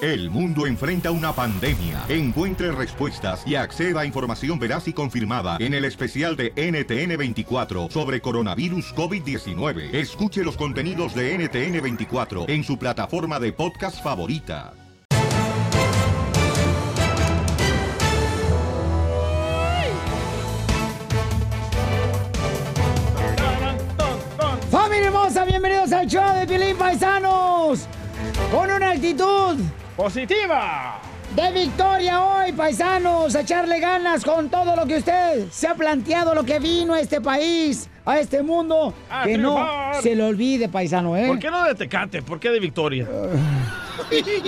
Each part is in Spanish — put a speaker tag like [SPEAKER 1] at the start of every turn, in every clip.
[SPEAKER 1] El mundo enfrenta una pandemia. Encuentre respuestas y acceda a información veraz y confirmada en el especial de NTN24 sobre coronavirus COVID-19. Escuche los contenidos de NTN24 en su plataforma de podcast favorita.
[SPEAKER 2] ¡Familia hermosa! Bienvenidos al show de Pilín Paisanos. Con una actitud
[SPEAKER 3] positiva.
[SPEAKER 2] De victoria hoy, paisanos, a echarle ganas con todo lo que usted se ha planteado, lo que vino a este país, a este mundo,
[SPEAKER 3] A
[SPEAKER 2] que no
[SPEAKER 3] triunfar.
[SPEAKER 2] se le olvide, paisano, ¿eh? Ah.
[SPEAKER 3] ¿Por qué no de Tecate? ¿Por qué de Victoria?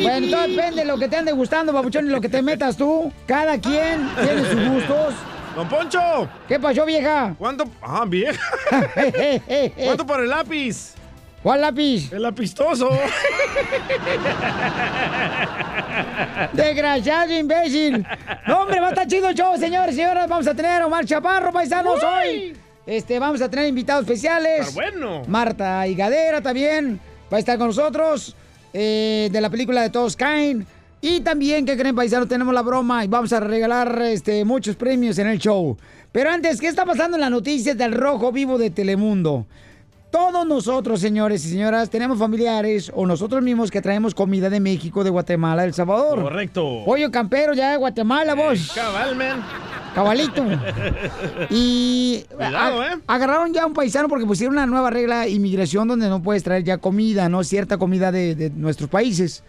[SPEAKER 2] Bueno, todo depende de lo que te ande gustando, babuchón, y lo que te metas tú. Cada quien tiene sus gustos.
[SPEAKER 3] Don Poncho.
[SPEAKER 2] ¿Qué pasó, vieja?
[SPEAKER 3] ¿Cuánto? Ah, vieja. ¿Cuánto para el lápiz?
[SPEAKER 2] ¿Cuál lápiz?
[SPEAKER 3] El lapistoso.
[SPEAKER 2] Desgraciado imbécil. No, hombre, va a estar chido el show, señores y señoras. Vamos a tener a Omar Chaparro, paisanos, hoy. Este, vamos a tener invitados especiales.
[SPEAKER 3] Está bueno.
[SPEAKER 2] Marta Higadera también va a estar con nosotros. eh, de la película de Todos Caen. Y también, ¿qué creen, paisanos? Tenemos la broma y vamos a regalar este, muchos premios en el show. Pero antes, ¿qué está pasando en las noticias del Rojo Vivo de Telemundo? Todos nosotros, señores y señoras, tenemos familiares o nosotros mismos que traemos comida de México, de Guatemala, de El Salvador.
[SPEAKER 3] Correcto.
[SPEAKER 2] Pollo campero ya de
[SPEAKER 3] Eh,
[SPEAKER 2] Guatemala, vos.
[SPEAKER 3] Cabal, man.
[SPEAKER 2] Cabalito. Y
[SPEAKER 3] Cuidado,
[SPEAKER 2] a-
[SPEAKER 3] ¿eh?
[SPEAKER 2] agarraron ya a un paisano porque pusieron una nueva regla de inmigración donde no puedes traer ya comida, ¿no? Cierta comida de, de nuestros países.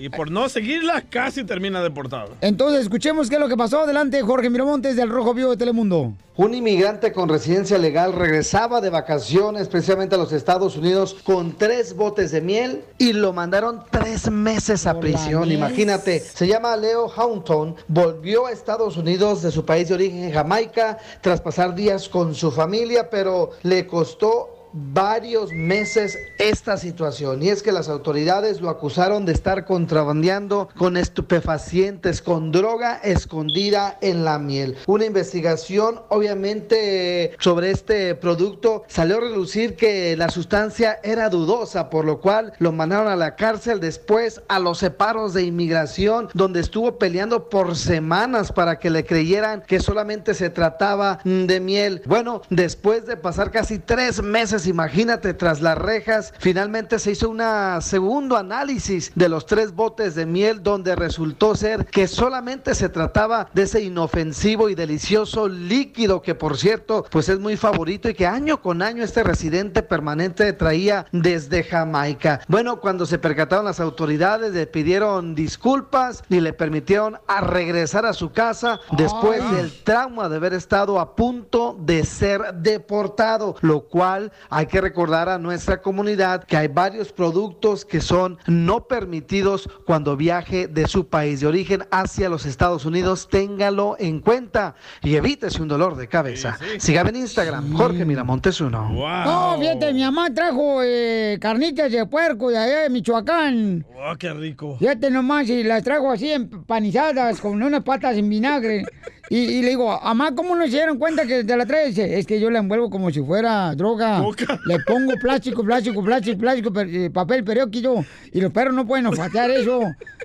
[SPEAKER 3] Y por no seguirla, casi termina deportado.
[SPEAKER 2] Entonces, escuchemos qué es lo que pasó. Adelante, Jorge Miramontes del Rojo Vivo de Telemundo.
[SPEAKER 4] Un inmigrante con residencia legal regresaba de vacaciones precisamente a los Estados Unidos con tres botes de miel y lo mandaron tres meses a prisión.
[SPEAKER 2] Holandés.
[SPEAKER 4] Imagínate, se llama Leo Houghton, volvió a Estados Unidos de su país de origen, Jamaica, tras pasar días con su familia, pero le costó varios meses esta situación y es que las autoridades lo acusaron de estar contrabandeando con estupefacientes con droga escondida en la miel una investigación obviamente sobre este producto salió a relucir que la sustancia era dudosa por lo cual lo mandaron a la cárcel después a los separos de inmigración donde estuvo peleando por semanas para que le creyeran que solamente se trataba mm, de miel bueno después de pasar casi tres meses, imagínate, tras las rejas, finalmente se hizo un segundo análisis de los tres botes de miel donde resultó ser que solamente se trataba de ese inofensivo y delicioso líquido que por cierto pues es muy favorito y que año con año este residente permanente traía desde Jamaica. Bueno, cuando se percataron las autoridades le pidieron disculpas y le permitieron a regresar a su casa después
[SPEAKER 2] Ay.
[SPEAKER 4] del trauma de haber estado a punto de ser deportado, lo cual hay que recordar a nuestra comunidad que hay varios productos que son no permitidos cuando viaje de su país de origen hacia los Estados Unidos. Téngalo en cuenta y evítese un dolor de cabeza. Sígame en Instagram, Jorge Miramontes uno.
[SPEAKER 3] Wow.
[SPEAKER 2] No, fíjate, mi mamá trajo eh, carnitas de puerco de allá de Michoacán.
[SPEAKER 3] Wow, Oh, qué rico.
[SPEAKER 2] Fíjate nomás, y las trajo así empanizadas, con unas patas en vinagre. Y, y le digo, mamá, ¿cómo no se dieron cuenta que te la traes? Dice, Es que yo la envuelvo como si fuera droga.
[SPEAKER 3] Coca.
[SPEAKER 2] Le pongo plástico, plástico, plástico, plástico, per- eh, papel periódico. Y los perros no pueden olfatear eso.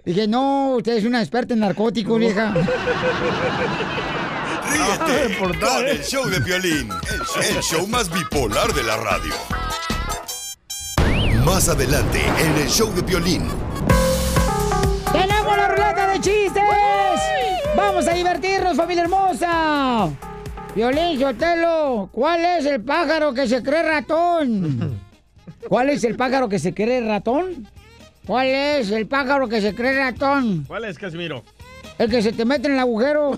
[SPEAKER 2] Dije, no, usted es una experta en narcóticos, vieja. Ah,
[SPEAKER 5] Ríete con el show de Piolín, el show más bipolar de la radio. Más adelante en el show de Piolín.
[SPEAKER 2] ¡Tenemos la ruleta de chistes! ¡Vamos a divertirnos, familia hermosa! Violín Sotelo, ¿cuál es el pájaro que se cree ratón? ¿Cuál es el pájaro que se cree ratón? ¿Cuál es el pájaro que se cree ratón?
[SPEAKER 3] ¿Cuál es, Casimiro?
[SPEAKER 2] El que se te mete en el agujero.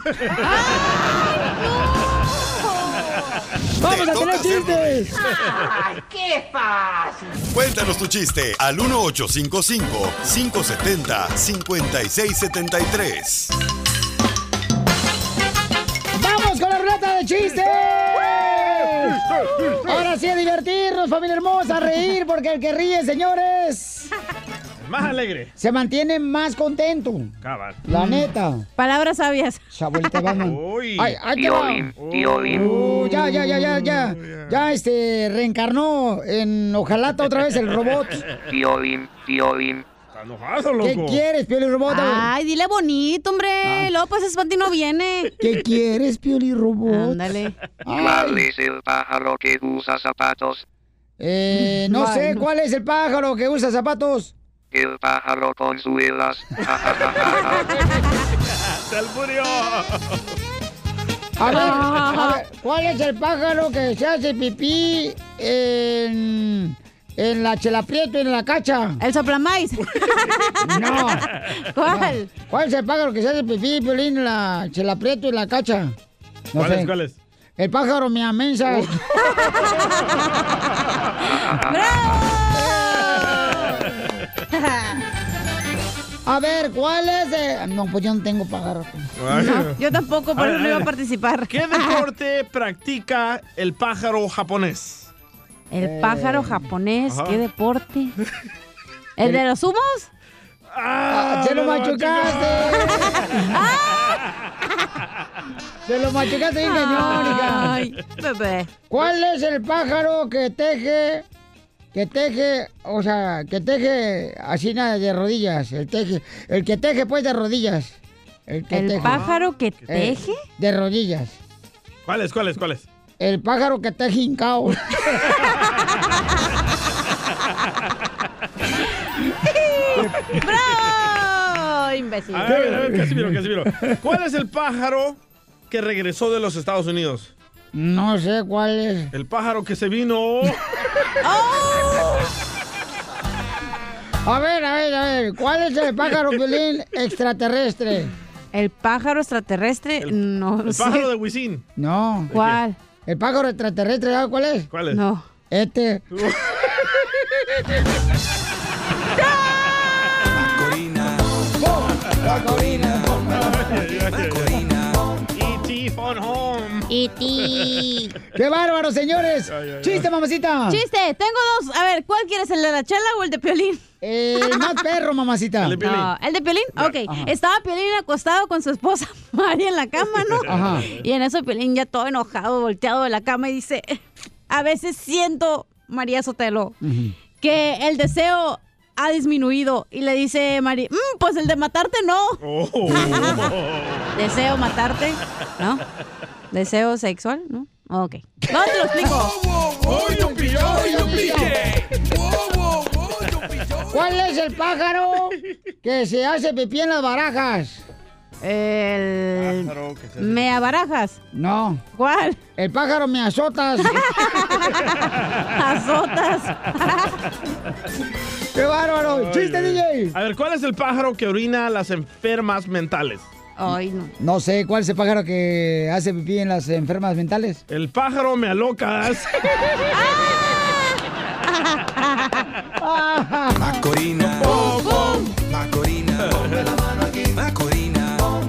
[SPEAKER 2] ¡Vamos
[SPEAKER 5] Te
[SPEAKER 2] a
[SPEAKER 5] toca
[SPEAKER 2] tener
[SPEAKER 5] hacer
[SPEAKER 2] chistes!
[SPEAKER 5] Cuéntanos tu chiste al 1855-570-5673.
[SPEAKER 2] ¡Vamos con la ruleta de chistes! Ahora sí a divertirnos, familia hermosa, a reír, porque el que ríe, señores,
[SPEAKER 3] Más alegre.
[SPEAKER 2] se mantiene más contento.
[SPEAKER 3] Cabal.
[SPEAKER 2] La neta.
[SPEAKER 6] Mm. Palabras sabias.
[SPEAKER 2] Chabuelita Batman.
[SPEAKER 3] Uy.
[SPEAKER 2] Ay, ay, te va.
[SPEAKER 3] Tío
[SPEAKER 2] Uh, ya, ya, ya, ya, ya. Ya, este, reencarnó en Ojalata otra vez el robot.
[SPEAKER 3] Está enojado, loco.
[SPEAKER 2] ¿Qué quieres, Pioli Robot?
[SPEAKER 6] Ay, dile bonito, hombre.
[SPEAKER 3] Ah.
[SPEAKER 6] Luego, pues, Espanti no viene.
[SPEAKER 2] ¿Qué quieres, Pioli Robot?
[SPEAKER 6] Ándale.
[SPEAKER 7] ¿Cuál es el pájaro que usa zapatos?
[SPEAKER 2] Eh, no
[SPEAKER 6] Ay,
[SPEAKER 2] sé
[SPEAKER 6] no.
[SPEAKER 2] cuál es el pájaro que usa zapatos.
[SPEAKER 7] El pájaro con suelas. Ja, ja, ja, ja, ja.
[SPEAKER 3] ¡Se alburió!
[SPEAKER 2] A ver, a ver, ¿cuál es el pájaro que se hace pipí en, en la chelaprieto y en la cacha?
[SPEAKER 6] El soplamais.
[SPEAKER 2] No.
[SPEAKER 6] ¿Cuál?
[SPEAKER 2] ¿Cuál es el pájaro que se hace pipí, Piolín, en la chelaprieto y en la cacha? No
[SPEAKER 3] ¿Cuál es?
[SPEAKER 2] sé.
[SPEAKER 3] ¿Cuál es?
[SPEAKER 2] El pájaro mi amensa.
[SPEAKER 6] Uh.
[SPEAKER 2] A ver, ¿cuál es? el- No, pues yo no tengo pájaro.
[SPEAKER 6] No, yo tampoco, por
[SPEAKER 3] A ver,
[SPEAKER 6] eso no iba
[SPEAKER 3] a
[SPEAKER 6] a
[SPEAKER 3] ver.
[SPEAKER 6] participar.
[SPEAKER 3] ¿Qué deporte practica el pájaro japonés?
[SPEAKER 6] El pájaro japonés,
[SPEAKER 3] Ajá.
[SPEAKER 6] Pues, qué deporte. ¿El de los humos?
[SPEAKER 3] ¡Ah!
[SPEAKER 2] ¡Se lo
[SPEAKER 3] me
[SPEAKER 2] machucaste!
[SPEAKER 6] ¡Ah!
[SPEAKER 2] ¡Se lo machucaste bien cañón, hija.
[SPEAKER 6] Ay, bebé.
[SPEAKER 2] ¿Cuál es el pájaro que teje, que teje, o sea, que teje así nada de rodillas? El teje, el que teje pues de rodillas. El que teje.
[SPEAKER 6] ¿El pájaro que
[SPEAKER 2] Eh,
[SPEAKER 6] teje?
[SPEAKER 2] de rodillas.
[SPEAKER 3] ¿Cuál es? ¿Cuál es? ¿Cuál es?
[SPEAKER 2] El pájaro que teje hincao.
[SPEAKER 6] ¡Bravo! Imbécil.
[SPEAKER 3] A ver, a ver, Casimiro, Casimiro. ¿Cuál es el pájaro que regresó de los Estados Unidos?
[SPEAKER 2] No sé cuál es.
[SPEAKER 3] El pájaro que se vino.
[SPEAKER 2] ¡Oh! A ver, a ver, a ver. ¿Cuál es el pájaro violín extraterrestre?
[SPEAKER 6] ¿El pájaro extraterrestre?
[SPEAKER 3] Este. El-
[SPEAKER 6] no lo
[SPEAKER 3] El
[SPEAKER 6] sé.
[SPEAKER 3] pájaro de Wisin.
[SPEAKER 2] No.
[SPEAKER 6] ¿Cuál?
[SPEAKER 2] ¿El pájaro extraterrestre, ¿sabes cuál es?
[SPEAKER 3] ¿Cuál es?
[SPEAKER 6] No.
[SPEAKER 2] Este.
[SPEAKER 3] E.T. Fun Home.
[SPEAKER 6] Iti.
[SPEAKER 2] ¡Qué bárbaro, señores!
[SPEAKER 3] Ay, ay, ay.
[SPEAKER 2] ¡Chiste, mamacita!
[SPEAKER 6] Chiste, tengo dos. A ver, ¿cuál quieres? ¿El de la chela o el de Piolín?
[SPEAKER 2] El más perro, mamacita.
[SPEAKER 3] El de- Piolín.
[SPEAKER 6] No, ¿el de Piolín? Ok. Estaba Piolín acostado con su esposa María en la cama, ¿no?
[SPEAKER 2] Ajá.
[SPEAKER 6] Y en eso Piolín ya todo enojado, volteado de la cama y dice, a veces siento, María Sotelo, que el deseo ha disminuido. Y le dice María, "Mm, pues el de matarte no.
[SPEAKER 3] Oh.
[SPEAKER 6] Deseo matarte, ¿no? Deseo sexual, ¿no? Ok. No te lo explico.
[SPEAKER 2] ¿Cuál es el pájaro que se hace pipí en las barajas?
[SPEAKER 6] El...
[SPEAKER 3] Pájaro que se-
[SPEAKER 6] Me abarajas.
[SPEAKER 2] No.
[SPEAKER 6] ¿Cuál?
[SPEAKER 2] El pájaro me azotas.
[SPEAKER 6] Azotas.
[SPEAKER 2] ¡Qué bárbaro! ¡Chiste, DJ!
[SPEAKER 3] A ver, ¿cuál es el pájaro que orina a las enfermas mentales?
[SPEAKER 6] Ay, no.
[SPEAKER 2] No sé, ¿cuál es el pájaro que hace pipí en las enfermas mentales?
[SPEAKER 3] El pájaro me alocas.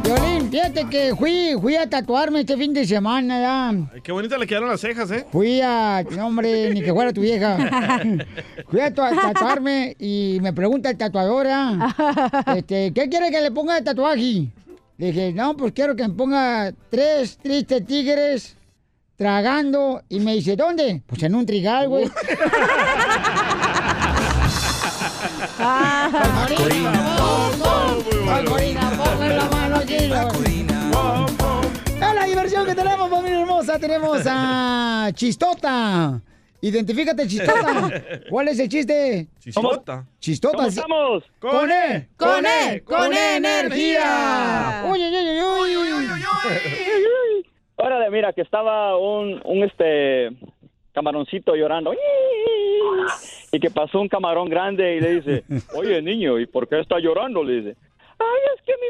[SPEAKER 2] Violín, fíjate que fui, fui a tatuarme este fin de semana ya.
[SPEAKER 3] Ay, Qué bonita le quedaron las cejas, ¿eh?
[SPEAKER 2] Fui a... No, hombre, ni que fuera tu vieja. Fui a ta- tatuarme y me pregunta el tatuadora, este, ¿qué quiere que le ponga de tatuaje? Le dije, no, pues quiero que me ponga tres tristes tigres tragando. Y me dice, ¿dónde? Pues en un trigal, güey.
[SPEAKER 6] Ah,
[SPEAKER 2] Es la diversión que tenemos, familia hermosa. Tenemos a Chistota. Identifícate, Chistota. ¿Cuál es el chiste?
[SPEAKER 3] Chichota.
[SPEAKER 2] Chistota.
[SPEAKER 8] ¿Cómo estamos?
[SPEAKER 2] Con E,
[SPEAKER 6] Con E, con E energía.
[SPEAKER 2] Uy, uy, uy, uy, uy.
[SPEAKER 8] Órale, mira, que estaba un, un este camaroncito llorando. Y que pasó un camarón grande y le dice, oye, niño, ¿y por qué está llorando? Le dice, ay, es que mi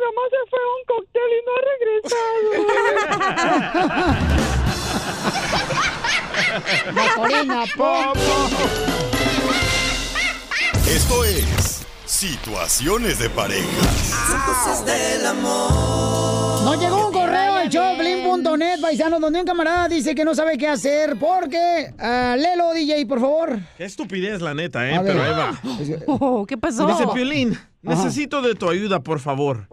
[SPEAKER 8] mamá se fue a un cóctel y no ha regresado.
[SPEAKER 2] Macorina, po.
[SPEAKER 9] pues,
[SPEAKER 5] Esto es Situaciones de Parejas.
[SPEAKER 2] Nos llegó un correo al showblin.net, paisano, donde un camarada dice que no sabe qué hacer porque... ah, lelo, DJ, por favor.
[SPEAKER 3] Qué estupidez, la neta, ¿eh?
[SPEAKER 2] A ver.
[SPEAKER 3] Pero ahí va.
[SPEAKER 6] Oh, ¿Qué pasó?
[SPEAKER 3] Dice Piolín, necesito de tu ayuda, por favor.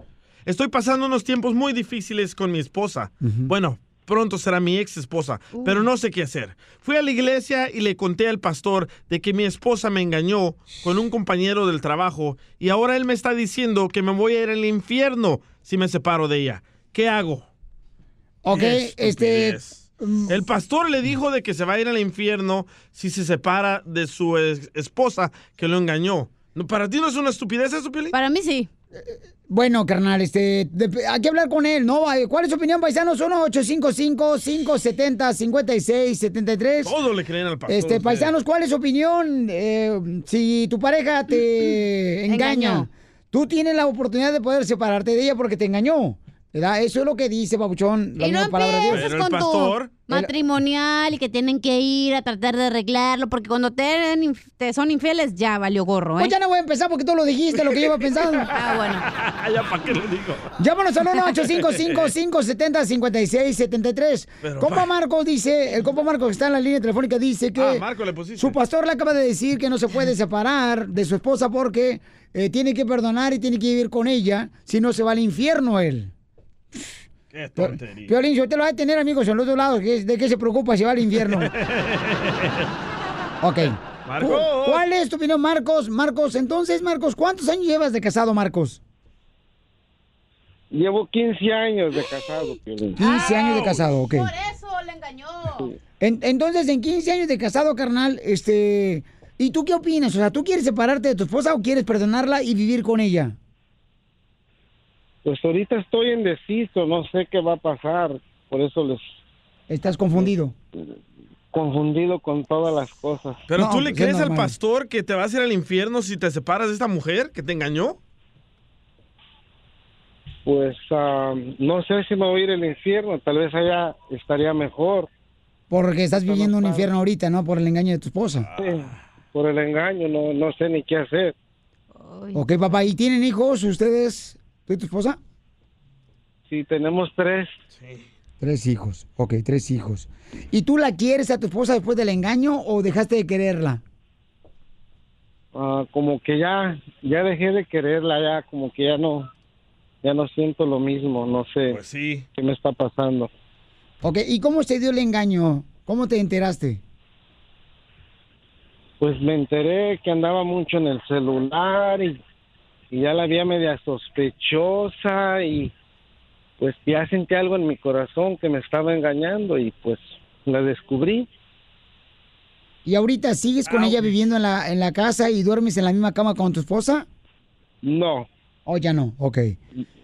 [SPEAKER 3] Estoy pasando unos tiempos muy difíciles con mi esposa. Bueno, pronto será mi ex esposa,
[SPEAKER 6] Uh.
[SPEAKER 3] pero no sé qué hacer. Fui a la iglesia y le conté al pastor de que mi esposa me engañó con un compañero del trabajo y ahora él me está diciendo que me voy a ir al infierno si me separo de ella. ¿Qué hago?
[SPEAKER 2] Ok,
[SPEAKER 3] Qué
[SPEAKER 2] este.
[SPEAKER 3] estupidez. El pastor le dijo de que se va a ir al infierno si se separa de su ex- esposa que lo engañó. No, ¿Para ti no es una estupidez eso, Piolín?
[SPEAKER 6] Para mí sí.
[SPEAKER 2] Bueno, carnal, este, de- hay que hablar con él, ¿no? Ay, ¿Cuál es su opinión, paisanos? 1-855-570-5673.
[SPEAKER 3] Todo le creen al pastor.
[SPEAKER 2] Este,
[SPEAKER 3] ustedes.
[SPEAKER 2] paisanos, ¿cuál es su opinión? Eh, si tu pareja te engaña,
[SPEAKER 6] Engañó.
[SPEAKER 2] tú tienes la oportunidad de poder separarte de ella porque te engañó. ¿verdad? Eso es lo que dice, Papuchón, la
[SPEAKER 6] y no
[SPEAKER 2] misma palabra de Dios.
[SPEAKER 6] empiezas
[SPEAKER 3] Pero el
[SPEAKER 6] con
[SPEAKER 3] pastor-
[SPEAKER 6] tu matrimonial y que tienen que ir a tratar de arreglarlo, porque cuando te, te son infieles ya valió gorro, ¿eh?
[SPEAKER 2] Pues ya no voy a empezar porque tú lo dijiste, lo que yo iba pensando.
[SPEAKER 6] Ah, bueno.
[SPEAKER 3] Ah, ya, ¿para qué le digo?
[SPEAKER 2] Llámanos al 1-855-570-5673.
[SPEAKER 3] Pero,
[SPEAKER 2] Compa
[SPEAKER 3] pa-
[SPEAKER 2] Marcos dice, el compa Marcos que está en la línea telefónica dice que
[SPEAKER 3] Ah, Marco le pusiste.
[SPEAKER 2] su pastor le acaba de decir que no se puede separar de su esposa porque eh, tiene que perdonar y tiene que vivir con ella, si no se va al infierno él.
[SPEAKER 3] Qué tontería.
[SPEAKER 2] Piolín, yo te lo voy a tener amigos en los dos lados, ¿qué- ¿de qué se preocupa si va al infierno? ok.
[SPEAKER 3] Marcos.
[SPEAKER 2] Cu- ¿Cuál es tu opinión, Marcos? Marcos, entonces, Marcos, ¿cuántos años llevas de casado, Marcos?
[SPEAKER 10] Llevo 15 años de casado, Piolín.
[SPEAKER 2] 15 años de casado, ok.
[SPEAKER 6] Por eso le engañó.
[SPEAKER 2] En- entonces, en 15 años de casado, carnal, este... ¿Y tú qué opinas? O sea, ¿tú quieres separarte de tu esposa o quieres perdonarla y vivir con ella?
[SPEAKER 10] Pues ahorita estoy indeciso, no sé qué va a pasar. Por eso les eh,
[SPEAKER 2] Estás confundido.
[SPEAKER 10] confundido con todas las cosas.
[SPEAKER 3] ¿Pero
[SPEAKER 2] No,
[SPEAKER 3] tú le
[SPEAKER 2] pues es
[SPEAKER 3] crees al
[SPEAKER 2] normal.
[SPEAKER 3] pastor que te vas a ir al infierno si te separas de esta mujer que te engañó?
[SPEAKER 10] Pues ah, no sé si me voy a ir al infierno, tal vez allá estaría mejor
[SPEAKER 2] Porque estás
[SPEAKER 10] No,
[SPEAKER 2] viviendo un
[SPEAKER 10] no,
[SPEAKER 2] infierno ahorita, ¿no? Por el engaño de tu esposa.
[SPEAKER 10] Sí, por el engaño, no, no sé ni qué hacer.
[SPEAKER 6] Ay.
[SPEAKER 2] Ok, papá. ¿Y tienen hijos ustedes? ¿Tú y tu esposa?
[SPEAKER 10] Si tenemos tres,
[SPEAKER 2] Tres hijos. Ok, tres hijos. ¿Y tú la quieres a tu esposa después del engaño o dejaste de quererla?
[SPEAKER 10] ah, como que ya, ya dejé de quererla, ya como que ya no, ya no siento lo mismo, no sé
[SPEAKER 3] Pues sí.
[SPEAKER 10] qué me está pasando.
[SPEAKER 2] Ok, ¿y cómo se dio el engaño? ¿Cómo te enteraste?
[SPEAKER 10] Pues me enteré que andaba mucho en el celular y, y ya la había media sospechosa y pues ya sentí algo en mi corazón que me estaba engañando y pues la descubrí.
[SPEAKER 2] ¿Y ahorita sigues con ella viviendo en la, en la casa y duermes en la misma cama con tu esposa?
[SPEAKER 10] No,
[SPEAKER 2] ¿O ya no? Ok.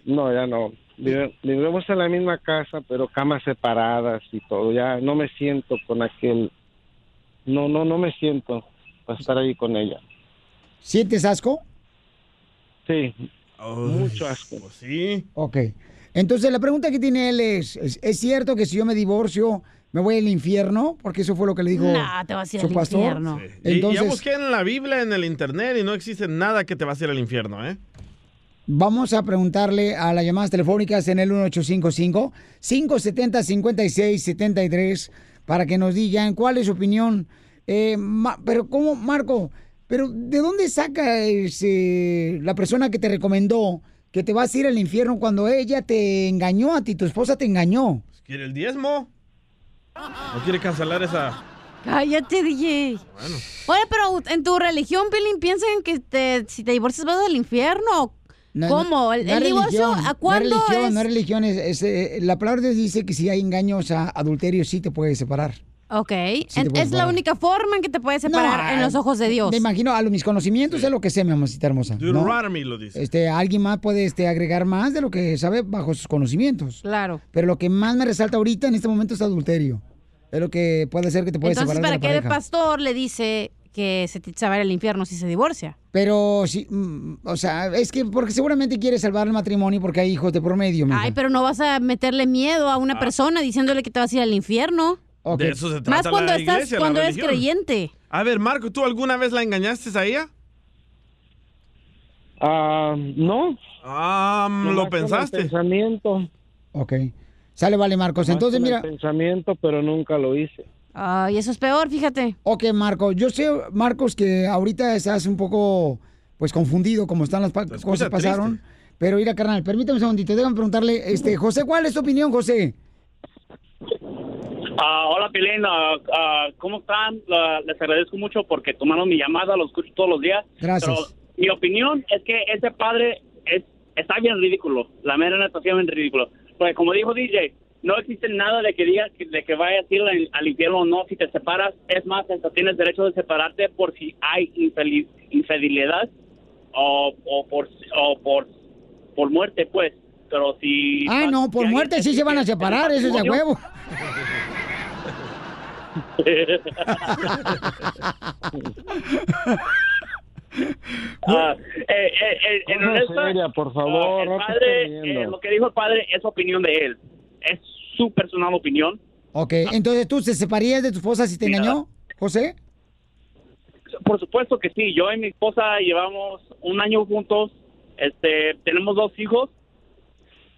[SPEAKER 10] no, ya no. Vive- Vivimos en la misma casa, pero camas separadas y todo. Ya no me siento con aquel. No, no, no me siento para estar ahí con ella.
[SPEAKER 2] ¿Sientes asco?
[SPEAKER 10] Sí, Mucho
[SPEAKER 3] Ay,
[SPEAKER 10] asco.
[SPEAKER 3] Pues sí.
[SPEAKER 2] Ok. Entonces la pregunta que tiene él es, ¿es, es cierto que si yo me divorcio me voy al infierno? Porque eso fue lo que le dijo.
[SPEAKER 6] Nah, te vas a ir
[SPEAKER 2] su
[SPEAKER 6] al
[SPEAKER 2] pastor.
[SPEAKER 6] infierno.
[SPEAKER 3] Y-
[SPEAKER 2] Entonces-
[SPEAKER 3] ya busqué en la Biblia, en el internet y no existe nada que te va a ir al infierno, ¿eh?
[SPEAKER 2] Vamos a preguntarle a las llamadas telefónicas en el 1855-570-5673 para que nos digan cuál es su opinión. Eh, Ma- pero, ¿cómo, Marco? Pero ¿de dónde saca ese- la persona que te recomendó que te vas a ir al infierno cuando ella te engañó a ti, tu esposa te engañó?
[SPEAKER 3] Pues, ¿Quiere el diezmo? ¿No quiere cancelar esa?
[SPEAKER 6] Cállate, DJ.
[SPEAKER 3] Bueno.
[SPEAKER 6] Oye, pero en tu religión, Pilín, piensan que te- si te divorcias vas al infierno.
[SPEAKER 2] No, no,
[SPEAKER 6] ¿Cómo? ¿El,
[SPEAKER 2] no es
[SPEAKER 6] el divorcio
[SPEAKER 2] religión,
[SPEAKER 6] a cuándo
[SPEAKER 2] No es religión,
[SPEAKER 6] es?
[SPEAKER 2] no es religión. es- es, eh, la palabra de Dios dice que si hay engaños a adulterio sí te puede separar.
[SPEAKER 6] Ok,
[SPEAKER 2] Sí te
[SPEAKER 6] en-
[SPEAKER 2] puedes
[SPEAKER 6] es la
[SPEAKER 2] parar.
[SPEAKER 6] única forma en que te puedes separar
[SPEAKER 2] No,
[SPEAKER 6] en los ojos de Dios.
[SPEAKER 2] Me imagino, a lo, mis conocimientos es lo que sé, mi mamacita hermosa. ¿no?
[SPEAKER 3] Deuteronomy lo dice.
[SPEAKER 2] Este, alguien más puede este, agregar más de lo que sabe bajo sus conocimientos.
[SPEAKER 6] Claro.
[SPEAKER 2] Pero lo que más me resalta ahorita en este momento es adulterio. Es lo que puede hacer que te puedes
[SPEAKER 6] Entonces,
[SPEAKER 2] separar
[SPEAKER 6] ¿para
[SPEAKER 2] de la
[SPEAKER 6] qué el
[SPEAKER 2] pareja.
[SPEAKER 6] pastor le dice que se te se va a ir al infierno si se divorcia?
[SPEAKER 2] Pero sí, mm, o sea, es que porque seguramente quiere salvar el matrimonio porque hay hijos de promedio, mija.
[SPEAKER 6] Ay, pero no vas a meterle miedo a una persona diciéndole que te vas a ir al infierno.
[SPEAKER 2] Ok.
[SPEAKER 3] De eso Ah. se trata
[SPEAKER 6] Más cuando
[SPEAKER 3] la
[SPEAKER 6] estás,
[SPEAKER 3] iglesia, la
[SPEAKER 6] cuando eres
[SPEAKER 3] religión.
[SPEAKER 6] creyente.
[SPEAKER 3] A ver, Marco, ¿tú alguna vez la engañaste a ella?
[SPEAKER 10] ah, no.
[SPEAKER 3] Ah, mm,
[SPEAKER 10] nomás
[SPEAKER 3] lo
[SPEAKER 10] con el
[SPEAKER 3] pensaste.
[SPEAKER 10] Pensamiento.
[SPEAKER 2] Ok. Sale, vale, Marcos. Entonces,
[SPEAKER 10] nomás con
[SPEAKER 2] mira,
[SPEAKER 10] el Pensamiento, pero nunca lo hice.
[SPEAKER 6] Ay, eso es peor, fíjate.
[SPEAKER 2] ok, Marcos. Yo sé, Marcos, que ahorita estás un poco, pues, confundido como están las pa-
[SPEAKER 3] escucha
[SPEAKER 2] cosas
[SPEAKER 3] triste.
[SPEAKER 2] pasaron. Pero mira, carnal, permítame un segundito. Déjame preguntarle, este, José, ¿cuál es tu opinión, José?
[SPEAKER 11] Ah, hola, Pilín. Ah, ah, ¿Cómo están? Ah, les agradezco mucho porque tomaron mi llamada, lo escucho todos los días.
[SPEAKER 2] Gracias.
[SPEAKER 11] Pero mi opinión es que ese padre es, está bien ridículo. La mera neta está bien ridículo. Porque como dijo DJ, no existe nada de que digas que, de que vayas a ir al, al infierno o no si te separas. Es más, hasta tienes derecho de separarte por si hay infeli- infidelidad o, o por, o por, por muerte, pues. Pero si...
[SPEAKER 2] Ah, no, por
[SPEAKER 11] si
[SPEAKER 2] muerte
[SPEAKER 11] alguien-
[SPEAKER 2] sí se van a separar, eso es de huevo.
[SPEAKER 11] Ah, eh, eh, eh, en
[SPEAKER 12] Cosa
[SPEAKER 11] honesta,
[SPEAKER 12] seria, por favor,
[SPEAKER 11] el
[SPEAKER 12] no te
[SPEAKER 11] padre,
[SPEAKER 12] estés riendo.
[SPEAKER 11] eh, lo que dijo el padre es opinión de él. Es su personal opinión.
[SPEAKER 2] Ok,
[SPEAKER 3] Ah.
[SPEAKER 2] entonces tú te separías de tu esposa si te engañó, José.
[SPEAKER 11] Por supuesto que sí. Yo y mi esposa llevamos un año juntos. Este, tenemos dos hijos.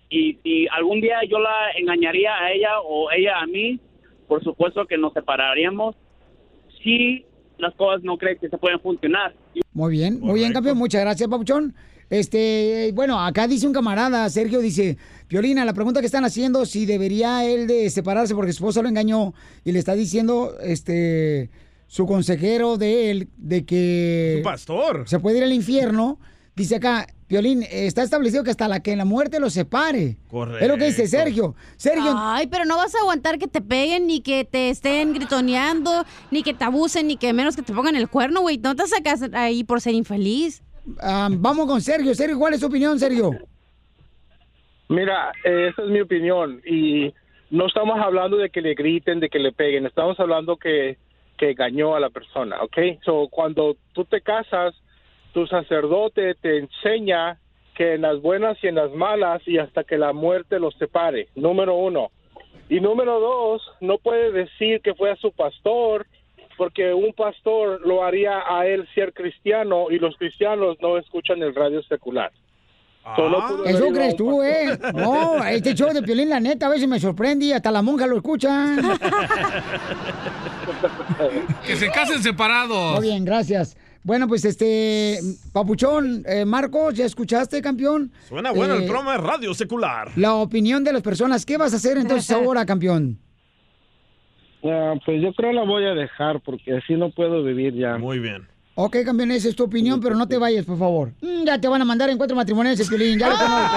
[SPEAKER 11] Y si algún día yo la engañaría a ella o ella a mí, por supuesto que nos separaríamos. Si las cosas no creen que se pueden funcionar.
[SPEAKER 2] Muy bien, muy bien, campeón. Muchas gracias, Papuchón. Este, bueno, acá dice un camarada, Sergio, dice, Violina, la pregunta que están haciendo, si debería él de separarse porque su esposa lo engañó y le está diciendo, este, su consejero de él, de que...
[SPEAKER 3] Su pastor.
[SPEAKER 2] Se puede ir al infierno. Dice acá, Violín, está establecido que hasta la que la muerte lo separe. Es lo que dice Sergio. Sergio,
[SPEAKER 6] Ay, pero no vas a aguantar que te peguen, ni que te estén gritoneando, ni que te abusen, ni que menos que te pongan el cuerno, güey. No te sacas ahí por ser infeliz.
[SPEAKER 2] ah, vamos con Sergio. Sergio, ¿cuál es tu opinión, Sergio?
[SPEAKER 12] Mira, eh, esa es mi opinión y no estamos hablando de que le griten, de que le peguen, estamos hablando que, que engañó a la persona, ¿ok? So, cuando tú te casas, tu sacerdote te enseña que en las buenas y en las malas y hasta que la muerte los separe, número uno. Y número dos, no puede decir que fue a su pastor porque un pastor lo haría a él ser cristiano y los cristianos no escuchan el radio secular. So, no pudo haber ido a
[SPEAKER 2] Eso
[SPEAKER 12] un
[SPEAKER 2] crees tú, ¿eh? No, este show de Piolín, la neta, a veces me sorprende y hasta la monja lo escucha.
[SPEAKER 13] Que se casen separados.
[SPEAKER 2] Muy bien, gracias. Bueno, pues este, Papuchón, eh, Marcos, ¿ya escuchaste, campeón?
[SPEAKER 3] Suena bueno el
[SPEAKER 2] Eh,
[SPEAKER 3] programa de radio secular.
[SPEAKER 2] La opinión de las personas, ¿qué vas a hacer entonces ahora, campeón?
[SPEAKER 12] Ah, pues yo creo la voy a dejar porque así no puedo vivir ya. Muy bien.
[SPEAKER 2] Ok, campeón, esa es tu opinión, pero no te vayas, por favor. Mm, ya te van a mandar a encuentro matrimonial ese Piolín, ya lo conozco.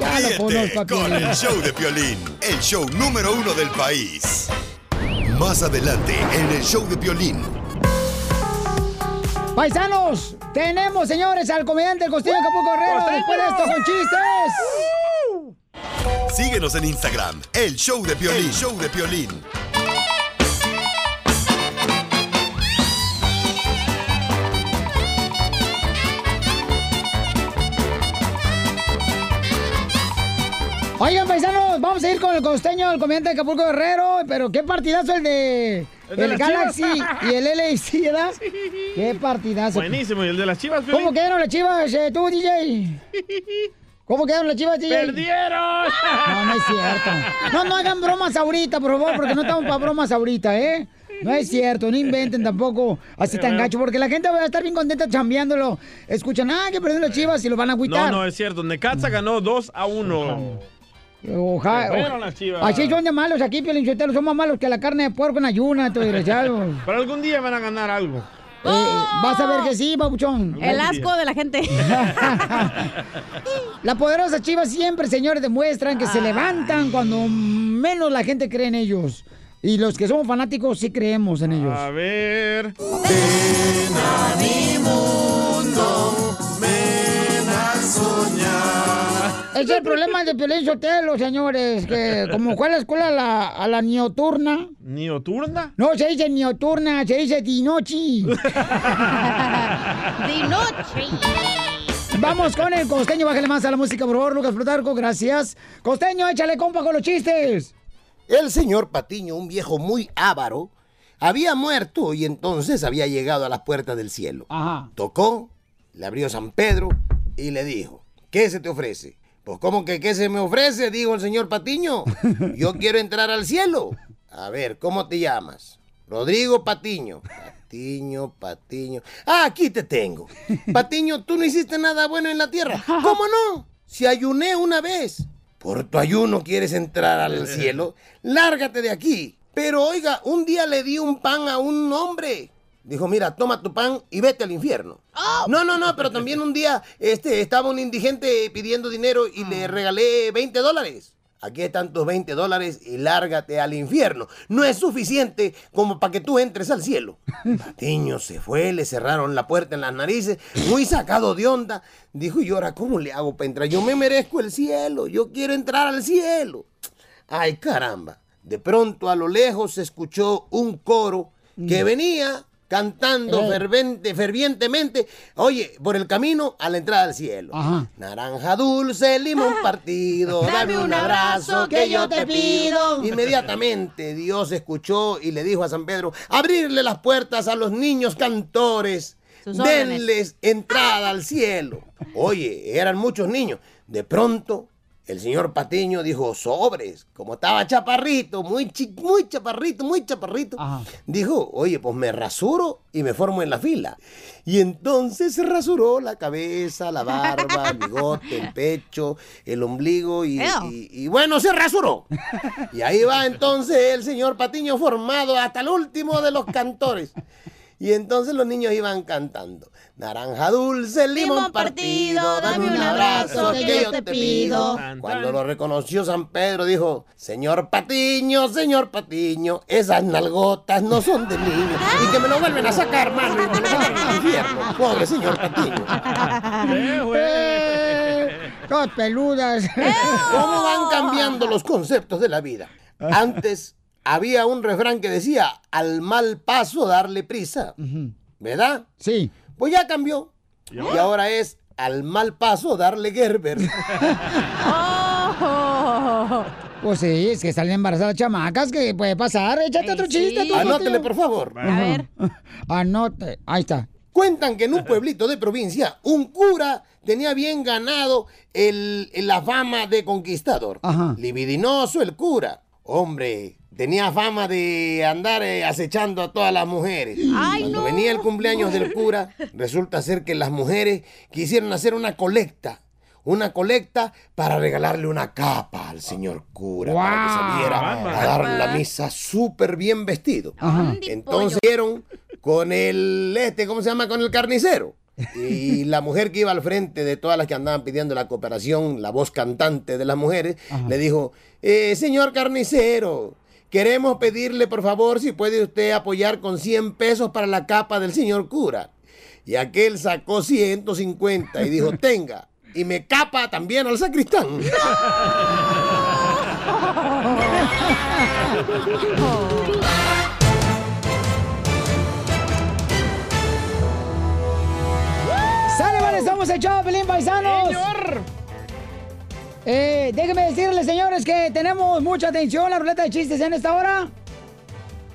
[SPEAKER 2] Ya lo conozco a
[SPEAKER 5] Ríete con
[SPEAKER 2] Piolín.
[SPEAKER 5] el show de Piolín, el show número uno del país. Más adelante en el show de Piolín.
[SPEAKER 2] Paisanos, tenemos, señores, al comediante del Costeño de Acapulco Guerrero, después de esto con chistes.
[SPEAKER 5] Síguenos en Instagram, el show de Piolín, el show de Piolín.
[SPEAKER 2] Oigan, paisanos, vamos a ir con el costeño, el comediante de Acapulco Guerrero. Pero qué partidazo el de.
[SPEAKER 3] El
[SPEAKER 2] El,
[SPEAKER 3] de las
[SPEAKER 2] Galaxy
[SPEAKER 3] Chivas.
[SPEAKER 2] y el LAFC, ¿verdad? Qué partidazo.
[SPEAKER 3] Buenísimo. ¿Y el de las chivas, Piolín?
[SPEAKER 2] ¿Cómo quedaron las chivas, eh, tú, DJ? ¿Cómo quedaron las chivas, DJ?
[SPEAKER 3] ¡Perdieron!
[SPEAKER 2] No, no es cierto. No, no hagan bromas ahorita, por favor, porque no estamos para bromas ahorita, ¿eh? No es cierto, no inventen tampoco así tan gacho, porque la gente va a estar bien contenta chambeándolo. Escuchan, ah, que perdieron las chivas y lo van
[SPEAKER 3] No,
[SPEAKER 2] a agüitar.
[SPEAKER 3] no, es cierto. Necaxa ganó 2 a 1.
[SPEAKER 2] Ojalá.
[SPEAKER 3] Se fueron las chivas.
[SPEAKER 2] Así son de malos aquí, Pielinchotelo. Son más malos que la carne de puerco en ayuna, estos desgraciados.
[SPEAKER 3] Pero algún día van a ganar algo.
[SPEAKER 2] Eh, vas a ver que sí, babuchón.
[SPEAKER 6] El asco de la gente.
[SPEAKER 2] La poderosa Chivas siempre, señores, demuestran que se levantan cuando menos la gente cree en ellos. Y los que somos fanáticos sí creemos en ellos.
[SPEAKER 3] A ver.
[SPEAKER 2] Es el problema de Piolín Sotelo, señores, que como fue a la escuela a la, a la nioturna.
[SPEAKER 3] ¿Nioturna?
[SPEAKER 2] No, se dice nioturna, se dice dinochi.
[SPEAKER 6] De noche.
[SPEAKER 2] Vamos con el costeño, bájale más a la música, por favor, Lucas Plutarco, gracias. Costeño, échale compa con los chistes.
[SPEAKER 14] El señor Patiño, un viejo muy avaro, había muerto y entonces había llegado a las puertas del cielo. Tocó, le abrió San Pedro y le dijo, ¿qué se te ofrece? Pues ¿cómo que qué se me ofrece? Dijo el señor Patiño, yo quiero entrar al cielo. A ver, ¿cómo te llamas? Rodrigo Patiño. Patiño, Patiño. Ah, aquí te tengo. Patiño, tú no hiciste nada bueno en la tierra. ¿Cómo no? Si ayuné una vez. por tu ayuno quieres entrar al cielo, lárgate de aquí. Pero oiga, un día le di un pan a un hombre. Dijo, mira, toma tu pan y vete al infierno. No, no, no, pero también un día este, estaba un indigente pidiendo dinero y le regalé 20 dólares. Aquí están tus 20 dólares y lárgate al infierno. No es suficiente como para que tú entres al cielo. Patiño se fue, le cerraron la puerta en las narices, muy sacado de onda. Dijo, ¿y ahora cómo le hago para entrar? Yo me merezco el cielo, yo quiero entrar al cielo. Ay, caramba. De pronto a lo lejos se escuchó un coro que
[SPEAKER 15] Mm.
[SPEAKER 14] venía cantando
[SPEAKER 15] Eh.
[SPEAKER 14] fervente- fervientemente, oye, por el camino a la entrada al cielo. Naranja dulce, limón partido, dame un abrazo que yo te pido. Inmediatamente Dios escuchó y le dijo a San Pedro, abrirle las puertas a los niños cantores,
[SPEAKER 15] Sus órdenes.
[SPEAKER 14] denles entrada al cielo. Oye, eran muchos niños. De pronto, el señor Patiño dijo, sobres, como estaba chaparrito, muy, chi- muy chaparrito, muy chaparrito. Dijo, oye, pues me rasuro y me formo en la fila. Y entonces se rasuró la cabeza, la barba, el bigote, el pecho, el ombligo y,
[SPEAKER 15] Ew.
[SPEAKER 14] y- y bueno, se rasuró. Y ahí va entonces el señor Patiño formado hasta el último de los cantores. Y entonces los niños iban cantando. Naranja dulce, limón, partido, dame un abrazo que yo te pido. Cuando lo reconoció San Pedro dijo, señor Patiño, señor Patiño, esas nalgotas no son de niño. Y que me lo vuelven a sacar, mano, y me lo vuelven al infierno. Pobre señor Patiño.
[SPEAKER 2] ¡Cos Eh, peludas!
[SPEAKER 14] ¿Cómo van cambiando los conceptos de la vida? Antes había un refrán que decía, al mal paso darle prisa. ¿Verdad?
[SPEAKER 2] Sí.
[SPEAKER 14] Pues ya cambió. Y
[SPEAKER 15] ahora?
[SPEAKER 14] ahora es al mal paso darle Gerber.
[SPEAKER 2] Pues sí, es que salen embarazadas chamacas, que puede pasar. Échate otro chiste, tú.
[SPEAKER 14] Anótele,
[SPEAKER 2] Sotelo.
[SPEAKER 14] por favor.
[SPEAKER 2] A ver. Anote. Ahí está.
[SPEAKER 14] Cuentan que en un pueblito de provincia, un cura tenía bien ganado el- la fama de conquistador. Libidinoso el cura. Hombre, tenía fama de andar eh, acechando a todas las mujeres.
[SPEAKER 15] Ay,
[SPEAKER 14] Cuando
[SPEAKER 15] no.
[SPEAKER 14] venía el cumpleaños del cura, resulta ser que las mujeres quisieron hacer una colecta. Una colecta para regalarle una capa al señor cura para que saliera a dar la misa súper bien vestido. Entonces dieron con el este, ¿cómo se llama? Con el carnicero. Y la mujer que iba al frente de todas las que andaban pidiendo la cooperación, la voz cantante de las mujeres, le dijo, "Eh, señor carnicero, queremos pedirle por favor si puede usted apoyar con 100 pesos para la capa del señor cura. Y aquel sacó 150 y dijo, tenga, y me capa también al sacristán.
[SPEAKER 2] ¡Sale, vale! ¡Somos el show, Pelín Paisanos! Eh, déjenme decirles, señores, que tenemos mucha atención. La ruleta de chistes en esta hora.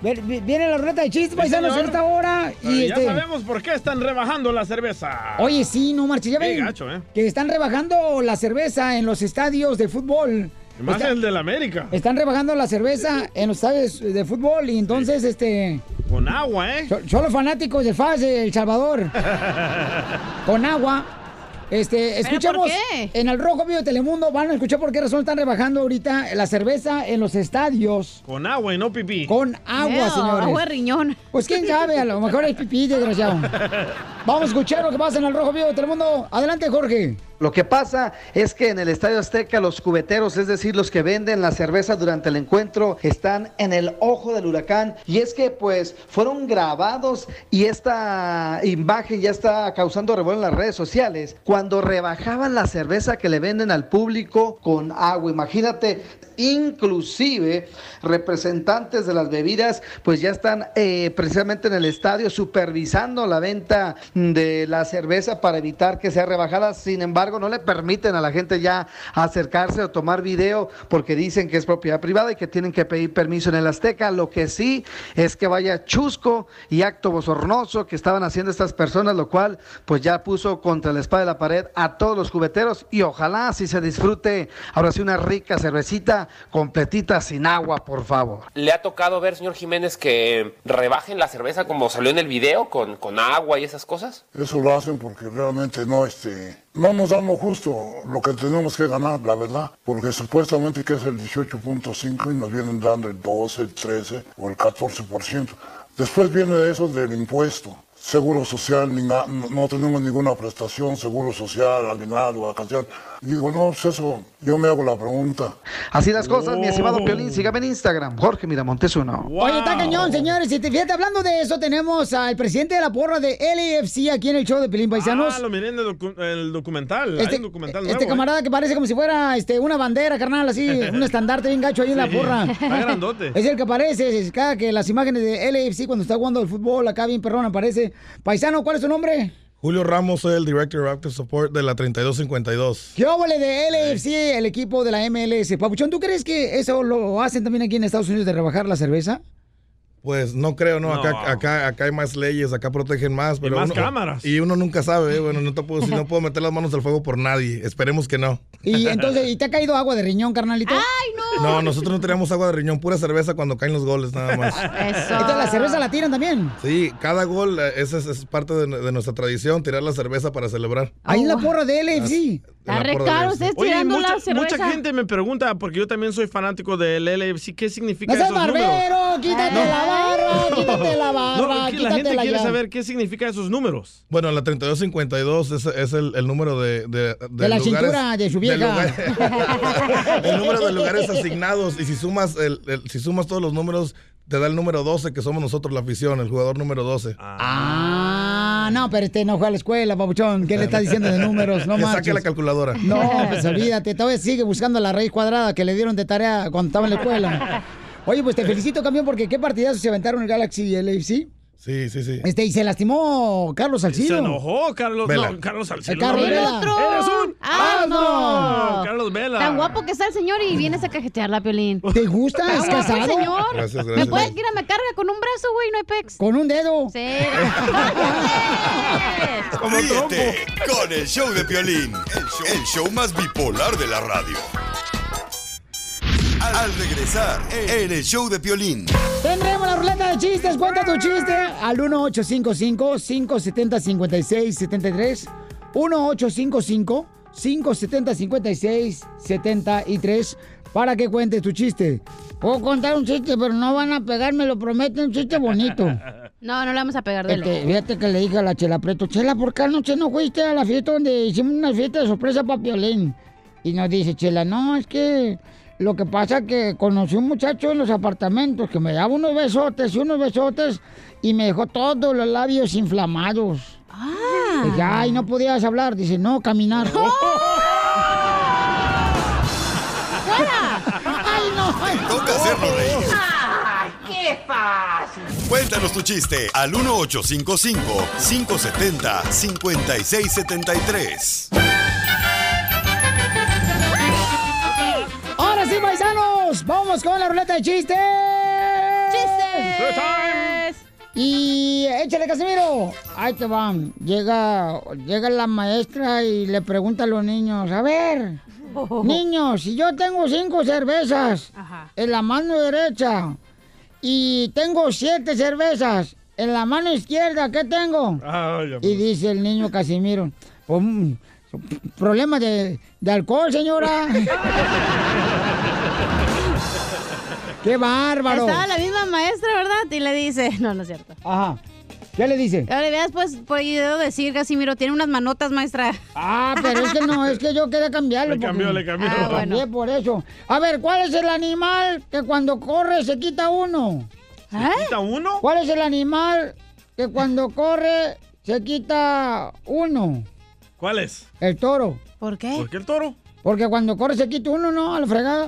[SPEAKER 2] Ver- vi- Viene la ruleta de chistes,
[SPEAKER 3] Sí,
[SPEAKER 2] paisanos,
[SPEAKER 3] señor.
[SPEAKER 2] en esta hora.
[SPEAKER 3] Pero
[SPEAKER 2] y
[SPEAKER 3] ya
[SPEAKER 2] este-
[SPEAKER 3] sabemos por qué están rebajando la cerveza.
[SPEAKER 2] Oye, sí, no marches. Ya
[SPEAKER 3] Qué
[SPEAKER 2] ven
[SPEAKER 3] gacho, ¿eh?
[SPEAKER 2] que están rebajando la cerveza en los estadios de fútbol.
[SPEAKER 3] Y Más
[SPEAKER 2] Oh, Está-
[SPEAKER 3] el de la América.
[SPEAKER 2] Están rebajando la cerveza en los estadios de fútbol y entonces, este...
[SPEAKER 3] Con agua, ¿eh?
[SPEAKER 2] so- Son los fanáticos de FAS de El Salvador. con agua. Este, escuchemos en el Rojo Vivo de Telemundo, van a escuchar por qué razón están rebajando ahorita la cerveza en los estadios.
[SPEAKER 3] Con agua y no pipí.
[SPEAKER 2] Con agua,
[SPEAKER 3] Ew,
[SPEAKER 2] señores.
[SPEAKER 3] agua de
[SPEAKER 2] riñón. Pues quién sabe, a lo mejor es pipí, desgraciado. Vamos a escuchar lo que pasa en el Rojo Vivo de Telemundo. Adelante, Jorge.
[SPEAKER 4] Lo que pasa es que en el Estadio Azteca los cubeteros, es decir, los que venden la cerveza durante el encuentro, están en el ojo del huracán y es que pues fueron grabados y esta imagen ya está causando revuelo en las redes sociales cuando rebajaban la cerveza que le venden al público con agua. Imagínate, inclusive representantes de las bebidas pues ya están eh, precisamente en el estadio supervisando la venta de la cerveza para evitar que sea rebajada. Sin embargo, no le permiten a la gente ya acercarse o tomar video porque dicen que es propiedad privada y que tienen que pedir permiso en el Azteca. Lo que sí es que vaya chusco y acto bosornoso que estaban haciendo estas personas, lo cual pues ya puso contra la espada de la pared a todos los cubeteros y ojalá si se disfrute ahora sí una rica cervecita completita sin agua, por favor.
[SPEAKER 15] ¿Le ha tocado ver, señor Jiménez, que rebajen la cerveza como salió en el video, con, con agua y esas cosas?
[SPEAKER 16] Eso lo hacen porque realmente no, este, no nos dan lo justo, lo que tenemos que ganar, la verdad, porque supuestamente que es el 18.5 y nos vienen dando el 12, el 13 o el 14%. Después viene eso del impuesto. Seguro social, ni na- no no tenemos ninguna prestación, seguro social, aguinaldo, vacación. Digo, no, pues eso, yo me hago la pregunta.
[SPEAKER 4] Así las cosas, mi estimado Piolín, sígame en Instagram, Jorge Miramontes uno.
[SPEAKER 2] Oye, está cañón, señores. Y te, fíjate, hablando de eso, tenemos al presidente de la porra de LAFC aquí en el show de Pelín Paisanos.
[SPEAKER 3] Ah, lo miré en el, docu- el documental. Hay un documental
[SPEAKER 2] este
[SPEAKER 3] nuevo, ¿eh?
[SPEAKER 2] camarada que parece como si fuera este, una bandera, carnal, así, un estandarte bien gacho ahí en la
[SPEAKER 3] Sí,
[SPEAKER 2] porra.
[SPEAKER 3] está grandote.
[SPEAKER 2] Es el que aparece, es cada que las imágenes de LAFC cuando está jugando el fútbol acá bien perrón aparece. Paisano, ¿cuál es tu nombre?
[SPEAKER 13] Julio Ramos, soy el Director of Active Support de la 3252.
[SPEAKER 2] ¿Qué óvole de LAFC,
[SPEAKER 3] Eh.
[SPEAKER 2] el equipo de la MLS? Papuchón, ¿tú crees que eso lo hacen también aquí en Estados Unidos de rebajar la cerveza?
[SPEAKER 13] Pues no creo, no,
[SPEAKER 3] No.
[SPEAKER 13] Acá, acá, acá hay más leyes, acá protegen más. Pero
[SPEAKER 3] más
[SPEAKER 13] uno-
[SPEAKER 3] cámaras.
[SPEAKER 13] Y uno nunca sabe, ¿eh? bueno, no, te puedo, decir, no puedo meter las manos al fuego por nadie, esperemos que no.
[SPEAKER 2] Y entonces, ¿y te ha caído agua de riñón, carnalito? ¡Ay,
[SPEAKER 13] No, nosotros no tenemos agua de riñón, pura cerveza cuando caen los goles nada más.
[SPEAKER 2] Entonces la cerveza la tiran también.
[SPEAKER 13] Sí, cada gol, eh, esa es, es parte de, de nuestra tradición, tirar la cerveza para celebrar.
[SPEAKER 2] Ahí en la porra de
[SPEAKER 13] LAFC. Oh. Está re caro, ustedes
[SPEAKER 3] Oye,
[SPEAKER 13] tirando
[SPEAKER 3] mucha,
[SPEAKER 13] la cerveza.
[SPEAKER 3] mucha gente me pregunta, porque yo también soy fanático del LAFC, ¿qué significa
[SPEAKER 2] ¡No seas
[SPEAKER 3] esos números?
[SPEAKER 2] barbero! ¡Quítate
[SPEAKER 3] No.
[SPEAKER 2] la barra! ¡Quítate la
[SPEAKER 3] No,
[SPEAKER 2] barra!
[SPEAKER 3] porque la
[SPEAKER 2] ¡Quítate
[SPEAKER 3] gente
[SPEAKER 2] la
[SPEAKER 3] quiere
[SPEAKER 2] ya.
[SPEAKER 3] saber qué significa esos números.
[SPEAKER 13] Bueno, la 3252 es, es el, el número de, de,
[SPEAKER 2] De la cintura de su vieja.
[SPEAKER 13] lugar- el número de lugares asignados. Y si sumas, el, el- si sumas todos los números, te da el número 12, que somos nosotros la afición, el jugador número 12.
[SPEAKER 2] Ah, no, pero este no juega a la escuela, papuchón. ¿Qué le estás diciendo de números? No
[SPEAKER 13] Que
[SPEAKER 2] más.
[SPEAKER 13] saque la calculadora.
[SPEAKER 2] No, pues olvídate. Todavía sigue buscando la raíz cuadrada que le dieron de tarea cuando estaba en la escuela. Oye, pues te felicito, campeón, porque qué partidazos se aventaron el Galaxy y el AFC.
[SPEAKER 13] Sí, sí, sí.
[SPEAKER 2] Este, y se lastimó Carlos Salcido.
[SPEAKER 3] Se enojó Carlos,
[SPEAKER 13] Vela.
[SPEAKER 3] no, Carlos Salcido.
[SPEAKER 2] El Carlos
[SPEAKER 3] no,
[SPEAKER 2] Vela.
[SPEAKER 3] Vela. ¡Eres un asno!
[SPEAKER 6] asno!
[SPEAKER 3] Carlos Vela.
[SPEAKER 6] Tan guapo que está el señor y vienes a cajetear la Piolín.
[SPEAKER 2] ¿Te gusta?
[SPEAKER 6] Tan
[SPEAKER 2] ¿Es
[SPEAKER 6] guapo
[SPEAKER 2] casado?
[SPEAKER 6] el señor.
[SPEAKER 2] Gracias,
[SPEAKER 6] ¿Me
[SPEAKER 2] gracias.
[SPEAKER 6] puedes ir a me carga con un brazo, güey? No hay pex.
[SPEAKER 2] Con un dedo.
[SPEAKER 5] Ríete con el show de Piolín, el show, el show más bipolar de la radio. Al, al regresar en el show de Piolín,
[SPEAKER 2] Tendremos la ruleta de chistes. Cuenta tu chiste al 1855-570-5673. 1855-570-5673 para que cuentes tu chiste. Puedo contar un chiste, pero no van a pegarme, lo prometo, un chiste bonito.
[SPEAKER 6] No, no le vamos a pegar de
[SPEAKER 2] Este, fíjate que le dije a la Chela Preto, Chela, ¿por qué anoche no fuiste a la fiesta donde hicimos una fiesta de sorpresa para Piolín? Y nos dice Chela, no, es que lo que pasa que conocí un muchacho en los apartamentos que me daba unos besotes y unos besotes y me dejó todos los labios inflamados. Ah. Dije, ay, no podías hablar. Dice, no, caminar.
[SPEAKER 6] ¡Fuera!
[SPEAKER 2] ¡Ay, no!
[SPEAKER 5] toca hacerlo reír.
[SPEAKER 6] ¡Qué fácil!
[SPEAKER 5] Cuéntanos tu chiste al 1855-570-5673.
[SPEAKER 2] Ahora sí, paisanos, vamos con la ruleta de chistes.
[SPEAKER 6] ¡Chistes!
[SPEAKER 2] Y échale, Casimiro. Ahí te van. Llega, llega la maestra y le pregunta a los niños, a ver, niños, si yo tengo cinco cervezas
[SPEAKER 6] Ajá.
[SPEAKER 2] en la mano derecha y tengo siete cervezas en la mano izquierda, ¿qué tengo? Y dice el niño Casimiro, "Pues, mm, problema de, de alcohol, señora. ¡Qué bárbaro!
[SPEAKER 6] Estaba la misma maestra, ¿verdad? Y le dice, no, no es cierto.
[SPEAKER 2] Ajá. ¿Qué le dice?
[SPEAKER 6] Ahora veas, pues, por ahí debo decir, Casimiro, tiene unas manotas, maestra.
[SPEAKER 2] Ah, pero es que no, es que yo quería cambiarlo.
[SPEAKER 6] Le cambió, le cambió. Ah, bueno.
[SPEAKER 2] Cambié por eso. A ver, ¿cuál es el animal que cuando corre se quita uno? ¿Se
[SPEAKER 6] ¿Eh?
[SPEAKER 3] quita uno?
[SPEAKER 2] ¿Cuál es el animal que cuando corre se quita uno?
[SPEAKER 3] ¿Cuál es?
[SPEAKER 2] El toro.
[SPEAKER 6] ¿Por qué?
[SPEAKER 3] ¿Por qué el toro?
[SPEAKER 2] Porque cuando corre se quita uno, ¿no? A la fregada.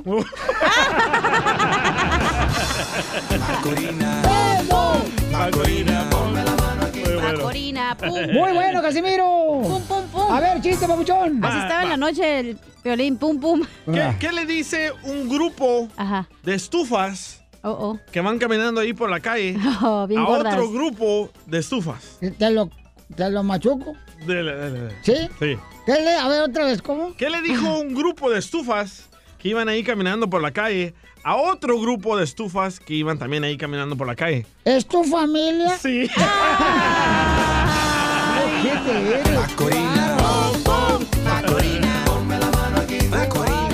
[SPEAKER 6] Macorina, ponme la mano aquí. Macorina, pum.
[SPEAKER 2] Muy bueno, Casimiro.
[SPEAKER 6] Pum, pum, pum.
[SPEAKER 2] A ver, chiste, papuchón. Ah.
[SPEAKER 6] Así estaba en la noche el violín, pum, pum.
[SPEAKER 3] ¿Qué, qué le dice un grupo de estufas que van caminando ahí por la calle
[SPEAKER 6] Oh, bien
[SPEAKER 3] a
[SPEAKER 6] gordas.
[SPEAKER 3] otro grupo de estufas?
[SPEAKER 2] Te lo, te lo machuco.
[SPEAKER 3] Dele, dele, dele.
[SPEAKER 2] ¿Sí?
[SPEAKER 3] Sí.
[SPEAKER 2] ¿Qué le, a ver, otra vez, ¿cómo?
[SPEAKER 3] ¿Qué le dijo un grupo de estufas que iban ahí caminando por la calle a otro grupo de estufas que iban también ahí caminando por la calle.
[SPEAKER 2] ¿Es tu familia?
[SPEAKER 3] Sí.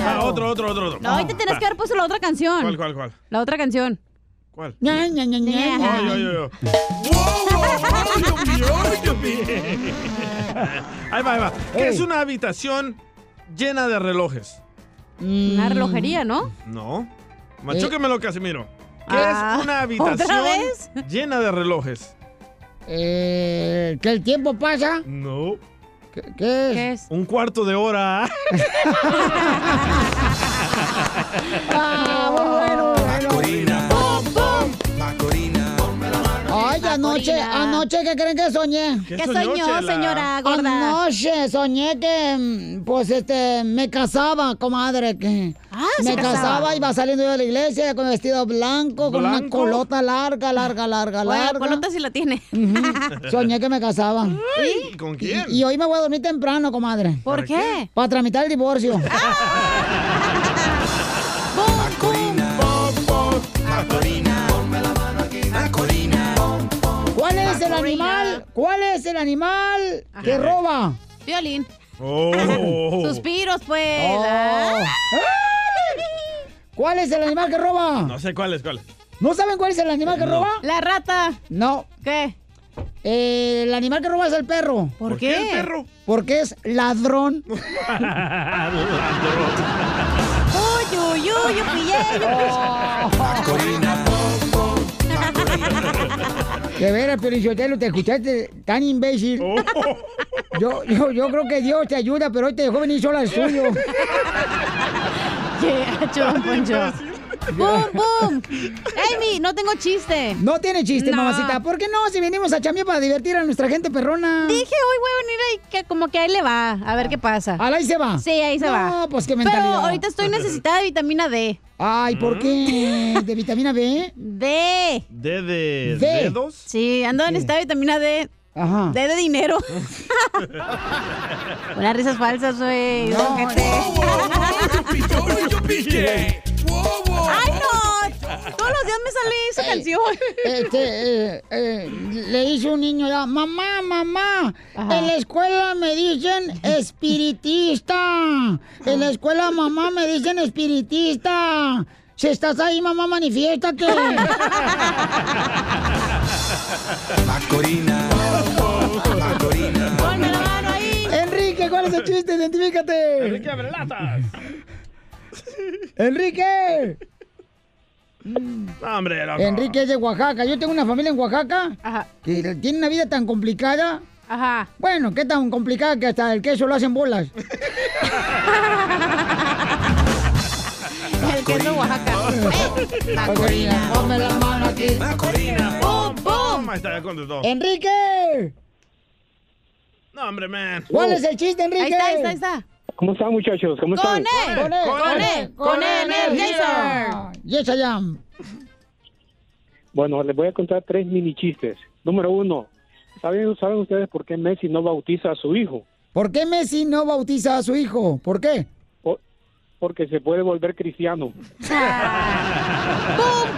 [SPEAKER 3] Ah, otro, otro, otro, otro.
[SPEAKER 6] No, ahí te tienes que haber puesto la otra canción.
[SPEAKER 3] ¿Cuál, cuál, cuál?
[SPEAKER 6] La otra canción.
[SPEAKER 3] ¿Cuál?
[SPEAKER 2] Ña, ña, ña, ña, ña.
[SPEAKER 3] Ay, ay, ay, ay. Ahí va, ahí va. ¿Qué es una habitación llena de relojes?
[SPEAKER 6] Una relojería, ¿no? Eh.
[SPEAKER 3] No. Machúquemelo, Casimiro. ¿Qué
[SPEAKER 6] Ah,
[SPEAKER 3] es una
[SPEAKER 6] ¿otra
[SPEAKER 3] habitación
[SPEAKER 6] vez?
[SPEAKER 3] llena de relojes?
[SPEAKER 2] Eh, ¿Que el tiempo pasa?
[SPEAKER 3] No.
[SPEAKER 2] ¿Qué, qué es?
[SPEAKER 3] Un cuarto de hora.
[SPEAKER 2] Ah, bueno, bueno. Ay, anoche, anoche, ¿qué creen que soñé?
[SPEAKER 6] ¿Qué ¿Qué soñó, soñó, Chela? señora gorda?
[SPEAKER 2] Anoche soñé que, mm, pues, este, me casaba, comadre, que
[SPEAKER 6] Ah, se
[SPEAKER 2] me
[SPEAKER 6] casaba.
[SPEAKER 2] casaba, iba saliendo yo de la iglesia con vestido blanco, con una
[SPEAKER 6] ¿Blanco?
[SPEAKER 2] colota larga, larga, larga,
[SPEAKER 6] Bueno,
[SPEAKER 2] larga.
[SPEAKER 6] colota sí la tiene.
[SPEAKER 2] Soñé que me casaba.
[SPEAKER 3] ¿Y con quién?
[SPEAKER 2] Y, y hoy me voy a dormir temprano, comadre.
[SPEAKER 6] ¿Por qué? Ah.
[SPEAKER 2] Para tramitar el divorcio. ¿Cuál es el animal? ¿Cuál es el animal que
[SPEAKER 6] Ajá.
[SPEAKER 2] roba?
[SPEAKER 6] Violín.
[SPEAKER 2] Oh.
[SPEAKER 6] Suspiros, pues.
[SPEAKER 2] Oh.
[SPEAKER 6] Ah.
[SPEAKER 2] ¿Cuál es el animal que roba?
[SPEAKER 3] No sé cuál es, cuál.
[SPEAKER 2] ¿No saben cuál es el animal que
[SPEAKER 3] No.
[SPEAKER 2] roba?
[SPEAKER 6] La rata.
[SPEAKER 2] No. Eh,
[SPEAKER 6] ¿Qué?
[SPEAKER 2] el animal que roba es el perro.
[SPEAKER 6] ¿Por ¿Por qué qué? el perro?
[SPEAKER 2] Porque es ladrón.
[SPEAKER 6] Uy, uy, uy, yo pillé, yo
[SPEAKER 2] De veras, Piolichotelo, te escuchaste tan imbécil.
[SPEAKER 6] Oh.
[SPEAKER 2] Yo, yo, yo creo que Dios te ayuda, pero hoy te dejó venir sola al suyo.
[SPEAKER 6] Don Poncho. ¡Bum, bum! Amy, no tengo chiste.
[SPEAKER 2] No tiene chiste,
[SPEAKER 6] No.
[SPEAKER 2] mamacita. ¿Por qué no? Si venimos a chambear para divertir a nuestra gente perrona.
[SPEAKER 6] Dije, hoy voy a venir ahí, que como que ahí le va, a ver qué pasa.
[SPEAKER 2] ¿Ah, ahí se va?
[SPEAKER 6] Sí, ahí se
[SPEAKER 2] No,
[SPEAKER 6] va.
[SPEAKER 2] pues, qué
[SPEAKER 6] Pero
[SPEAKER 2] mentalidad.
[SPEAKER 6] ahorita estoy necesitada de vitamina D. Mm.
[SPEAKER 2] Ay, ¿por qué? ¿De vitamina B?
[SPEAKER 6] D.
[SPEAKER 3] ¿D de
[SPEAKER 6] D.
[SPEAKER 3] dedos?
[SPEAKER 6] Sí, ando en necesitada de vitamina D.
[SPEAKER 2] Ajá.
[SPEAKER 6] D de dinero. Unas risas falsas, güey. ¡Ay, no! Todos los días me sale esa canción.
[SPEAKER 2] Este, eh, eh, le dice un niño ya, mamá, mamá, en la escuela me dicen espiritista. En la escuela, mamá, me dicen espiritista. Si estás ahí, mamá, manifiéstate. Enrique, ¿cuál es el chiste? Identifícate. Enrique
[SPEAKER 3] Abrelatas.
[SPEAKER 2] Enrique.
[SPEAKER 3] No, hombre, loco.
[SPEAKER 2] Enrique es de Oaxaca. Yo tengo una familia en Oaxaca que tiene una vida tan complicada.
[SPEAKER 6] Ajá.
[SPEAKER 2] Bueno, qué tan complicada que hasta el queso lo hacen bolas.
[SPEAKER 6] El queso Oaxaca. Eh, Macorina,
[SPEAKER 2] ponme la mano aquí.
[SPEAKER 3] Macorina,
[SPEAKER 6] pum, pum.
[SPEAKER 3] Ahí está, ya contestó.
[SPEAKER 2] Enrique.
[SPEAKER 3] No, hombre, man. Uh.
[SPEAKER 2] ¿Cuál es el chiste, Enrique?
[SPEAKER 6] Ahí está, ahí está, ahí está.
[SPEAKER 12] ¿Cómo están, muchachos? ¿Cómo
[SPEAKER 6] Con
[SPEAKER 12] están?
[SPEAKER 6] él, con él, con él, con energía.
[SPEAKER 2] Yes, I am.
[SPEAKER 12] Bueno, les voy a contar tres mini chistes. Número uno, ¿saben, ¿saben ustedes por qué Messi no bautiza a su hijo?
[SPEAKER 2] ¿Por qué Messi no bautiza a su hijo? ¿Por qué?
[SPEAKER 12] Por- porque se puede volver cristiano.
[SPEAKER 6] ¡Bum,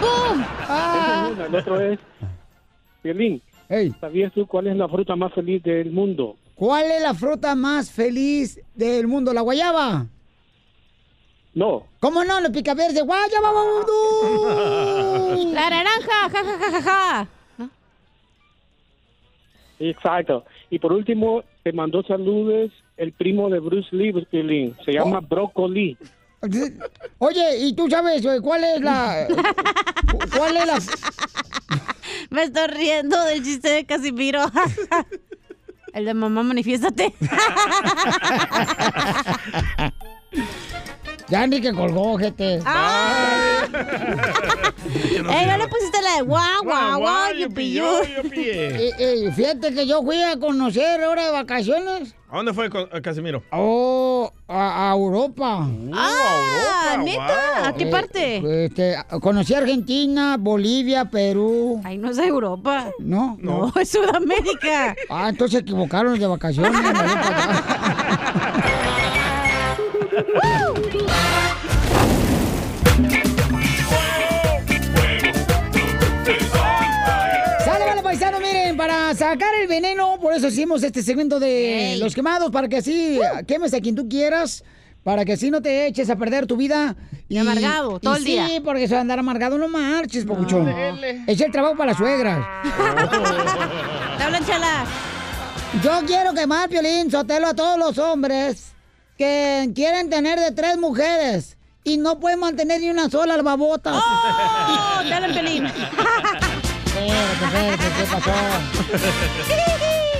[SPEAKER 6] bum!
[SPEAKER 12] Esa
[SPEAKER 2] Ah.
[SPEAKER 12] es una. El otro es, Violín, ¿sabías tú cuál es la fruta más feliz del mundo?
[SPEAKER 2] ¿Cuál es la fruta más feliz del mundo? ¿La guayaba?
[SPEAKER 12] No.
[SPEAKER 2] ¿Cómo no? Los picapiedras de guayaba, vamos tú.
[SPEAKER 6] La naranja, ja, ja, ja, ja, ja.
[SPEAKER 12] Exacto. Y por último, te mandó saludos el primo de Bruce Lee, Violín. Se llama
[SPEAKER 2] Oh.
[SPEAKER 12] Brócoli.
[SPEAKER 2] Oye, ¿y tú sabes eh, cuál es la... ¿Cuál es la...
[SPEAKER 6] Me estoy riendo del chiste de Casimiro. El de mamá, manifiéstate.
[SPEAKER 2] Ya ni que colgó,
[SPEAKER 6] Ah,
[SPEAKER 2] gente. Ah.
[SPEAKER 6] Ey, no Eh, le pusiste la de guau, guau, guau, yupiyú.
[SPEAKER 2] Eh, eh, Fíjate que yo fui a conocer ahora de vacaciones.
[SPEAKER 3] ¿A dónde fue con- a Casimiro?
[SPEAKER 2] Oh, a, a Europa.
[SPEAKER 3] Ah, Europa, ¿neta?
[SPEAKER 6] ¿A qué parte?
[SPEAKER 2] Eh, este, conocí Argentina, Bolivia, Perú.
[SPEAKER 6] Ay, no es Europa.
[SPEAKER 2] No.
[SPEAKER 6] No, es Sudamérica.
[SPEAKER 2] Ah, entonces se equivocaron de vacaciones. me voy para allá. sacar el veneno, por eso hicimos este segmento de los quemados, para que así quemes a quien tú quieras, para que así no te eches a perder tu vida. Y,
[SPEAKER 6] amargado, todo el día.
[SPEAKER 2] Sí, porque se va a andar amargado, no marches, Papuchón.
[SPEAKER 6] Dele.
[SPEAKER 2] Es el trabajo para la suegra.
[SPEAKER 6] Te hablan, chala.
[SPEAKER 2] Yo quiero quemar, Piolín, sotelo a todos los hombres que quieren tener de tres mujeres y no pueden mantener ni una sola al babota.
[SPEAKER 6] ¡Oh! Dale, Piolín.
[SPEAKER 2] Espérate, espérate, ¿qué pasó?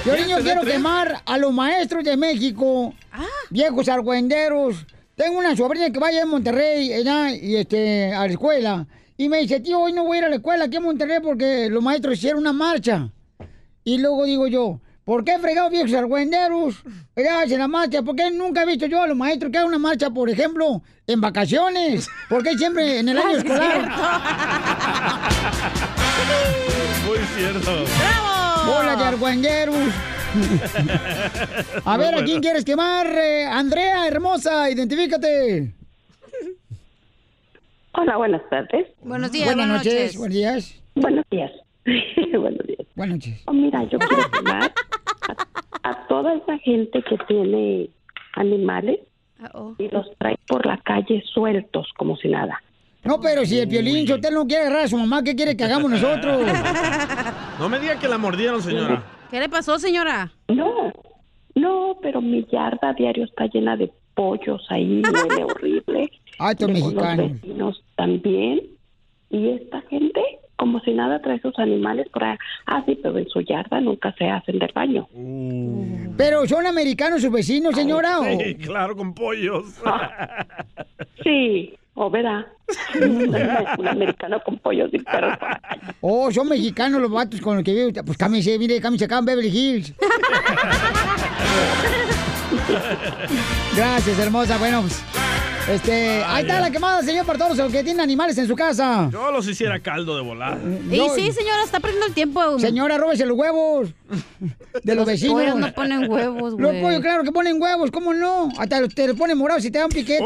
[SPEAKER 2] Piolín, yo quiero quemar a los maestros de México, viejos argüenderos. Tengo una sobrina que vaya a Monterrey allá, y, este, a la escuela. Y me dice, tío, hoy no voy a ir a la escuela aquí en Monterrey porque los maestros hicieron una marcha. Y luego digo yo, ¿por qué fregados viejos argüenderos? Fregados en la marcha, ¿por qué nunca he visto yo a los maestros que hagan una marcha, por ejemplo, en vacaciones? ¿Por qué siempre en el año escolar?
[SPEAKER 17] Muy cierto.
[SPEAKER 2] ¡Bola de argüenderos! A ver, ¿a quién quieres quemar? Eh, Andrea, hermosa, identifícate.
[SPEAKER 18] Hola, buenas tardes.
[SPEAKER 6] Buenos
[SPEAKER 18] días,
[SPEAKER 2] buenas,
[SPEAKER 18] buenas
[SPEAKER 2] noches.
[SPEAKER 18] noches.
[SPEAKER 2] Buenos días.
[SPEAKER 18] Buenos días. Buenos días.
[SPEAKER 2] Buenas noches.
[SPEAKER 18] Oh, mira, yo quiero quemar a, a toda esa gente que tiene animales y los trae por la calle sueltos como si nada.
[SPEAKER 2] No, pero si el Piolín Sotelo no quiere agarrar a su mamá, ¿qué quiere que hagamos nosotros?
[SPEAKER 3] No me diga que la mordieron, señora.
[SPEAKER 6] ¿Qué le pasó, señora?
[SPEAKER 18] No, no, pero mi yarda diario está llena de pollos ahí, huele horrible.
[SPEAKER 2] Ay,
[SPEAKER 18] estos
[SPEAKER 2] mexicanos.
[SPEAKER 18] Los vecinos también. Y esta gente, como si nada, trae sus animales por ahí. Ah, sí, pero en su yarda nunca se hacen del baño.
[SPEAKER 2] ¿Pero son americanos sus vecinos, señora? o-
[SPEAKER 3] Sí, claro, con pollos.
[SPEAKER 18] Sí, o verá. Un americano con pollos y perros.
[SPEAKER 2] Oh, son mexicanos los vatos con los que vive. Pues cámbiense, mire, cámbiense acá en Beverly Hills. Gracias, hermosa. Bueno, pues, este, ahí está la quemada, señor, para todos los que tienen animales en su casa.
[SPEAKER 3] Yo los hiciera caldo de volar.
[SPEAKER 6] Y sí, señora, está perdiendo el tiempo.
[SPEAKER 2] Señora, róbese los huevos de los,
[SPEAKER 6] Los
[SPEAKER 2] vecinos.
[SPEAKER 6] pollos no ponen huevos,
[SPEAKER 2] Los
[SPEAKER 6] güey.
[SPEAKER 2] pollos, claro que ponen huevos, ¿cómo no? Hasta los- te los ponen morados y te dan piquete.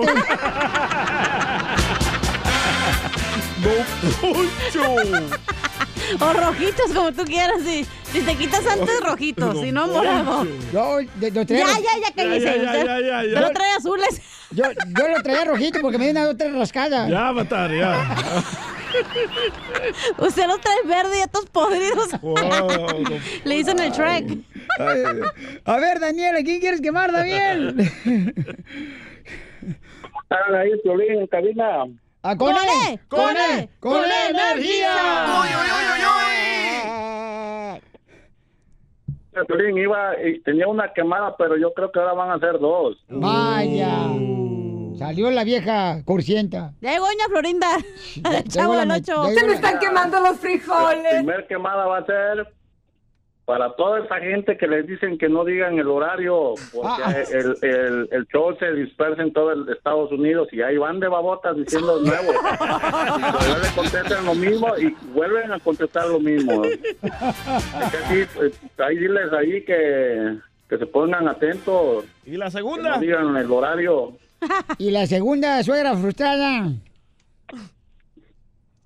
[SPEAKER 6] O rojitos, como tú quieras. Si, si te quitas antes, rojitos. Si no, morado.
[SPEAKER 2] Yo, de- lo
[SPEAKER 6] Ya,
[SPEAKER 2] traía-
[SPEAKER 6] ya, ya, cállese. usted. No trae azules.
[SPEAKER 2] Yo, yo lo traía rojito porque me dio una otra rascada.
[SPEAKER 3] Ya, Avatar, ya.
[SPEAKER 6] Usted los trae verde y estos podridos. Oh. Le dicen el Shrek.
[SPEAKER 2] A ver, Daniel, ¿a quién quieres quemar, Daniel?
[SPEAKER 19] Están ahí, Piolín, en cabina.
[SPEAKER 2] ¡A Ah, con
[SPEAKER 6] E,
[SPEAKER 2] él! ¡Con él! ¡Con E energía!
[SPEAKER 19] Piolín iba y tenía una quemada, pero yo creo que ahora van a ser dos.
[SPEAKER 2] Vaya. Salió la vieja cursienta.
[SPEAKER 6] Ya llegó Doña Eh, Florinda. El chavo
[SPEAKER 2] la
[SPEAKER 6] del
[SPEAKER 2] ma-
[SPEAKER 6] ocho.
[SPEAKER 2] ya llegó la-
[SPEAKER 6] quemando los
[SPEAKER 19] La primer quemada va a ser para toda esa gente que les dicen que no digan el horario, porque
[SPEAKER 2] Ah.
[SPEAKER 19] el, el, el show se dispersa en todo el Estados Unidos y ahí van de babotas diciendo el nuevo. Y todavía le contestan lo mismo y vuelven a contestar lo mismo. Es que sí, pues, ahí diles ahí que, que se pongan atentos.
[SPEAKER 3] ¿Y la
[SPEAKER 19] Que no digan el horario.
[SPEAKER 2] Y la segunda suegra frustrada.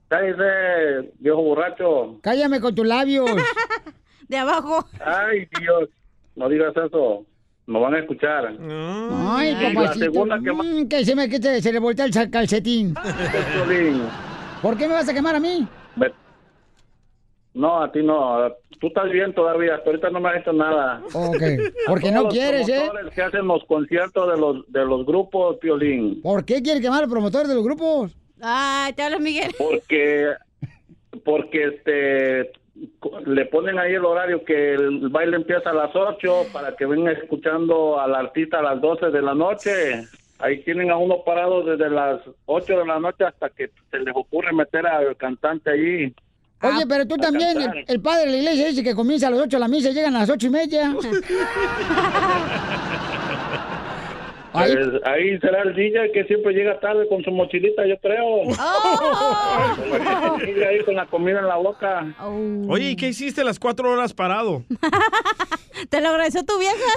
[SPEAKER 19] Cállese, viejo borracho.
[SPEAKER 2] Cállame con tus labios.
[SPEAKER 6] De abajo.
[SPEAKER 19] Ay, Dios, no digas eso. Nos van a escuchar.
[SPEAKER 2] Ay,
[SPEAKER 19] Y la
[SPEAKER 2] papacito.
[SPEAKER 19] segunda que más
[SPEAKER 2] Mm, que se me quite, se le voltea el sa- calcetín. ¿Por qué me vas a quemar a mí?
[SPEAKER 19] No, a ti no. Tú estás bien todavía. Hasta ahorita no me has hecho nada.
[SPEAKER 2] Ok. Oh, Porque no
[SPEAKER 19] Todos los
[SPEAKER 2] quieres, ¿eh?
[SPEAKER 19] promotores que hacen los conciertos de los, de los grupos, Piolín.
[SPEAKER 2] ¿Por qué quieres quemar al promotor de los grupos?
[SPEAKER 6] Ay, te hablas, Miguel.
[SPEAKER 19] Porque, porque este le ponen ahí el horario que el baile empieza a las 8 para que venga escuchando al artista a las 12 de la noche. Ahí tienen a uno parado desde las 8 de la noche hasta que se les ocurre meter al cantante allí.
[SPEAKER 6] Ah,
[SPEAKER 2] Oye, pero tú
[SPEAKER 19] a
[SPEAKER 2] también,
[SPEAKER 19] cantar.
[SPEAKER 2] el, el padre de la iglesia dice que comienza a las 8 de la misa y llegan a las ocho y media.
[SPEAKER 19] Ahí, Pues, ahí será el DJ que siempre llega tarde con su mochilita, yo creo.
[SPEAKER 9] Oh.
[SPEAKER 2] Oh.
[SPEAKER 19] Sigue ahí con la comida en la boca.
[SPEAKER 6] Oh.
[SPEAKER 3] Oye, ¿y qué hiciste las cuatro horas parado?
[SPEAKER 6] Te lo agradeció tu vieja.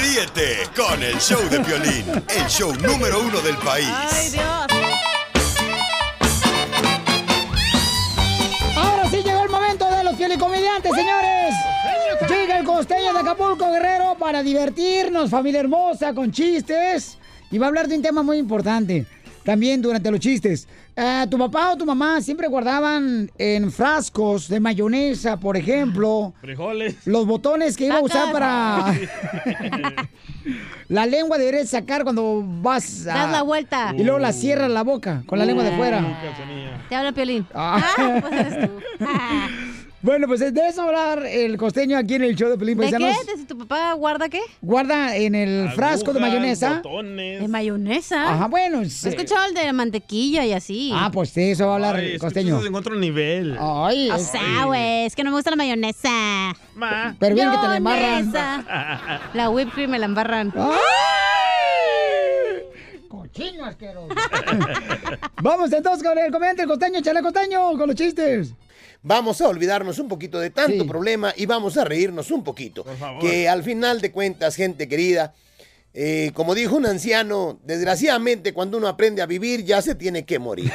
[SPEAKER 5] Ríete con el show de violín, el show número uno del país.
[SPEAKER 6] Ay, Dios.
[SPEAKER 2] Ahora sí llegó el momento de los fieles Acapulco Guerrero para divertirnos, familia hermosa, con chistes. Y va a hablar de un tema muy importante también durante los chistes. Ah, tu papá o tu mamá siempre guardaban en frascos de mayonesa, por ejemplo,
[SPEAKER 3] Frijoles.
[SPEAKER 2] los botones que iba a
[SPEAKER 3] Tacas.
[SPEAKER 2] usar para... la lengua deberías sacar cuando vas a...
[SPEAKER 6] Das la vuelta.
[SPEAKER 2] Y luego la cierras la boca con la lengua de fuera.
[SPEAKER 6] Te habla Piolín.
[SPEAKER 2] Ah. Bueno, pues de eso hablar el costeño aquí en el show de Pelín
[SPEAKER 6] ¿De qué?
[SPEAKER 2] Paisanos.
[SPEAKER 6] ¿De si tu papá guarda qué?
[SPEAKER 2] Pues Guarda en el frasco de mayonesa.
[SPEAKER 6] ¿De mayonesa?
[SPEAKER 2] Ajá, bueno.
[SPEAKER 6] He escuchado el de mantequilla y así.
[SPEAKER 2] Ah, pues de eso va a hablar
[SPEAKER 3] Ay,
[SPEAKER 2] el
[SPEAKER 3] es que
[SPEAKER 2] costeño.
[SPEAKER 3] tú estás en otro nivel.
[SPEAKER 2] Ay,
[SPEAKER 6] O sea, güey, es que no me gusta la mayonesa.
[SPEAKER 2] Pero bien que te la embarran.
[SPEAKER 6] Mayonesa. La whipped cream me la embarran.
[SPEAKER 2] Ah. Cochino asqueroso. Vamos entonces con el comediante el costeño, chale costeño, con los chistes.
[SPEAKER 14] Vamos a olvidarnos un poquito de tanto problema y vamos a reírnos un poquito. favor. Que al final de cuentas, gente querida, eh, como dijo un anciano, desgraciadamente cuando uno aprende a vivir ya se tiene que morir.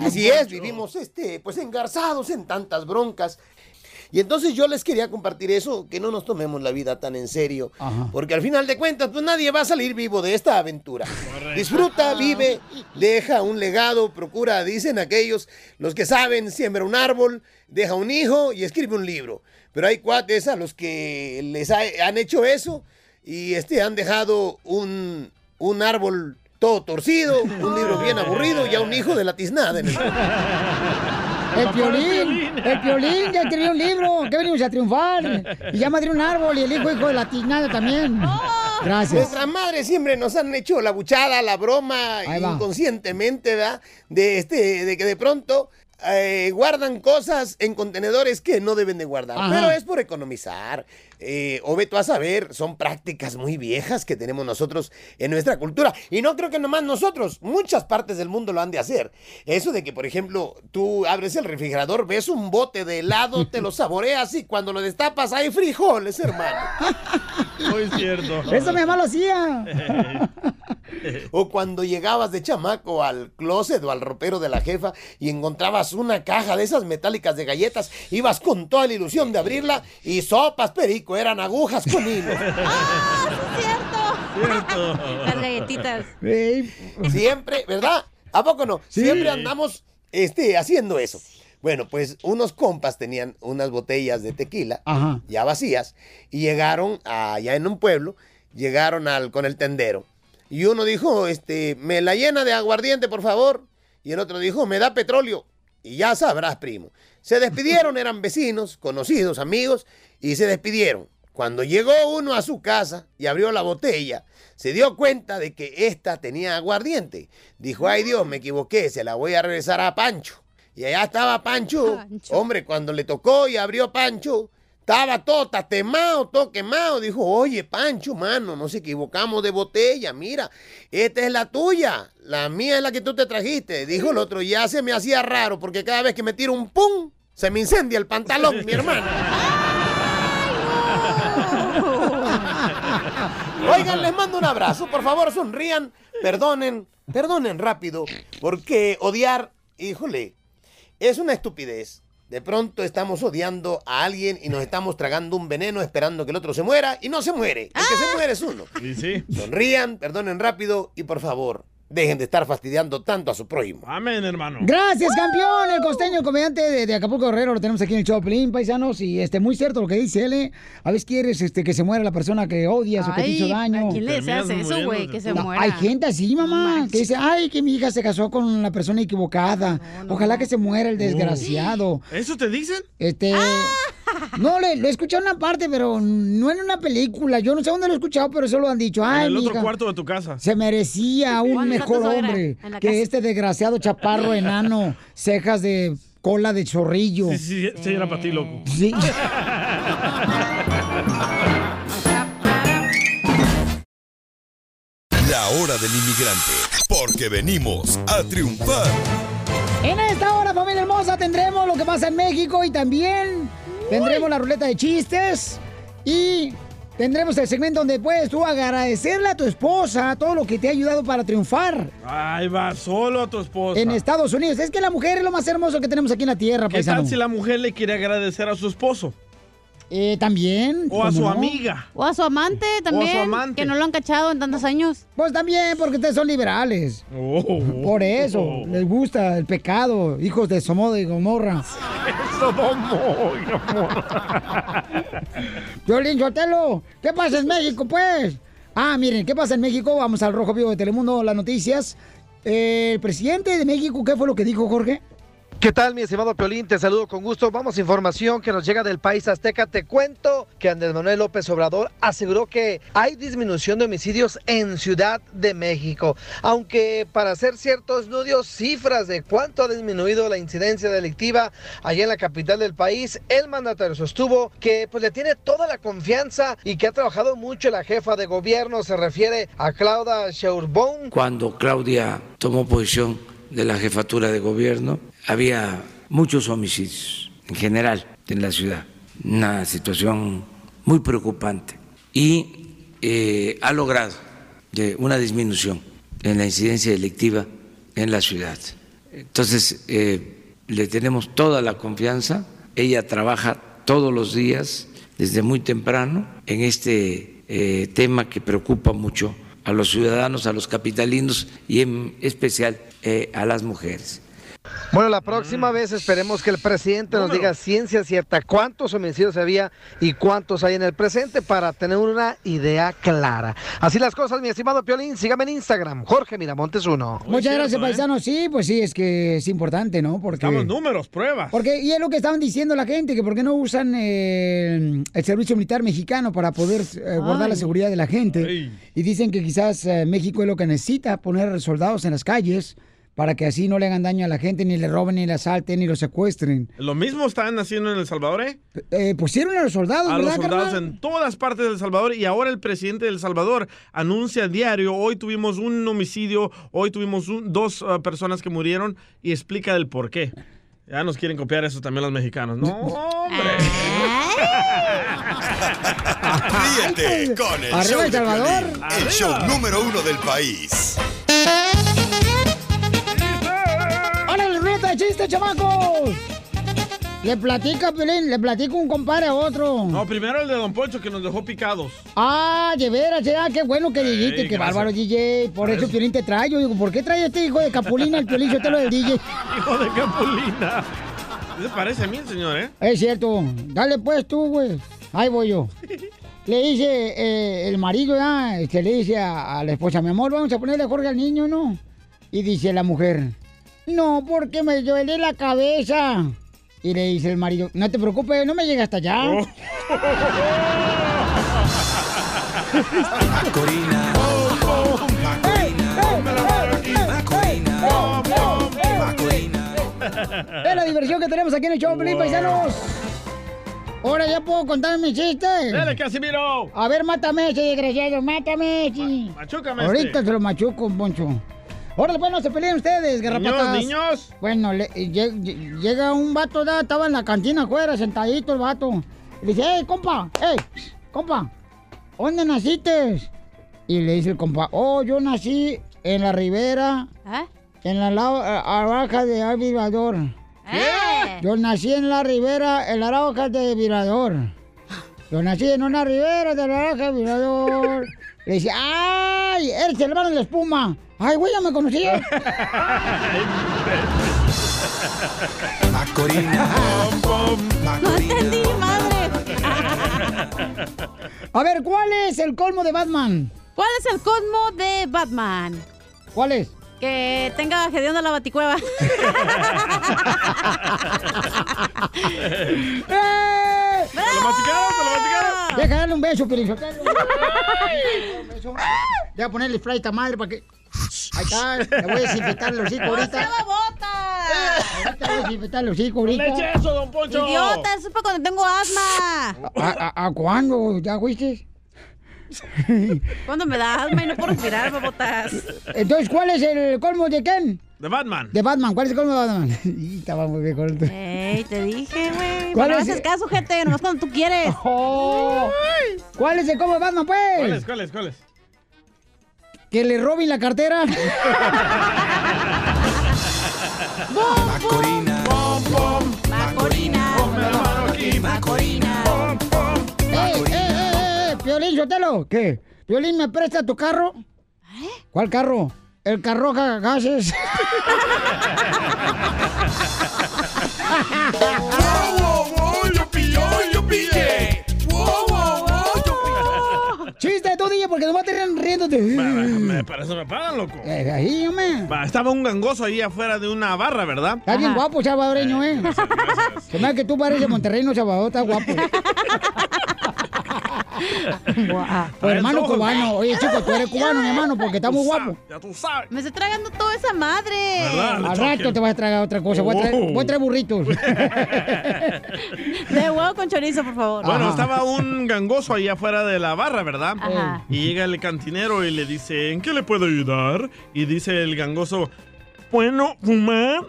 [SPEAKER 14] Así es, vivimos este, pues engarzados en tantas broncas. Y entonces yo les quería compartir eso, que no nos tomemos la vida tan en serio, porque al final de cuentas, pues nadie va a salir vivo de esta aventura. Disfruta, vive, deja un legado, procura, dicen aquellos, los que saben, siembra un árbol, deja un hijo y escribe un libro. Pero hay cuates a los que les ha- han hecho eso y este, han dejado un, un árbol todo torcido, un libro bien aburrido y a un hijo de la tiznada en el
[SPEAKER 2] El piolín, el piolín, ya escribió un libro, que venimos a triunfar. Y ya madre un árbol y el hijo hijo de la tiznada también. Gracias.
[SPEAKER 14] Nuestras madres siempre nos han hecho la buchada, la broma,
[SPEAKER 2] Ahí va.
[SPEAKER 14] inconscientemente, ¿verdad? De, este, de que de pronto eh, guardan cosas en contenedores que no deben de guardar.
[SPEAKER 20] Ajá.
[SPEAKER 14] Pero es por economizar. Eh, o ve tú a saber, son prácticas muy viejas que tenemos nosotros en nuestra cultura. Y no creo que nomás nosotros, muchas partes del mundo lo han de hacer. Eso de que, por ejemplo, tú abres el refrigerador, ves un bote de helado, te lo saboreas y cuando lo destapas hay frijoles, hermano.
[SPEAKER 3] Muy cierto.
[SPEAKER 2] Eso mi mamá lo hacía.
[SPEAKER 14] O cuando llegabas de chamaco al closet o al ropero de la jefa y encontrabas una caja de esas metálicas de galletas, ibas con toda la ilusión de abrirla y sopas, perico, eran agujas con hilo.
[SPEAKER 2] Ah,
[SPEAKER 6] Las galletitas.
[SPEAKER 14] Siempre, ¿verdad? ¿A poco no? Siempre andamos este, haciendo eso. Bueno, pues unos compas tenían unas botellas de tequila
[SPEAKER 2] Ajá.
[SPEAKER 14] ya vacías y llegaron allá en un pueblo, llegaron al, con el tendero. Y uno dijo, este, me la llena de aguardiente, por favor. Y el otro dijo, me da petróleo. Y ya sabrás, primo. Se despidieron, eran vecinos, conocidos, amigos, y se despidieron. Cuando llegó uno a su casa y abrió la botella, se dio cuenta de que esta tenía aguardiente. Dijo, ay Dios, me equivoqué, se la voy a regresar a Pancho. Y allá estaba Pancho. Hombre, cuando le tocó y abrió Pancho, estaba todo tatemado, todo quemado. Dijo, oye, Pancho, mano, nos equivocamos de botella. Mira, esta es la tuya. La mía es la que tú te trajiste. Dijo el otro, ya se me hacía raro porque cada vez que me tiro un pum, se me incendia el pantalón, mi hermano. Oigan, les mando un abrazo. Por favor, sonrían, perdonen, perdonen rápido. Porque odiar, híjole, es una estupidez. De pronto estamos odiando a alguien y nos estamos tragando un veneno esperando que el otro se muera y no se muere. El que se muere es uno. Sonrían, perdonen rápido y por favor, dejen de estar fastidiando tanto a su prójimo.
[SPEAKER 3] Amén, hermano.
[SPEAKER 2] Gracias, campeón. El costeño, comediante de, de Acapulco Guerrero, lo tenemos aquí en el show, Pelín, paisanos. Y este, muy cierto lo que dice él. ¿eh? A veces quieres este, que se muera la persona que odias o que te
[SPEAKER 6] Ay,
[SPEAKER 2] hizo daño.
[SPEAKER 6] ¿a quién le deseas Terminas eso, güey? Que se
[SPEAKER 2] No,
[SPEAKER 6] muera.
[SPEAKER 2] Hay gente así, mamá, que dice, ay, que mi hija se casó con la persona equivocada. Ojalá que se muera el desgraciado.
[SPEAKER 3] ¿Eso te dicen?
[SPEAKER 2] Este.
[SPEAKER 6] Ah.
[SPEAKER 2] No, le- lo he escuchado en una parte, pero no en una película. Yo no sé dónde lo he escuchado, pero eso lo han dicho.
[SPEAKER 3] En
[SPEAKER 2] Ay,
[SPEAKER 3] el
[SPEAKER 2] mi
[SPEAKER 3] otro
[SPEAKER 2] hija,
[SPEAKER 3] cuarto de tu casa.
[SPEAKER 2] se merecía un
[SPEAKER 3] ¿Cuánto
[SPEAKER 2] mejor
[SPEAKER 3] sogra?
[SPEAKER 2] hombre
[SPEAKER 3] En la
[SPEAKER 2] que
[SPEAKER 3] casa.
[SPEAKER 2] este desgraciado chaparro enano, cejas de cola de zorrillo.
[SPEAKER 3] Sí, sí, sí, era para ti, loco.
[SPEAKER 2] Sí.
[SPEAKER 5] La hora del inmigrante, porque venimos a triunfar.
[SPEAKER 2] En esta hora, familia hermosa, tendremos lo que pasa en México y también tendremos la ruleta de chistes y tendremos el segmento donde puedes tú agradecerle a tu esposa todo lo que te ha ayudado para triunfar
[SPEAKER 3] Ay, va solo a tu esposa.
[SPEAKER 2] en Estados Unidos. Es que la mujer es lo más hermoso que tenemos aquí en la tierra,
[SPEAKER 3] ¿Qué
[SPEAKER 2] paisano.
[SPEAKER 3] tal si la mujer le quiere agradecer a su esposo?
[SPEAKER 2] Eh, también.
[SPEAKER 3] O a su
[SPEAKER 2] ¿cómo
[SPEAKER 3] amiga.
[SPEAKER 6] O a su amante también.
[SPEAKER 2] amante.
[SPEAKER 6] Que no lo han cachado en tantos años.
[SPEAKER 2] Pues también, porque ustedes son liberales. Por eso, les gusta el pecado, hijos de Somodo y Gomorra.
[SPEAKER 9] Sodomo y
[SPEAKER 2] Violín Sotelo, ¿qué pasa en México, pues? Ah, miren, ¿qué pasa en México? Vamos al Rojo Vivo de Telemundo, las noticias. Eh, el presidente de México, ¿qué fue lo que dijo, Jorge?
[SPEAKER 4] ¿Qué tal, mi estimado Piolín? Te saludo con gusto. Vamos a información que nos llega del país azteca. Te cuento que Andrés Manuel López Obrador aseguró que hay disminución de homicidios en Ciudad de México. Aunque para ser ciertos, no dio cifras de cuánto ha disminuido la incidencia delictiva allá en la capital del país, el mandatario sostuvo que pues, le tiene toda la confianza y que ha trabajado mucho la jefa de gobierno. Se refiere a Claudia Sheinbaum,
[SPEAKER 20] Cuando Claudia tomó posición de la jefatura de gobierno, había muchos homicidios en general en la ciudad. Una situación muy preocupante. Y eh, ha logrado eh, una disminución en la incidencia delictiva en la ciudad. Entonces, eh, le tenemos toda la confianza. Ella trabaja todos los días, desde muy temprano, en este eh, tema que preocupa mucho a los ciudadanos, a los capitalinos y en especial eh, a las mujeres.
[SPEAKER 4] Bueno, la próxima vez esperemos que el presidente nos diga ciencia cierta cuántos homicidios había y cuántos hay en el presente para tener una idea clara. Así las cosas, mi estimado Piolín, sígame en Instagram, Jorge Miramontes 1.
[SPEAKER 2] Muchas gracias,
[SPEAKER 4] ¿eh?
[SPEAKER 2] paisano. Sí, pues sí, es que es importante, ¿no? Porque...
[SPEAKER 3] Estamos números, pruebas.
[SPEAKER 2] Porque, y es lo que estaban diciendo la gente, que por qué no usan eh, el servicio militar mexicano para poder eh, guardar
[SPEAKER 21] Ay.
[SPEAKER 2] la seguridad de la gente.
[SPEAKER 21] Ay.
[SPEAKER 2] Y dicen que quizás eh, México es lo que necesita, poner soldados en las calles para que así no le hagan daño a la gente, ni le roben, ni le asalten, ni lo secuestren.
[SPEAKER 3] Lo mismo están haciendo en El Salvador, ¿eh?
[SPEAKER 2] Eh, pusieron a los soldados,
[SPEAKER 3] A los
[SPEAKER 2] ¿verdad,
[SPEAKER 3] soldados
[SPEAKER 2] carnal?
[SPEAKER 3] en todas partes de El Salvador y ahora el presidente de El Salvador anuncia a diario, hoy tuvimos un homicidio, hoy tuvimos un- dos ah, personas que murieron y explica el por qué. Ya nos quieren copiar eso también los mexicanos, ¿no?
[SPEAKER 5] Ríete con el
[SPEAKER 3] Arriba
[SPEAKER 5] show
[SPEAKER 2] El
[SPEAKER 5] de
[SPEAKER 2] Salvador.
[SPEAKER 5] Piolín, el show número uno del país.
[SPEAKER 2] ¡Ahora la ruleta de chiste, chamacos! Le platica, Pelín, le platica un compadre a otro.
[SPEAKER 3] No, primero el de Don Poncho que nos dejó picados.
[SPEAKER 2] Ah, de veras, ya, qué bueno que dijiste, qué
[SPEAKER 3] gracias.
[SPEAKER 2] bárbaro, DJ. Por eso Piolín te trae. Yo digo, ¿por qué trae este hijo de Capulina el Piolín? Yo te lo del DJ.
[SPEAKER 3] Hijo de Capulina. Se parece a mí el señor, ¿eh?
[SPEAKER 2] Es cierto. Dale pues tú, güey. Ahí voy yo. Le dice eh, el marido, ya, este, le dice a, a la esposa, mi amor, vamos a ponerle a Jorge al niño, ¿no? Y dice la mujer, no, porque me duele la cabeza. Y le dice el marido, no te preocupes, no me llega hasta allá.
[SPEAKER 9] Corina.
[SPEAKER 2] Es la diversión que tenemos aquí en el show, Pelín, paisanos. Ahora ya puedo contar mi chiste.
[SPEAKER 3] ¡Dale, Casimiro!
[SPEAKER 2] A ver, mátame ese desgraciado, mátame ese.
[SPEAKER 3] machúcame
[SPEAKER 2] Ahorita
[SPEAKER 3] este.
[SPEAKER 2] se lo machuco, Poncho. Órale, pues no se peleen ustedes, garrapatas.
[SPEAKER 3] niños.
[SPEAKER 2] Bueno, le- eh, lle- lle- llega un vato, da- estaba en la cantina afuera, sentadito el vato. Le dice, hey, compa, hey, compa, ¿dónde naciste? Y le dice el compa, oh, yo nací en la ribera, en la lau- arauca de Alvirador. Yo nací en la ribera, en la arauca de Virador. Yo nací en una ribera de la arauca de Virador. Le dice, ay, eres el hermano de la espuma. Ay, güey, ya me eh. conocías.
[SPEAKER 9] No
[SPEAKER 6] entendí, madre.
[SPEAKER 2] A ver, ¿cuál es el colmo de Batman?
[SPEAKER 6] ¿Cuál es el colmo de Batman?
[SPEAKER 2] ¿Cuál es?
[SPEAKER 6] Que tenga Gedeón de la baticueva.
[SPEAKER 2] ¡Eh!
[SPEAKER 6] ¡Eh!
[SPEAKER 9] lo machucaron, te lo machucaron.
[SPEAKER 2] Deja darle un beso, Pirinchotelo. Voy a ponerle spray a esta madre para que. Ahí está, le voy a desinfectar los hocico ahorita. Ahorita le voy a desinfectar los hocico ahorita.
[SPEAKER 6] ¡Leche eso, don Poncho! Idiota, eso es para cuando tengo asma.
[SPEAKER 2] ¿A, a, a cuándo? ¿Ya fuiste?
[SPEAKER 6] Cuando me da asma y no puedo respirar, babotas.
[SPEAKER 2] Entonces, ¿cuál es el colmo de quién?
[SPEAKER 3] De Batman.
[SPEAKER 2] De Batman, ¿cuál es el colmo de Batman? Y estaba muy bien corto.
[SPEAKER 6] Ey, te dije, güey.
[SPEAKER 2] ¿Cuál
[SPEAKER 6] ¿Cuál no
[SPEAKER 2] es?
[SPEAKER 6] haces caso, gente, Eh, nomás cuando tú quieres.
[SPEAKER 2] Oh. ¿Cuál es el colmo de Batman, pues?
[SPEAKER 3] ¿Cuáles, cuáles, cuáles?
[SPEAKER 2] Que le roben la cartera.
[SPEAKER 9] Macorina. Macorina. Ponme la mano aquí. Macorina.
[SPEAKER 2] Eh, Piolín Sotelo, ¿qué? Piolín, ¿me presta tu carro? ¿Cuál carro? El carro ga- gases. Chiste, tú, DJ, porque nos va a tener riéndote.
[SPEAKER 3] Me- Para eso me pagan, loco.
[SPEAKER 2] Eh, ahí, hombre.
[SPEAKER 3] Va, estaba un gangoso ahí afuera de una barra, ¿verdad?
[SPEAKER 2] Está bien guapo, salvadoreño, ¿eh? Se me da que tú pareces Monterrey, no Salvador, está guapo. Guau. Pues, hermano
[SPEAKER 6] ojos.
[SPEAKER 2] cubano. Oye, chico, pues tú eres cubano, mi hermano, porque está muy guapo.
[SPEAKER 3] Ya tú sabes.
[SPEAKER 6] Me estoy tragando toda esa madre.
[SPEAKER 2] Al rato te vas a tragar otra cosa. Voy a traer,
[SPEAKER 3] Wow.
[SPEAKER 2] voy a traer burritos.
[SPEAKER 6] De huevo con chorizo, por favor.
[SPEAKER 3] Bueno, estaba un gangoso ahí afuera de la barra, ¿verdad?
[SPEAKER 6] Ajá. Oh.
[SPEAKER 3] Y llega el cantinero y le dice, ¿en qué le puedo ayudar? Y dice el gangoso, bueno, fumar.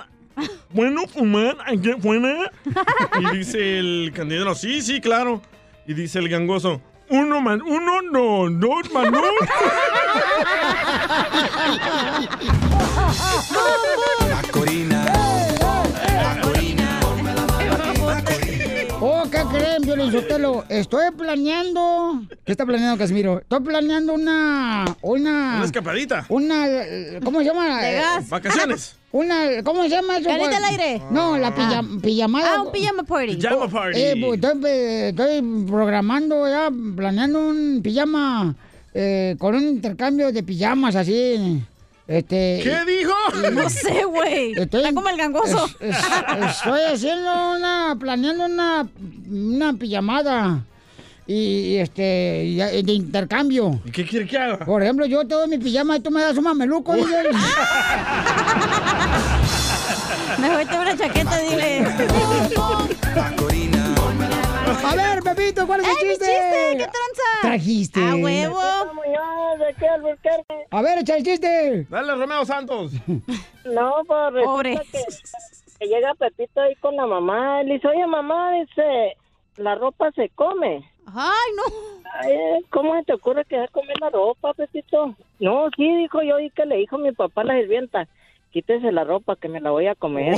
[SPEAKER 3] Bueno, fumar, ¿en qué buena? Y dice el cantinero, sí, sí, claro. Y dice el gangoso, uno más uno, no, dos más dos.
[SPEAKER 2] Oh, ¿qué creen, Violín Sotelo? Estoy planeando. ¿Qué está planeando, Casimiro? Estoy planeando una. Una.
[SPEAKER 3] Una escapadita.
[SPEAKER 2] Una. eh, ¿Cómo se llama?
[SPEAKER 3] De gas. Vacaciones.
[SPEAKER 2] Una. ¿Cómo se llama eso?
[SPEAKER 6] Carita al
[SPEAKER 2] güey?
[SPEAKER 6] aire.
[SPEAKER 2] No, la pilla- pijamada.
[SPEAKER 6] Ah, un pijama party.
[SPEAKER 3] Pijama party.
[SPEAKER 2] Eh, pues, estoy, eh, estoy programando ya, planeando un pijama. eh, con un intercambio de pijamas así. Este.
[SPEAKER 9] ¿Qué dijo? No sé,
[SPEAKER 6] güey.
[SPEAKER 2] Está como
[SPEAKER 6] el gangoso.
[SPEAKER 2] estoy haciendo una. planeando una. una pijamada. Y, y, este. y, eh, de intercambio.
[SPEAKER 3] ¿Qué quiere que haga?
[SPEAKER 2] Por ejemplo, yo te doy mi pijama y tú me das un mameluco. y yo-
[SPEAKER 6] Mejor te una chaqueta, dile.
[SPEAKER 2] A ver, Pepito, ¿cuál es el
[SPEAKER 6] ¡Ey, mi
[SPEAKER 2] chiste?
[SPEAKER 6] chiste! ¿Qué tranza?
[SPEAKER 2] Trajiste.
[SPEAKER 6] ¡A huevo!
[SPEAKER 2] A ver, echa el chiste.
[SPEAKER 3] Dale, Romeo Santos.
[SPEAKER 21] No, pues resulta
[SPEAKER 6] Pobre.
[SPEAKER 21] Que, que llega Pepito ahí con la mamá. y Le dice, oye, mamá, dice, la ropa se come.
[SPEAKER 6] Ay, no.
[SPEAKER 21] ¿Cómo se te ocurre que va a comer la ropa, Pepito? No, sí, dijo yo, y que le dijo mi papá a la sirvienta, quítese la ropa que me la voy a comer.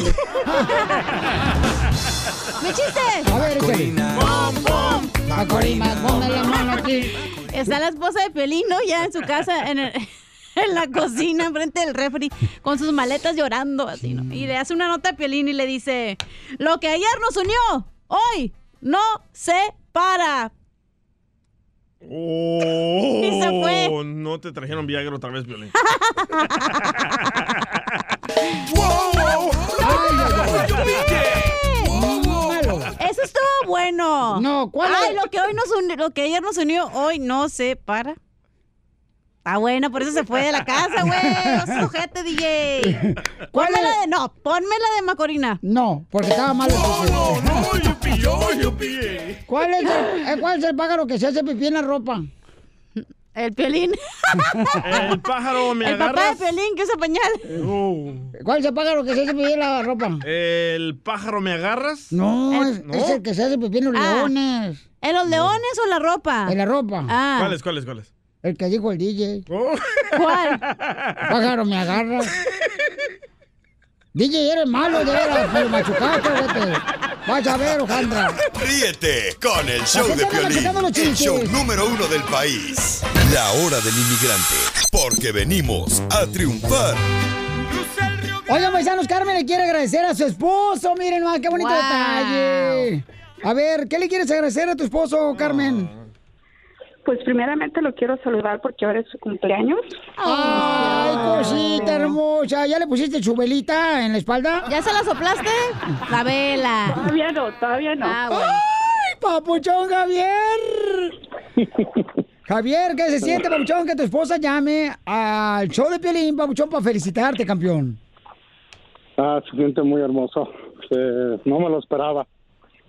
[SPEAKER 6] ¡Mi chiste!
[SPEAKER 2] A ver, échale. Macorina, ponme la mano aquí.
[SPEAKER 6] Está la esposa de Pelino ya en su casa, en, el- en la cocina, enfrente del refri, con sus maletas llorando, así, ¿no? Y le hace una nota a Pelino y le dice, lo que ayer nos unió, hoy no se para.
[SPEAKER 3] Oh,
[SPEAKER 6] Y se fue.
[SPEAKER 3] No te trajeron Viagra otra vez, Violín.
[SPEAKER 6] Eso estuvo bueno.
[SPEAKER 2] No, ¿cuál es?
[SPEAKER 6] Ay, lo que hoy nos uni- lo que ayer nos unió, hoy no se para. Está bueno, por eso se fue de la casa, güey. No sujete, DJ.
[SPEAKER 2] ¿Cuál
[SPEAKER 6] Ponme la
[SPEAKER 2] es?
[SPEAKER 6] de no, ponme la de Macorina.
[SPEAKER 2] No, porque estaba mal. el chiste. ¿Cuál es, el, eh, ¿Cuál es el pájaro que se hace pipí en la ropa?
[SPEAKER 6] El piolín.
[SPEAKER 3] El pájaro me
[SPEAKER 6] El papá de
[SPEAKER 3] agarras. Oh.
[SPEAKER 6] Pelín que usa pañal.
[SPEAKER 2] ¿Cuál es el pájaro que se hace pipí en la
[SPEAKER 3] Eh,
[SPEAKER 2] ropa?
[SPEAKER 3] El pájaro me agarras.
[SPEAKER 2] No, es, es el que se hace pipí en los
[SPEAKER 6] Ah.
[SPEAKER 2] leones.
[SPEAKER 6] ¿En los leones o en la ropa?
[SPEAKER 2] En la ropa.
[SPEAKER 6] Ah.
[SPEAKER 3] ¿Cuáles, cuáles, cuáles?
[SPEAKER 2] El que dijo el DJ.
[SPEAKER 3] Oh.
[SPEAKER 6] ¿Cuál?
[SPEAKER 2] Pájaro me agarra. DJ, eres malo, de veras, pero machucaste, vete. Vas a ver, Ojandra.
[SPEAKER 5] Ríete con el show
[SPEAKER 2] ¿Para qué te van
[SPEAKER 5] de
[SPEAKER 2] a
[SPEAKER 5] Piolín,
[SPEAKER 2] sacar los
[SPEAKER 5] el
[SPEAKER 2] chistes?
[SPEAKER 5] show número uno del país. La hora del inmigrante, porque venimos a triunfar.
[SPEAKER 2] Oigan, paisanos, Carmen le quiere agradecer a su esposo. Miren, ah, qué bonito
[SPEAKER 9] Wow.
[SPEAKER 2] detalle. A ver, ¿qué le quieres agradecer a tu esposo, Carmen?
[SPEAKER 22] Ah. Pues primeramente lo quiero saludar porque ahora es su cumpleaños. Ah.
[SPEAKER 2] Ay, cosita hermosa. ¿Ya le pusiste su velita en la espalda?
[SPEAKER 6] ¿Ya se la soplaste? La vela.
[SPEAKER 22] Todavía no, todavía no.
[SPEAKER 6] Ah, bueno.
[SPEAKER 2] ¡Ay, papuchón Javier! Javier, ¿qué se siente, papuchón, que tu esposa llame al show de Piolín, papuchón, para felicitarte, campeón?
[SPEAKER 19] Ah, se siente muy hermoso. Eh, no me lo esperaba.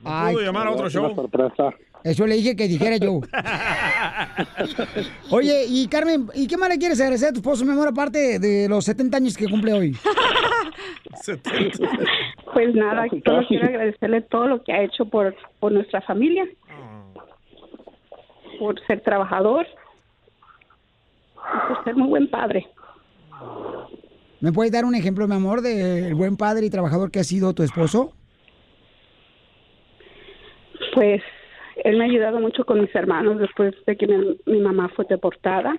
[SPEAKER 2] Ay, Pudo llamar a otro
[SPEAKER 19] Una
[SPEAKER 2] show.
[SPEAKER 19] sorpresa.
[SPEAKER 2] Eso le dije que dijera yo. Oye, y Carmen, ¿y qué más le quieres agradecer a tu esposo, mi amor, aparte de los 70 años que cumple hoy?
[SPEAKER 22] Pues nada, solo quiero agradecerle todo lo que ha hecho por, por nuestra familia, por ser trabajador, y por ser muy buen padre.
[SPEAKER 2] ¿Me puedes dar un ejemplo, mi amor, del buen padre y trabajador que ha sido tu esposo?
[SPEAKER 22] Pues Él me ha ayudado mucho con mis hermanos después de que mi, mi mamá fue deportada,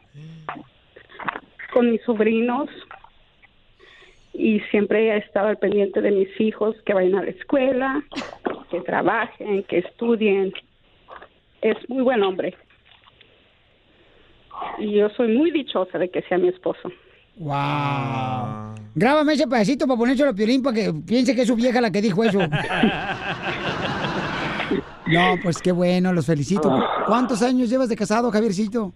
[SPEAKER 22] con mis sobrinos y siempre ha estado al pendiente de mis hijos que vayan a la escuela, que trabajen, que estudien. Es muy buen hombre. Y yo soy muy dichosa de que sea mi esposo.
[SPEAKER 2] ¡Wow! Grábame ese pedacito para ponérselo a Piolín para que piense que es su vieja la que dijo eso. no, pues qué bueno, los felicito.
[SPEAKER 19] Ah.
[SPEAKER 2] ¿Cuántos años llevas de casado, Javiercito?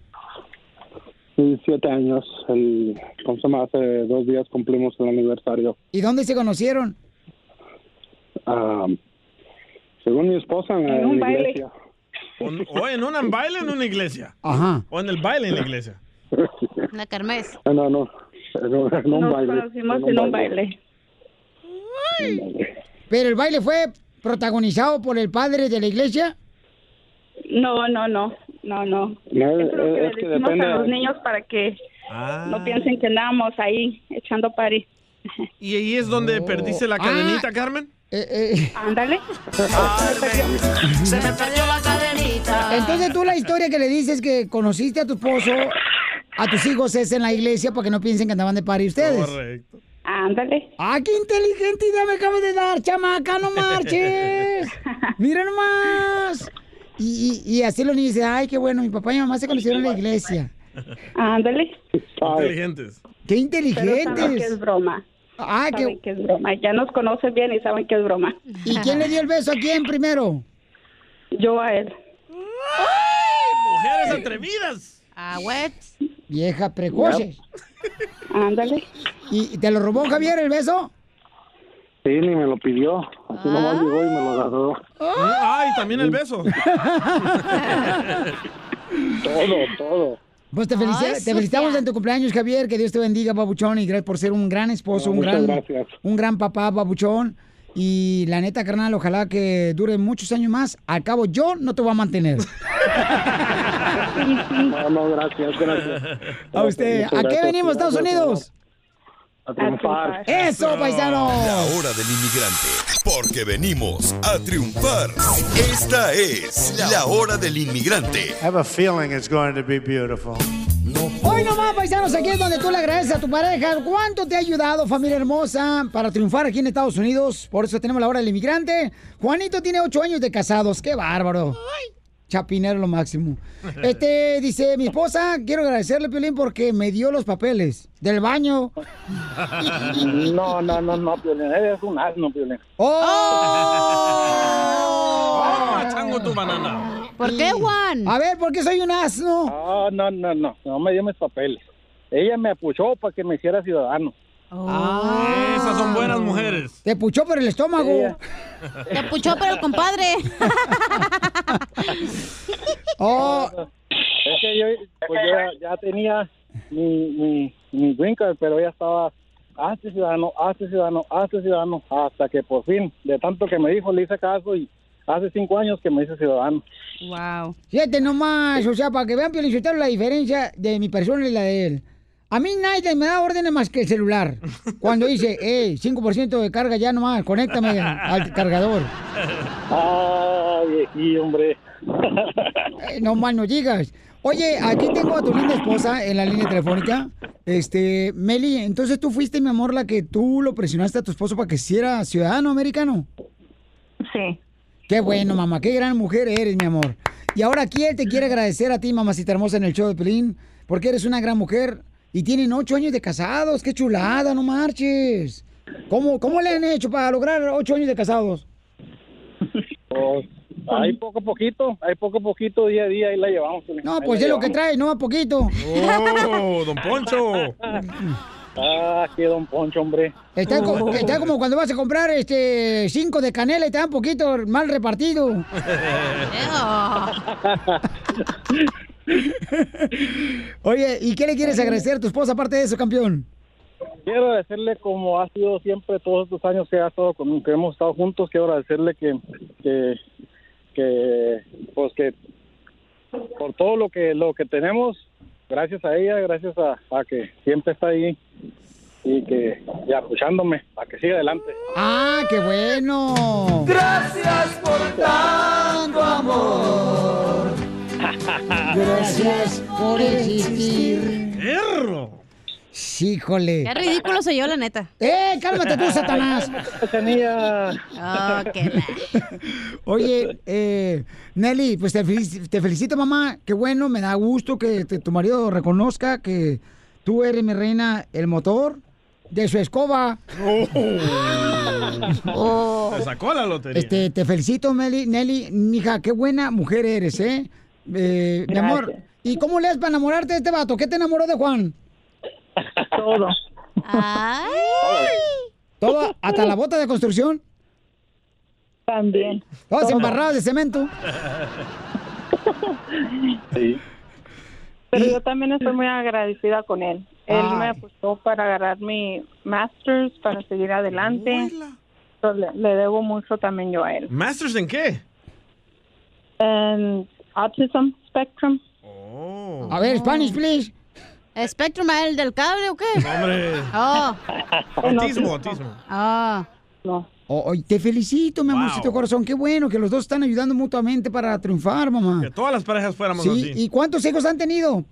[SPEAKER 19] Sí, siete años. El, ¿Cómo se llama? Hace dos días cumplimos el aniversario.
[SPEAKER 2] ¿Y dónde se conocieron?
[SPEAKER 19] Ah, según mi esposa, en,
[SPEAKER 3] En un
[SPEAKER 19] la
[SPEAKER 3] baile.
[SPEAKER 19] iglesia.
[SPEAKER 3] O, o en un baile en una iglesia.
[SPEAKER 2] Ajá.
[SPEAKER 3] O en el baile en la iglesia.
[SPEAKER 6] La carmes.
[SPEAKER 19] No, no, no. En un, en un
[SPEAKER 6] Nos
[SPEAKER 19] baile.
[SPEAKER 6] conocimos
[SPEAKER 2] en un ¿Pero el baile fue protagonizado por el padre de la iglesia?
[SPEAKER 22] No, no, no, no, no.
[SPEAKER 19] No, es,
[SPEAKER 22] Eso es lo que
[SPEAKER 19] Eh, es que
[SPEAKER 22] le decimos
[SPEAKER 19] depende.
[SPEAKER 22] a los niños para que
[SPEAKER 18] Ah.
[SPEAKER 22] no piensen que andamos ahí echando party.
[SPEAKER 3] ¿Y ahí es donde perdiste
[SPEAKER 2] Ah.
[SPEAKER 3] la cadenita, Carmen?
[SPEAKER 2] Eh,
[SPEAKER 22] Ándale.
[SPEAKER 2] Ah,
[SPEAKER 9] Se me perdió la cadenita.
[SPEAKER 2] Entonces tú la historia que le dices que conociste a tu esposo, a tus hijos es en la iglesia para que no piensen que andaban de party ustedes.
[SPEAKER 3] Correcto.
[SPEAKER 22] Ándale.
[SPEAKER 2] ¡Ah, qué inteligente idea me acabas de dar, chamaca! ¡No marches! ¡Mira nomás! Y, y- y así los niños dicen, ¡ay, qué bueno! Mi papá y mi mamá se conocieron en la iglesia.
[SPEAKER 22] Ándale.
[SPEAKER 3] Inteligentes.
[SPEAKER 2] ¡Qué
[SPEAKER 22] Pero saben que
[SPEAKER 2] inteligentes!
[SPEAKER 22] es broma.
[SPEAKER 2] Ah,
[SPEAKER 22] saben que... es broma. Ya nos conocen bien y saben que es broma.
[SPEAKER 2] ¿Y quién le dio el beso a quién primero?
[SPEAKER 22] Yo a él.
[SPEAKER 3] Mujeres atrevidas.
[SPEAKER 6] Ah, güey.
[SPEAKER 2] Vieja precoce.
[SPEAKER 22] Ándale.
[SPEAKER 2] ¿Y y te lo robó Javier el beso?
[SPEAKER 19] Sí, ni me lo pidió.
[SPEAKER 2] Ah.
[SPEAKER 19] Así nomás llegó y me lo agarró.
[SPEAKER 3] Ay, también el beso.
[SPEAKER 19] Todo, todo.
[SPEAKER 2] Pues te, felici-
[SPEAKER 19] Ay,
[SPEAKER 2] te
[SPEAKER 19] sucia.
[SPEAKER 2] felicitamos en tu cumpleaños, Javier. Que Dios te bendiga, babuchón. Y gracias por ser un gran esposo, un
[SPEAKER 19] Muchas
[SPEAKER 2] gran,
[SPEAKER 19] gracias.
[SPEAKER 2] un gran papá, babuchón. Y la neta, carnal, ojalá que dure muchos años más. Al cabo, yo no te voy a mantener.
[SPEAKER 19] No, no, gracias, gracias.
[SPEAKER 2] A usted.
[SPEAKER 19] Muchas
[SPEAKER 2] ¿A qué
[SPEAKER 19] gracias.
[SPEAKER 2] venimos, Estados
[SPEAKER 19] Gracias,
[SPEAKER 2] Unidos?
[SPEAKER 19] A triunfar.
[SPEAKER 2] ¡Eso,
[SPEAKER 5] La
[SPEAKER 2] paisano!
[SPEAKER 5] hora del inmigrante. Porque venimos a triunfar. Esta es la hora del inmigrante.
[SPEAKER 23] I have a feeling it's going to be beautiful.
[SPEAKER 2] Hoy nomás, paisanos, aquí es donde tú le agradeces a tu pareja. ¿Cuánto te ha ayudado, familia hermosa, para triunfar aquí en Estados Unidos? Por eso tenemos la hora del inmigrante. Juanito tiene ocho años de casados. ¡Qué bárbaro! Chapinero lo máximo. Este dice, mi esposa, quiero agradecerle, Piolín, porque me dio los papeles del baño.
[SPEAKER 19] No, no, no, no, Piolín. Eres un asno, Piolín.
[SPEAKER 2] ¡Oh!
[SPEAKER 3] Toma, chango tu banana.
[SPEAKER 19] ¿Por qué,
[SPEAKER 2] Juan? A ver, ¿por qué soy un asno?
[SPEAKER 19] No, Ah, no, no, no. No me dio mis papeles. Ella me apuchó para que me hiciera ciudadano. Ah.
[SPEAKER 3] Esas son buenas mujeres.
[SPEAKER 2] Te puchó por el estómago.
[SPEAKER 6] Te puchó pero el compadre.
[SPEAKER 2] Oh.
[SPEAKER 19] Es que yo, pues yo ya- ya tenía mi, mi, mi green card, pero ella estaba, hazte ciudadano, hazte ciudadano, hazte ciudadano, hasta que por fin, de tanto que me dijo, le hice caso y hace cinco años que me hice ciudadano.
[SPEAKER 6] Wow.
[SPEAKER 2] Fíjate nomás, o sea, para que vean, Piolín, Sotelo, la diferencia de mi persona y la de él. A mí nadie me da órdenes más que el celular. Cuando dice, hey, 5% de carga ya nomás, conéctame al cargador.
[SPEAKER 19] Ah, Ay, y hombre.
[SPEAKER 2] Eh, No más no digas. Oye, aquí tengo a tu linda esposa en la línea telefónica. Este, Meli, entonces tú fuiste, mi amor, la que tú lo presionaste a tu esposo para que hiciera ciudadano americano.
[SPEAKER 24] Sí.
[SPEAKER 2] Qué bueno, mamá, qué gran mujer eres, mi amor. Y ahora aquí él te quiere agradecer a ti, mamacita hermosa, en el show de Pelín, porque eres una gran mujer y tienen ocho años de casados. Qué chulada, no marches. ¿Cómo, cómo le han hecho para lograr ocho años de casados?
[SPEAKER 19] Pues, ahí poco a poquito, ahí poco a poquito, día a día, ahí la llevamos.
[SPEAKER 2] No, pues es lo que trae, no a poquito.
[SPEAKER 19] ¡Oh, don Poncho! ah, qué don Poncho, hombre.
[SPEAKER 2] Está,
[SPEAKER 19] Oh.
[SPEAKER 2] co- está como cuando vas a comprar este cinco de canela y te dan poquito mal repartido. Oye, ¿y qué le quieres agradecer a tu esposa aparte de eso, campeón?
[SPEAKER 19] Quiero agradecerle como ha sido siempre todos estos años que ha estado conmigo, que hemos estado juntos, quiero agradecerle que, que, que, pues que por todo lo que lo que tenemos, gracias a ella, gracias a, a que siempre está ahí y que y apoyándome para que siga adelante.
[SPEAKER 2] ¡Ah, qué bueno!
[SPEAKER 9] Gracias por tanto amor.
[SPEAKER 2] Gracias por existir.
[SPEAKER 3] ¡Perro!
[SPEAKER 2] Sí, híjole.
[SPEAKER 6] Qué ridículo soy yo, la neta.
[SPEAKER 2] ¡Eh, cálmate tú, Satanás!
[SPEAKER 19] Tenía.
[SPEAKER 6] Oh, qué la-
[SPEAKER 2] Oye, eh, Nelly, pues te, felici- te felicito, mamá. Qué bueno, me da gusto que te- tu marido reconozca que tú eres mi reina, el motor de su escoba. Oh.
[SPEAKER 3] Se sacó la lotería.
[SPEAKER 2] Este, te felicito, Nelly. Nelly, mija, qué buena mujer eres, ¿eh? Eh, mi
[SPEAKER 3] Gracias.
[SPEAKER 2] amor, ¿y cómo le das para enamorarte de este vato? ¿Qué te enamoró de Juan? Todo. ¿Todo? ¿Hasta la bota de construcción? También. Todos
[SPEAKER 9] Todo.
[SPEAKER 2] embarrados de cemento.
[SPEAKER 19] Sí.
[SPEAKER 1] Pero yo también estoy muy agradecida con él. Él me
[SPEAKER 2] Ay.
[SPEAKER 1] apostó para agarrar mi master's, para seguir adelante. Entonces, le, le debo mucho también yo a él.
[SPEAKER 3] ¿Masters en qué?
[SPEAKER 1] En autism spectrum.
[SPEAKER 2] A ver, Spanish, please.
[SPEAKER 6] ¿Spectrum el del cable o qué?
[SPEAKER 3] Hombre.
[SPEAKER 6] Oh.
[SPEAKER 3] Autismo, autismo.
[SPEAKER 6] Ah.
[SPEAKER 1] No.
[SPEAKER 2] Oye, Oh, te felicito, mi amorcito corazón. Qué bueno que los dos están ayudando mutuamente para triunfar, mamá.
[SPEAKER 3] Que todas las parejas fuéramos
[SPEAKER 2] Sí,
[SPEAKER 3] así.
[SPEAKER 2] ¿y cuántos hijos han tenido?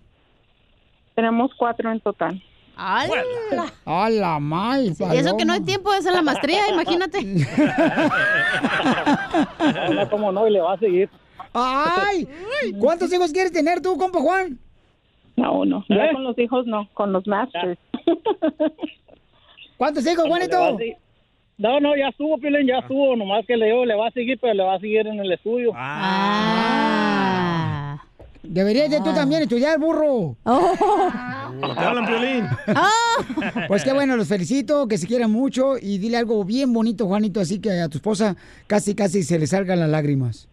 [SPEAKER 1] Tenemos cuatro en total.
[SPEAKER 6] ¡Hala!
[SPEAKER 2] ¡A la mal!
[SPEAKER 6] Y eso que no hay tiempo de hacer la maestría, imagínate.
[SPEAKER 19] No, como no, y le va a seguir.
[SPEAKER 2] ¡Ay! ¿Cuántos hijos quieres tener tú, compa Juan?
[SPEAKER 1] No, no.
[SPEAKER 19] ¿Eh?
[SPEAKER 1] Ya con los hijos no, con los masters.
[SPEAKER 2] ¿Cuántos hijos,
[SPEAKER 1] Juanito? Ah.
[SPEAKER 19] No, no, ya estuvo, Pilen, ya estuvo. Nomás que le digo, le va a seguir, pero le va a seguir en el estudio.
[SPEAKER 1] Ah.
[SPEAKER 2] Deberías de tú
[SPEAKER 1] Ah.
[SPEAKER 2] también estudiar, burro.
[SPEAKER 1] Oh.
[SPEAKER 3] Te hablan violín.
[SPEAKER 6] Ah.
[SPEAKER 2] Pues qué bueno, los felicito, que se quieran mucho y dile algo bien bonito, Juanito, así que a tu esposa casi casi se le salgan las lágrimas.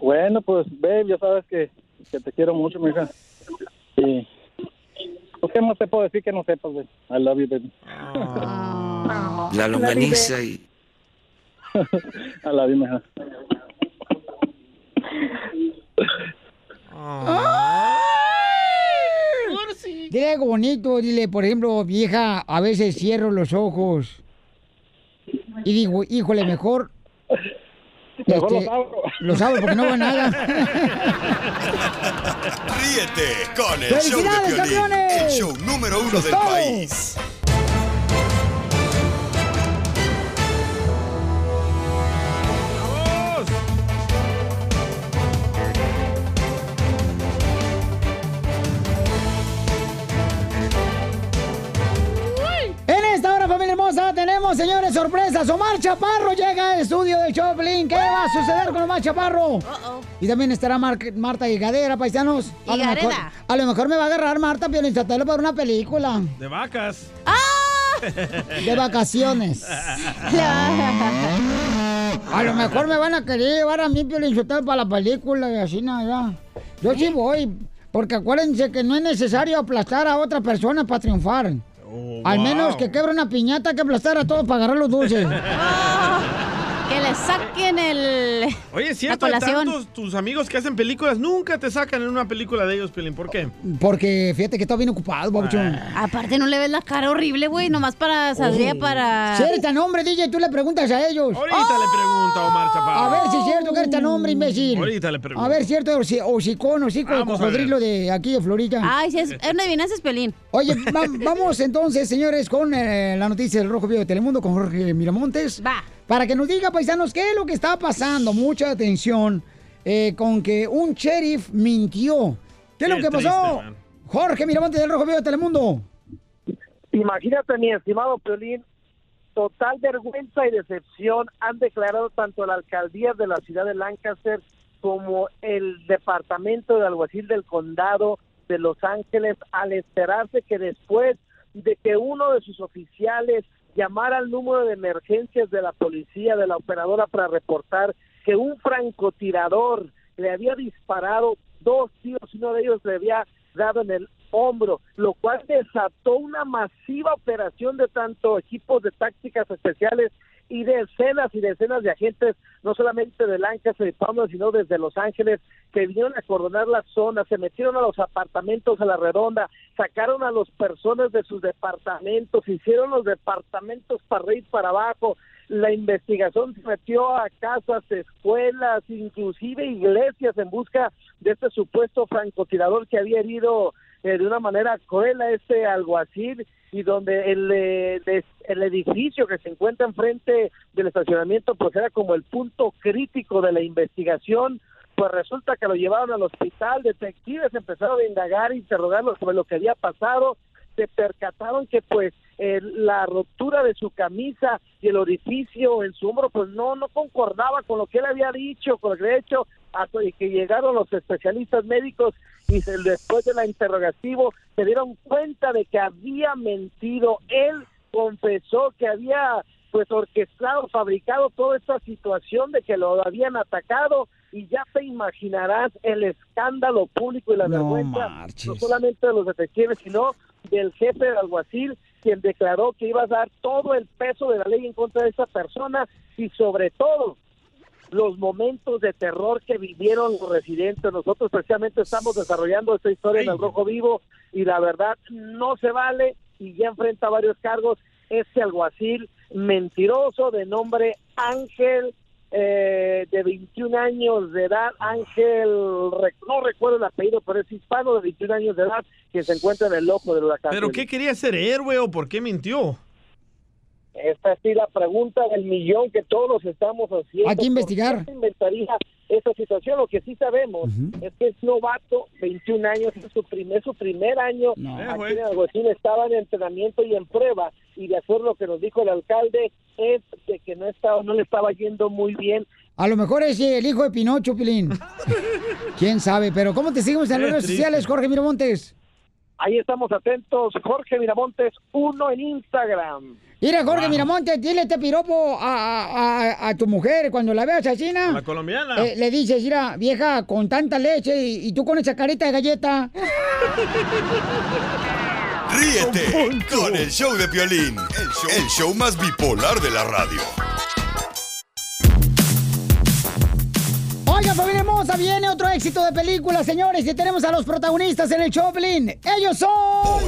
[SPEAKER 19] Bueno, pues, babe, ya sabes que, que te quiero mucho, mija. Y, pues, ¿qué más te puedo decir que no sepas, babe? I love you, baby.
[SPEAKER 20] La longaniza y
[SPEAKER 19] I love you, mija.
[SPEAKER 2] Dile algo bonito, dile, por ejemplo, vieja, a veces cierro los ojos y digo, híjole, mejor.
[SPEAKER 9] Mejor
[SPEAKER 2] este,
[SPEAKER 9] los abro.
[SPEAKER 2] los abro porque no veo nada.
[SPEAKER 5] Ríete eh, con el show de
[SPEAKER 2] ¡Felicidades,
[SPEAKER 5] Piolín,
[SPEAKER 2] campeones! Pues
[SPEAKER 5] el show número uno
[SPEAKER 2] ¡Es
[SPEAKER 5] del
[SPEAKER 2] todo!
[SPEAKER 5] país.
[SPEAKER 2] En esta hora, familia hermosa, tenemos, señores, sorpresas. Omar Chaparro llega al estudio del Choplin. ¿Qué va a suceder con Omar Chaparro? Y también estará Mar- Marta Higadera, paisanos. A lo,
[SPEAKER 3] Higareda.
[SPEAKER 2] mejor, a lo mejor me va a agarrar Marta Piolinchotelo para una película
[SPEAKER 3] De vacas.
[SPEAKER 2] de vacaciones. A lo mejor me van a querer llevar a mí Piolinchotelo para la película y así nada. Yo sí voy, porque acuérdense que no es necesario aplastar a otra persona para triunfar.
[SPEAKER 3] Oh,
[SPEAKER 2] Al menos que quebre una piñata, hay que aplastar a todos para agarrar los dulces.
[SPEAKER 6] Que le saquen el.
[SPEAKER 3] Oye, es cierto,
[SPEAKER 6] la
[SPEAKER 3] hay
[SPEAKER 6] colación.
[SPEAKER 3] tantos tus amigos que hacen películas nunca te sacan en una película de ellos, Pelín. ¿Por qué?
[SPEAKER 2] Porque fíjate que está bien ocupado, babuchón.
[SPEAKER 3] Ah.
[SPEAKER 6] Aparte, no le ves la cara horrible, güey. Nomás para. Saldría para.
[SPEAKER 2] Si eres tan hombre, DJ, tú le preguntas a ellos.
[SPEAKER 3] Ahorita le pregunto a Omar Chaparro.
[SPEAKER 2] A ver si es cierto que eres tan hombre, imbécil.
[SPEAKER 3] Ahorita le pregunto.
[SPEAKER 2] A ver, cierto, o si- hocicón, hocico de
[SPEAKER 3] Vamos a ver.
[SPEAKER 2] cocodrilo de aquí de Florida.
[SPEAKER 6] Ay, si es, es una adivinanza, es pelín.
[SPEAKER 2] Oye, va- vamos entonces, señores, con eh, la noticia del Rojo Vivo de Telemundo con Jorge Miramontes. Va. Para que nos diga, paisanos, qué es lo que está pasando. Mucha atención eh, con que un sheriff mintió. ¿Qué es lo
[SPEAKER 24] Qué
[SPEAKER 2] que pasó?
[SPEAKER 24] triste, man.
[SPEAKER 2] Jorge Miramontes del Rojo Vivo de Telemundo.
[SPEAKER 24] Imagínate, mi estimado Peolín, total vergüenza y decepción han declarado tanto la alcaldía de la ciudad de Lancaster como el departamento de alguacil del condado de Los Ángeles al esperarse que después de que uno de sus oficiales llamara al número de emergencias de la policía, de la operadora, para reportar que un francotirador le había disparado dos tiros, uno de ellos le había dado en el hombro, lo cual desató una masiva operación de tanto equipos de tácticas especiales y decenas y decenas de agentes, no solamente de Lancaster y Palmer, sino desde Los Ángeles, que vinieron a coronar la zona, se metieron a los apartamentos a la redonda, sacaron a las personas de sus departamentos, hicieron los departamentos para arriba y para abajo, la investigación se metió a casas, escuelas, inclusive iglesias en busca de este supuesto francotirador que había herido eh, de una manera cruel a este alguacil y donde el, eh, des- el edificio que se encuentra enfrente del estacionamiento pues era como el punto crítico de la investigación pues resulta que lo llevaron al hospital, detectives empezaron a indagar, interrogarlo sobre lo que había pasado, se percataron que pues eh, la rotura de su camisa y el orificio en su hombro pues no no concordaba con lo que él había dicho con lo que había hecho hasta que llegaron los especialistas médicos y se- después de la interrogativo se dieron cuenta de que había mentido él confesó que había pues orquestado fabricado toda esta situación de que lo habían atacado y ya te imaginarás el escándalo público y la
[SPEAKER 2] No
[SPEAKER 24] vergüenza no
[SPEAKER 2] marches.
[SPEAKER 24] solamente de los detectives sino del jefe del alguacil, quien declaró que iba a dar todo el peso de la ley en contra de esta persona y sobre todo los momentos de terror que vivieron los residentes. Nosotros precisamente estamos desarrollando esta historia en el Rojo Vivo y la verdad no se vale y ya enfrenta varios cargos este alguacil mentiroso de nombre Ángel. eh, de 21 años de edad, Ángel, rec- no recuerdo el apellido, pero es hispano de 21 años de edad, que se encuentra en el ojo del huracán.
[SPEAKER 3] ¿Pero qué quería ser héroe o por qué mintió?
[SPEAKER 24] Esta es sí, la pregunta del millón que todos estamos haciendo.
[SPEAKER 3] Hay que investigar.
[SPEAKER 24] ¿Por qué se inventaría esta situación? Lo que sí sabemos es que es novato, 21 años, es su primer, su primer año.
[SPEAKER 9] No. Eh,
[SPEAKER 24] Aquí
[SPEAKER 9] güey.
[SPEAKER 24] en Alguacil estaba en entrenamiento y en prueba. Y de acuerdo a lo que nos dijo el alcalde, es de que no, estaba, no le estaba yendo muy bien.
[SPEAKER 2] A lo mejor es el hijo de Pinocho, Pilín. ¿Quién sabe? Pero ¿cómo te seguimos en
[SPEAKER 24] Qué
[SPEAKER 2] las redes
[SPEAKER 24] triste.
[SPEAKER 2] sociales, Jorge Miramontes?
[SPEAKER 24] Ahí estamos atentos. Jorge Miramontes, uno en Instagram.
[SPEAKER 2] Mira, Jorge Miramontes, dile este piropo a, a- a- a tu mujer cuando la veas asesina. Eh,
[SPEAKER 3] La colombiana.
[SPEAKER 2] le dices, mira, vieja, con tanta leche y, y tú con esa carita de galleta.
[SPEAKER 5] Ríete con el show de Piolín, el show, el show más bipolar de la radio.
[SPEAKER 2] Oiga, familia hermosa, viene otro éxito de película, señores, y tenemos a los protagonistas en el show, Pilín. ¡Ellos son!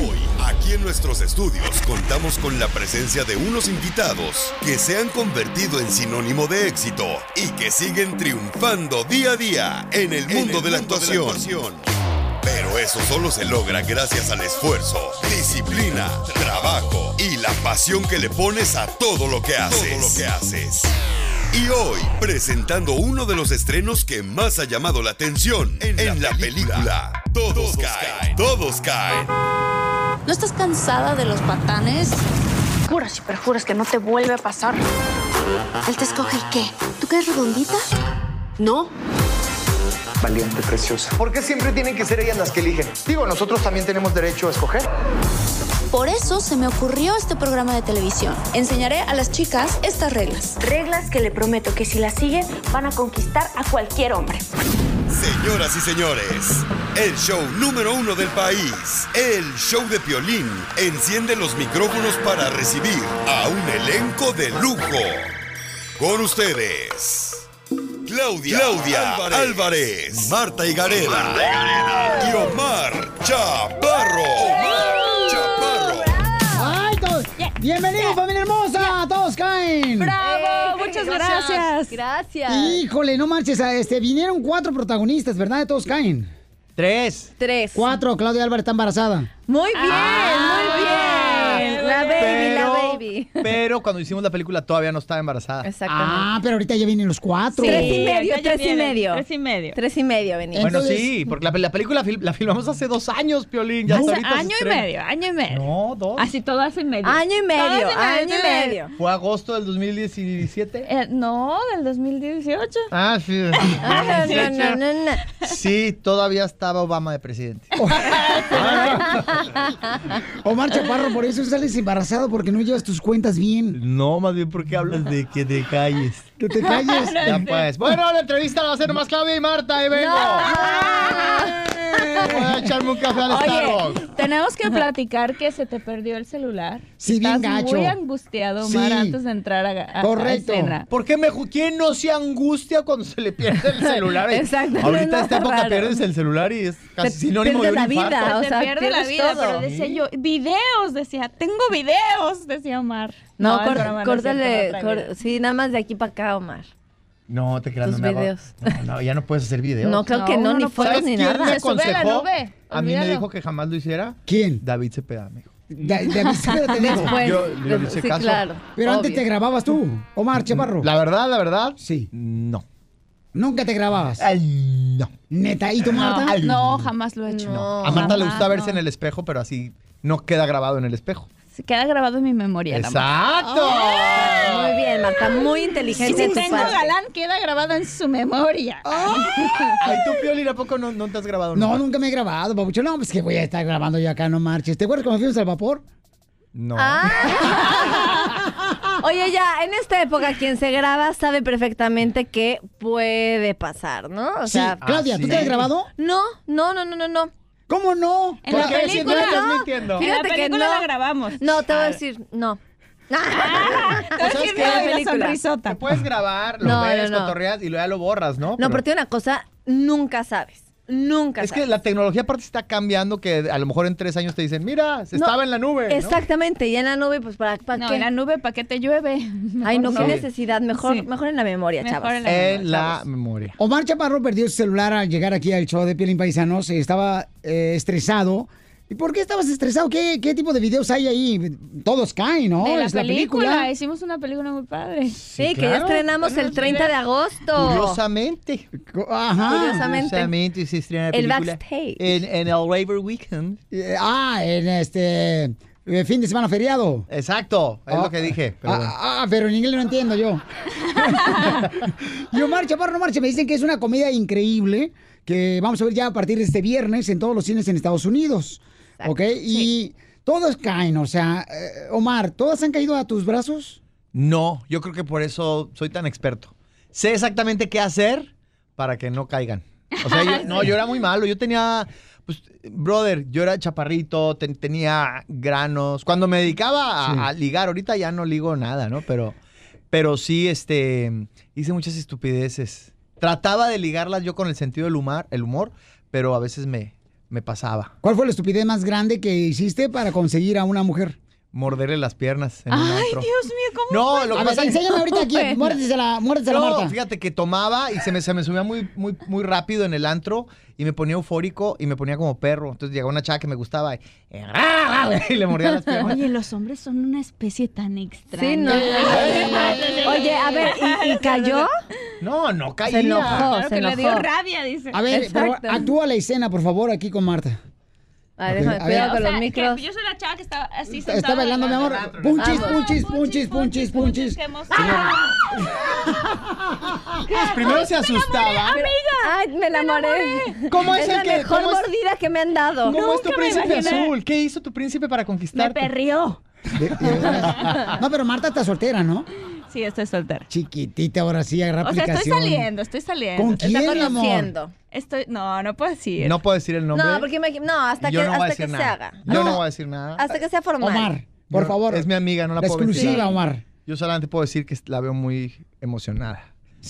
[SPEAKER 5] Aquí en nuestros estudios contamos con la presencia de unos invitados que se han convertido en sinónimo de éxito y que siguen triunfando día a día en el mundo, de, la actuación. Pero eso solo se logra gracias al esfuerzo, disciplina, trabajo y la pasión que le pones a todo lo que haces. Todo lo que haces. Y hoy, presentando uno de los estrenos que más ha llamado la atención en, la película, Todos caen, todos caen.
[SPEAKER 7] ¿No estás cansada de los patanes? Juras y perjuras que no te vuelve a pasar. Él te escoge y qué? ¿Tú quedas redondita? No.
[SPEAKER 8] Valiente, preciosa. ¿Por qué siempre tienen que ser ellas las que eligen? Digo, nosotros también tenemos derecho a escoger.
[SPEAKER 7] Por eso se me ocurrió este programa de televisión. Enseñaré a las chicas estas reglas. Reglas que le prometo que si las siguen van a conquistar a cualquier hombre.
[SPEAKER 5] Señoras y señores, el show número uno del país, el show de Piolín, enciende los micrófonos para recibir a un elenco de lujo. Con ustedes, Claudia, Claudia Álvarez, Marta Higareda, y Omar Chaparro.
[SPEAKER 2] ¡Ay, todos! ¡Bienvenidos, familia hermosa! ¡Todos caen!
[SPEAKER 25] ¡Bravo! Muchas gracias. Gracias.
[SPEAKER 2] Híjole, no marches, a este, vinieron cuatro protagonistas, ¿verdad? De Todos caen. Tres.
[SPEAKER 25] Tres.
[SPEAKER 2] Cuatro, Claudia Álvarez está embarazada.
[SPEAKER 25] Muy bien, muy bien. La baby,
[SPEAKER 26] Pero-
[SPEAKER 25] la baby.
[SPEAKER 26] Pero cuando hicimos la película todavía no estaba embarazada.
[SPEAKER 25] Exactamente.
[SPEAKER 2] Ah, pero ahorita ya vienen los cuatro.
[SPEAKER 25] Tres y medio,
[SPEAKER 26] ahorita ya
[SPEAKER 25] tres y
[SPEAKER 26] vienen,
[SPEAKER 25] medio.
[SPEAKER 26] tres
[SPEAKER 25] y medio. Tres y medio venimos.
[SPEAKER 26] Bueno, sí, porque la, la película fil- la filmamos hace dos años, Piolín. Ya hasta
[SPEAKER 25] Hace
[SPEAKER 26] ahorita se
[SPEAKER 25] año y
[SPEAKER 26] estrena.
[SPEAKER 25] medio, año y medio.
[SPEAKER 26] No, dos.
[SPEAKER 25] Así todo hace medio. Año y medio,
[SPEAKER 26] Todo hace
[SPEAKER 25] año
[SPEAKER 26] medio.
[SPEAKER 25] y medio.
[SPEAKER 26] ¿Fue agosto del 2017?
[SPEAKER 25] Eh, no, del 2018.
[SPEAKER 26] Ah, sí.
[SPEAKER 25] Ah, no, no, no, no.
[SPEAKER 26] Sí, todavía estaba Obama de presidente.
[SPEAKER 2] Omar Chaparro, por eso sales embarazado porque no llevas tus cuentas bien.
[SPEAKER 26] No, más bien porque hablas de que te calles.
[SPEAKER 2] Que te calles.
[SPEAKER 26] pues.
[SPEAKER 2] pues.
[SPEAKER 26] Ya pues. Bueno, la entrevista la va a hacer nomás Claudia y Marta. Ahí vengo. ¿eh? Voy a echarme un café al
[SPEAKER 25] Oye,
[SPEAKER 26] Starbucks.
[SPEAKER 25] tenemos que platicar que se te perdió el celular.
[SPEAKER 26] Sí, bien
[SPEAKER 25] Estás
[SPEAKER 26] gacho.
[SPEAKER 25] muy angustiado, Omar,
[SPEAKER 26] Sí.
[SPEAKER 25] antes de entrar a, a- a escena.
[SPEAKER 26] ¿Por qué me ju- quién no se angustia cuando se le pierde el celular? ¿eh?
[SPEAKER 25] Exactamente,
[SPEAKER 26] Ahorita
[SPEAKER 25] no
[SPEAKER 26] esta
[SPEAKER 25] está
[SPEAKER 26] época
[SPEAKER 25] raro.
[SPEAKER 26] pierdes el celular y es casi sinónimo de
[SPEAKER 25] Pierdes
[SPEAKER 26] un
[SPEAKER 25] la
[SPEAKER 26] infarto.
[SPEAKER 25] vida, o Se sea, pierde la pierdes vida, todo. pero decía yo, videos, decía, tengo videos, decía Omar. No, es cor- broma, no es cierto, córtale, no trae cor- videos. sí, nada más de aquí para acá, Omar.
[SPEAKER 26] No, te creas,
[SPEAKER 25] Tus
[SPEAKER 26] no me hago-
[SPEAKER 25] videos.
[SPEAKER 26] No, no, ya no puedes hacer videos.
[SPEAKER 25] No, claro que no, ni
[SPEAKER 26] puede.
[SPEAKER 25] fotos ni
[SPEAKER 26] ¿Sabes quién
[SPEAKER 25] nada.
[SPEAKER 26] Me
[SPEAKER 25] Se sube a la
[SPEAKER 26] aconsejó?
[SPEAKER 25] nube,
[SPEAKER 26] A mí me
[SPEAKER 25] olvídalo.
[SPEAKER 26] dijo que jamás lo hiciera.
[SPEAKER 2] ¿Quién?
[SPEAKER 26] David Cepeda, amigo.
[SPEAKER 2] David Cepeda te dijo. Después,
[SPEAKER 26] Yo, yo le hice
[SPEAKER 2] sí,
[SPEAKER 26] caso.
[SPEAKER 2] claro, Pero antes obvio. te grababas tú, Omar Chaparro.
[SPEAKER 26] La verdad, la verdad.
[SPEAKER 2] Sí.
[SPEAKER 26] No.
[SPEAKER 2] ¿Nunca te grababas?
[SPEAKER 26] no.
[SPEAKER 2] ¿Neta? ¿Y tú, Marta?
[SPEAKER 25] No, ah, no, jamás lo he hecho. No,
[SPEAKER 26] A Marta le
[SPEAKER 25] jamás,
[SPEAKER 26] gusta verse
[SPEAKER 25] no.
[SPEAKER 26] en el espejo, pero así no queda grabado en el espejo.
[SPEAKER 25] Se queda grabado en mi memoria. la Marta.
[SPEAKER 26] ¡Exacto!
[SPEAKER 25] Oh.
[SPEAKER 26] Muy
[SPEAKER 25] bien, Marta, muy inteligente Si de tu tengo parte. galán, queda grabado en su memoria.
[SPEAKER 26] Ay, tú, Piolín, ¿a poco no, no te has grabado?
[SPEAKER 2] No, nunca me he grabado, papucho. No, pues que voy a estar grabando yo acá, no marches. ¿Te acuerdas cuando fuimos al vapor?
[SPEAKER 26] No.
[SPEAKER 25] Oye, ya, en esta época quien se graba sabe perfectamente qué puede pasar, ¿no? O sea,
[SPEAKER 2] sí, Claudia, ¿tú te has grabado?
[SPEAKER 25] No, no, no, no, no, no.
[SPEAKER 2] ¿Cómo no?
[SPEAKER 25] En la
[SPEAKER 2] ¿Por qué? Siento
[SPEAKER 25] película
[SPEAKER 2] que estás
[SPEAKER 25] no.
[SPEAKER 2] mintiendo.
[SPEAKER 25] Fíjate
[SPEAKER 2] En la
[SPEAKER 25] que
[SPEAKER 2] película
[SPEAKER 25] no.
[SPEAKER 2] la
[SPEAKER 25] grabamos. Ah, No, te voy a decir, no.
[SPEAKER 26] Pues,
[SPEAKER 25] Es
[SPEAKER 26] ¿sabes
[SPEAKER 25] que
[SPEAKER 26] qué?
[SPEAKER 25] me da
[SPEAKER 26] Hay
[SPEAKER 25] la
[SPEAKER 26] película.
[SPEAKER 25] sonrisota.
[SPEAKER 26] Te puedes grabar, lo
[SPEAKER 25] No,
[SPEAKER 26] ves,
[SPEAKER 25] no, no.
[SPEAKER 26] cotorreas y luego ya lo borras, ¿no?
[SPEAKER 25] No, pero te digo una cosa, nunca sabes. Nunca
[SPEAKER 26] Es
[SPEAKER 25] sabes.
[SPEAKER 26] que la tecnología aparte está cambiando que a lo mejor en tres años te dicen, mira, se
[SPEAKER 25] No,
[SPEAKER 26] estaba en la nube. ¿no?
[SPEAKER 25] Exactamente, y en la nube, pues para, para No, qué. en la nube, ¿para qué te llueve? Ay, no,
[SPEAKER 26] Mejor
[SPEAKER 25] qué
[SPEAKER 26] no.
[SPEAKER 25] necesidad. Mejor, mejor en la memoria,
[SPEAKER 26] Mejor
[SPEAKER 25] chavos.
[SPEAKER 26] en la memoria, En la chavos. memoria.
[SPEAKER 2] Omar Chaparro perdió su celular al llegar aquí al show de Pielín Paisanos. Estaba eh, estresado. ¿Y por qué estabas estresado? ¿Qué, qué tipo de videos hay ahí? Todos caen, ¿no?
[SPEAKER 25] De la
[SPEAKER 2] es la
[SPEAKER 25] película.
[SPEAKER 2] película.
[SPEAKER 25] Hicimos una película muy padre. Sí, que ya
[SPEAKER 2] claro.
[SPEAKER 25] estrenamos el 30 de agosto.
[SPEAKER 26] Curiosamente.
[SPEAKER 2] Ajá.
[SPEAKER 25] Curiosamente.
[SPEAKER 26] Curiosamente se estrena la
[SPEAKER 25] El
[SPEAKER 26] película
[SPEAKER 25] backstage.
[SPEAKER 26] En, en el Labor Weekend.
[SPEAKER 2] Eh, ah, en este eh, fin de semana feriado.
[SPEAKER 26] Exacto, es lo que dije. Pero
[SPEAKER 2] ah,
[SPEAKER 26] bueno.
[SPEAKER 2] ah, pero en inglés no entiendo yo. y Omar Chaparro, no marcha, me dicen que es una comedia increíble que vamos a ver ya a partir de este viernes en todos los cines en Estados Unidos. ¿Ok? Y todos caen, o sea, eh, Omar, ¿todas han caído a tus brazos?
[SPEAKER 26] No, yo creo que por eso soy tan experto. Sé exactamente qué hacer para que no caigan. O sea, yo- no, yo era muy malo. Yo tenía, pues, brother, yo era chaparrito, ten- tenía granos. Cuando me dedicaba a,
[SPEAKER 27] Sí.
[SPEAKER 26] a ligar, ahorita ya no ligo nada, ¿no? Pero, pero sí, este, hice muchas estupideces. Trataba de ligarlas yo con el sentido del humor, el humor pero a veces me, me pasaba.
[SPEAKER 2] ¿Cuál fue la estupidez más grande que hiciste para conseguir a una mujer?
[SPEAKER 26] Morderle las piernas en un
[SPEAKER 25] Ay,
[SPEAKER 26] antro.
[SPEAKER 25] Dios mío, ¿cómo?
[SPEAKER 26] No,
[SPEAKER 25] fue?
[SPEAKER 26] lo que pasa es que-
[SPEAKER 25] Bueno.
[SPEAKER 26] No, fíjate que tomaba y se me, se me subía muy, muy, muy rápido en el antro y me ponía eufórico y me ponía como perro. Entonces llegó una chava que me gustaba y, Ah, y le mordía las piernas.
[SPEAKER 6] Oye, los hombres son una especie tan extraña.
[SPEAKER 25] Sí, no, no, no, no. Oye, a ver, ¿y- y cayó?
[SPEAKER 26] No, no caía.
[SPEAKER 25] Se enojó,
[SPEAKER 2] Claro se que le enojó. dio
[SPEAKER 25] rabia, dice.
[SPEAKER 2] A ver, pero
[SPEAKER 25] Exacto.
[SPEAKER 2] actúa la escena, por favor, aquí con Marta.
[SPEAKER 25] Ay,
[SPEAKER 2] Ok,
[SPEAKER 25] déjame,
[SPEAKER 2] a
[SPEAKER 25] cuidado
[SPEAKER 2] ver.
[SPEAKER 25] con los micros.
[SPEAKER 6] Yo soy la chava que estaba así
[SPEAKER 2] Está, está bailando, mi amor. Punchis, punchis, punchis, punchis, punchis.
[SPEAKER 26] Primero se asustaba.
[SPEAKER 25] Amiga, Ay, me enamoré.
[SPEAKER 26] ¿Cómo es el
[SPEAKER 25] la
[SPEAKER 26] que-
[SPEAKER 25] mejor
[SPEAKER 26] cómo es-
[SPEAKER 25] mordida que me han dado.
[SPEAKER 26] ¿Cómo es tu
[SPEAKER 25] Nunca me
[SPEAKER 26] príncipe
[SPEAKER 25] imaginé.
[SPEAKER 26] azul? ¿Qué hizo tu príncipe para conquistarte?
[SPEAKER 25] Me perrió.
[SPEAKER 2] No, pero Marta está soltera, ¿no?
[SPEAKER 25] Sí, estoy soltera.
[SPEAKER 2] Chiquitita, ahora sí, agarra
[SPEAKER 25] O sea, estoy
[SPEAKER 2] aplicación.
[SPEAKER 25] saliendo, estoy saliendo.
[SPEAKER 2] ¿Con
[SPEAKER 25] Está
[SPEAKER 2] quién, mi amor?
[SPEAKER 25] conociendo. Estoy, no, no puedo decir.
[SPEAKER 26] No puedo decir el nombre.
[SPEAKER 25] No, porque imagi- no, hasta
[SPEAKER 26] Y yo
[SPEAKER 25] que,
[SPEAKER 26] no voy a
[SPEAKER 25] hasta
[SPEAKER 26] decir
[SPEAKER 25] que se
[SPEAKER 26] nada.
[SPEAKER 25] haga.
[SPEAKER 26] Yo no voy a decir nada.
[SPEAKER 25] Hasta que sea formal.
[SPEAKER 26] por favor. Es mi amiga, no la,
[SPEAKER 2] la
[SPEAKER 26] puedo decir.
[SPEAKER 2] exclusiva, Omar.
[SPEAKER 26] Yo solamente puedo decir que la veo muy emocionada.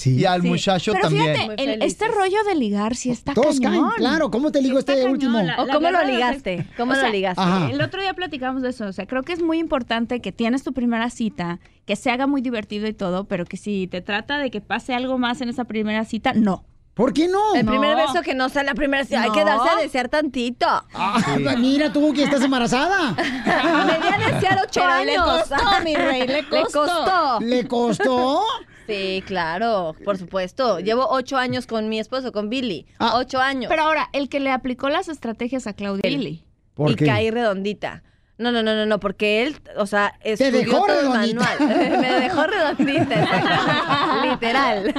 [SPEAKER 26] Y al
[SPEAKER 6] Sí.
[SPEAKER 26] muchacho
[SPEAKER 6] Pero
[SPEAKER 26] también.
[SPEAKER 6] Fíjate, el- este rollo de ligar sí está
[SPEAKER 2] Todos caen,
[SPEAKER 6] cañón.
[SPEAKER 2] claro. ¿Cómo te ligo este último?
[SPEAKER 6] la-
[SPEAKER 25] ¿O
[SPEAKER 6] la
[SPEAKER 25] cómo lo
[SPEAKER 6] verdad, o sea,
[SPEAKER 25] ligaste? ¿Cómo
[SPEAKER 6] o
[SPEAKER 25] lo
[SPEAKER 6] sea,
[SPEAKER 25] ligaste?
[SPEAKER 2] Ajá.
[SPEAKER 6] El otro día platicamos de eso. O sea, creo que es muy importante que tienes tu primera cita, que se haga muy divertido y todo, pero que si te trata de que pase algo más en esa primera cita, no.
[SPEAKER 2] ¿Por qué no?
[SPEAKER 25] El
[SPEAKER 6] No.
[SPEAKER 25] primer beso que no sea la primera cita. Hay
[SPEAKER 6] No.
[SPEAKER 25] que darse a desear tantito.
[SPEAKER 2] Ah, Mira tú que estás embarazada.
[SPEAKER 25] Me di a desear ocho
[SPEAKER 2] Pero le
[SPEAKER 25] años.
[SPEAKER 2] costó, mi rey, le costó. ¿Le costó?
[SPEAKER 25] Sí, claro, por supuesto. Llevo ocho años con mi esposo, con Billy. Ocho años.
[SPEAKER 6] Pero ahora, el que le aplicó las estrategias a Claudia. Billy.
[SPEAKER 25] y caí redondita. No, no, no, no, no, porque él, o sea, estudió
[SPEAKER 9] dejó
[SPEAKER 25] todo el
[SPEAKER 9] redondita.
[SPEAKER 25] manual. Me dejó redondita, exacto. literal.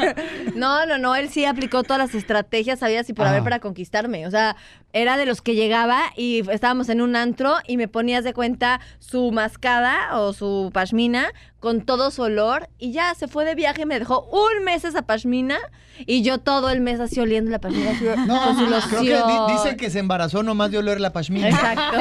[SPEAKER 25] No, no, no, él sí aplicó todas las estrategias sabidas y por haber
[SPEAKER 9] Ah.
[SPEAKER 25] para conquistarme. O sea, era de los que llegaba y estábamos en un antro y me ponías de cuenta su mascada o su pashmina con todo su olor y ya se fue de viaje y me dejó un mes esa pashmina y yo todo el mes así oliendo la pashmina. así, con su
[SPEAKER 26] creo que
[SPEAKER 25] loción.
[SPEAKER 26] di- dicen que se embarazó nomás de oler la pashmina.
[SPEAKER 25] Exacto.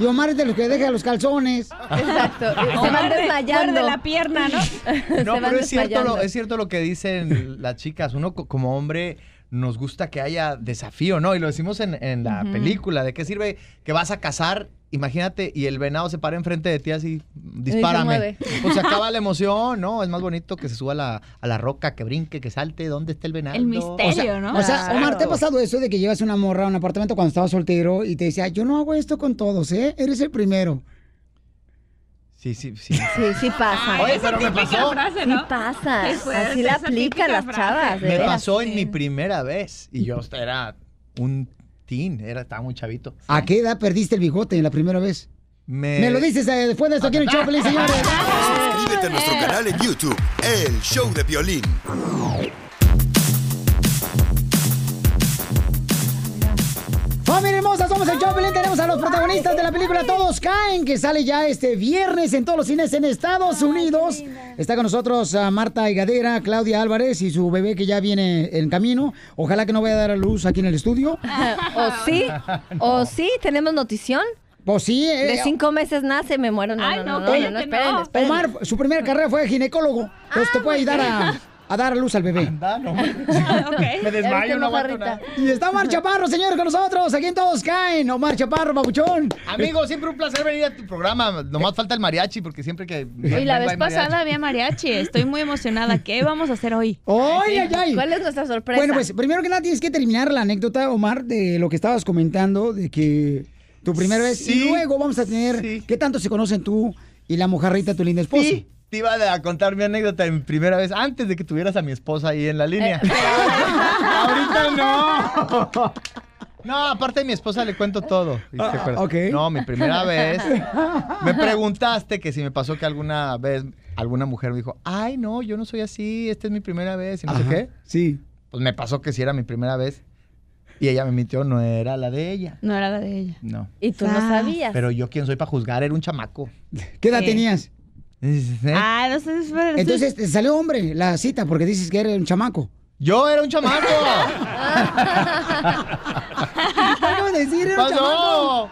[SPEAKER 2] Y Omar es de los que deja los calzones.
[SPEAKER 25] Exacto. Se van
[SPEAKER 2] Muerde-
[SPEAKER 25] desmayando.
[SPEAKER 2] muerde
[SPEAKER 25] la pierna, ¿no?
[SPEAKER 26] No, pero es cierto, lo, es cierto lo que dicen las chicas. Uno co- como hombre nos gusta que haya desafío, ¿no? Y lo decimos en, en la
[SPEAKER 25] Ujú.
[SPEAKER 26] película. ¿De qué sirve que vas a cazar? Imagínate, y el venado se para enfrente de ti así, dispárame.
[SPEAKER 25] mueve.
[SPEAKER 26] Pues se acaba la emoción, ¿no? Es más bonito que se suba a la, a la roca, que brinque, que salte. ¿Dónde está el venado?
[SPEAKER 25] El misterio,
[SPEAKER 2] O sea, o sea, Omar, ¿te ha pasado eso de que llevas una morra a un apartamento cuando estabas soltero y te decía, yo no hago esto con todos, ¿eh? Eres el primero?
[SPEAKER 26] Sí, sí, sí.
[SPEAKER 25] Sí, sí pasa.
[SPEAKER 26] Ay, Oye, esa pero me típica pasó. frase, ¿no?
[SPEAKER 25] Sí pasa.
[SPEAKER 9] Qué fuerte,
[SPEAKER 25] Así la
[SPEAKER 9] esa
[SPEAKER 25] aplican
[SPEAKER 9] típica
[SPEAKER 25] las
[SPEAKER 9] frase.
[SPEAKER 25] chavas. de
[SPEAKER 26] Me
[SPEAKER 25] veras.
[SPEAKER 26] pasó en mi primera vez. Y yo hasta era un teen, era, estaba muy chavito.
[SPEAKER 2] ¿A qué edad perdiste el bigote la primera vez?
[SPEAKER 26] Me,
[SPEAKER 2] lo dices eh, después de esto aquí en el show, feliz, señores.
[SPEAKER 5] Suscríbete a nuestro canal en YouTube, El Show de Violín.
[SPEAKER 2] ¡Familia hermosa! Somos el Choplin. Tenemos a los protagonistas de la película Todos Caen, que sale ya este viernes en todos los cines en Estados Unidos. Está con nosotros ah, Marta Higadera, Claudia Álvarez y su bebé que ya viene en camino. Ojalá que no vaya a dar a luz aquí en el estudio.
[SPEAKER 25] Ah, o sí, o sí, tenemos notición.
[SPEAKER 2] Pues sí. eh,
[SPEAKER 25] De cinco meses nace, me muero. No, no, no, no, no, no, esperen, esperen.
[SPEAKER 2] Omar, su primera carrera fue ginecólogo. Entonces te puede ayudar a, a dar a luz al bebé.
[SPEAKER 27] Eh,
[SPEAKER 26] Me desmayo, no aguanto nada.
[SPEAKER 2] Y está Omar Chaparro, señor, con nosotros. Aquí en todos caen. Omar Chaparro, babuchón.
[SPEAKER 26] Amigo, siempre un placer venir a tu programa. Nomás falta el mariachi, porque siempre que.
[SPEAKER 27] Y la vez pasada había mariachi. Estoy muy emocionada. ¿Qué vamos a hacer hoy?
[SPEAKER 2] ¡Ay, ay, ay!
[SPEAKER 25] ¿Cuál es nuestra sorpresa?
[SPEAKER 2] Bueno, pues primero que nada tienes que terminar la anécdota, Omar, de lo que estabas comentando, de que tu primera vez.
[SPEAKER 26] Sí.
[SPEAKER 2] Y luego vamos a tener qué tanto se conocen tú y la mojarrita, tu linda esposa.
[SPEAKER 26] Sí, te iba a contar mi anécdota en primera vez antes de que tuvieras a mi esposa ahí
[SPEAKER 27] Eh,
[SPEAKER 26] en la línea. Ahorita no. Ah, No, aparte de mi esposa le cuento todo. y te acuerdas. No, mi primera vez. Me preguntaste que si me pasó que alguna vez alguna mujer me dijo, ay, no, yo no soy así, esta es mi primera vez ¿eh? y no sé
[SPEAKER 2] Ajá,
[SPEAKER 26] qué.
[SPEAKER 2] Sí.
[SPEAKER 26] Pues me pasó que si era mi primera vez y ella me mintió, no era la de ella.
[SPEAKER 27] No era la de ella.
[SPEAKER 26] No.
[SPEAKER 25] Y tú no
[SPEAKER 27] Ah.
[SPEAKER 6] Ah,
[SPEAKER 25] sabías.
[SPEAKER 26] Pero yo, ¿quién soy para juzgar? Era un chamaco.
[SPEAKER 2] ¿Qué edad
[SPEAKER 26] Sí.
[SPEAKER 2] tenías?
[SPEAKER 27] Ah, no sé.
[SPEAKER 2] Entonces te salió hombre la cita porque dices que era un chamaco.
[SPEAKER 26] Yo era un chamaco.
[SPEAKER 2] Acabo de decir, era un
[SPEAKER 9] Pasó.
[SPEAKER 2] chamaco.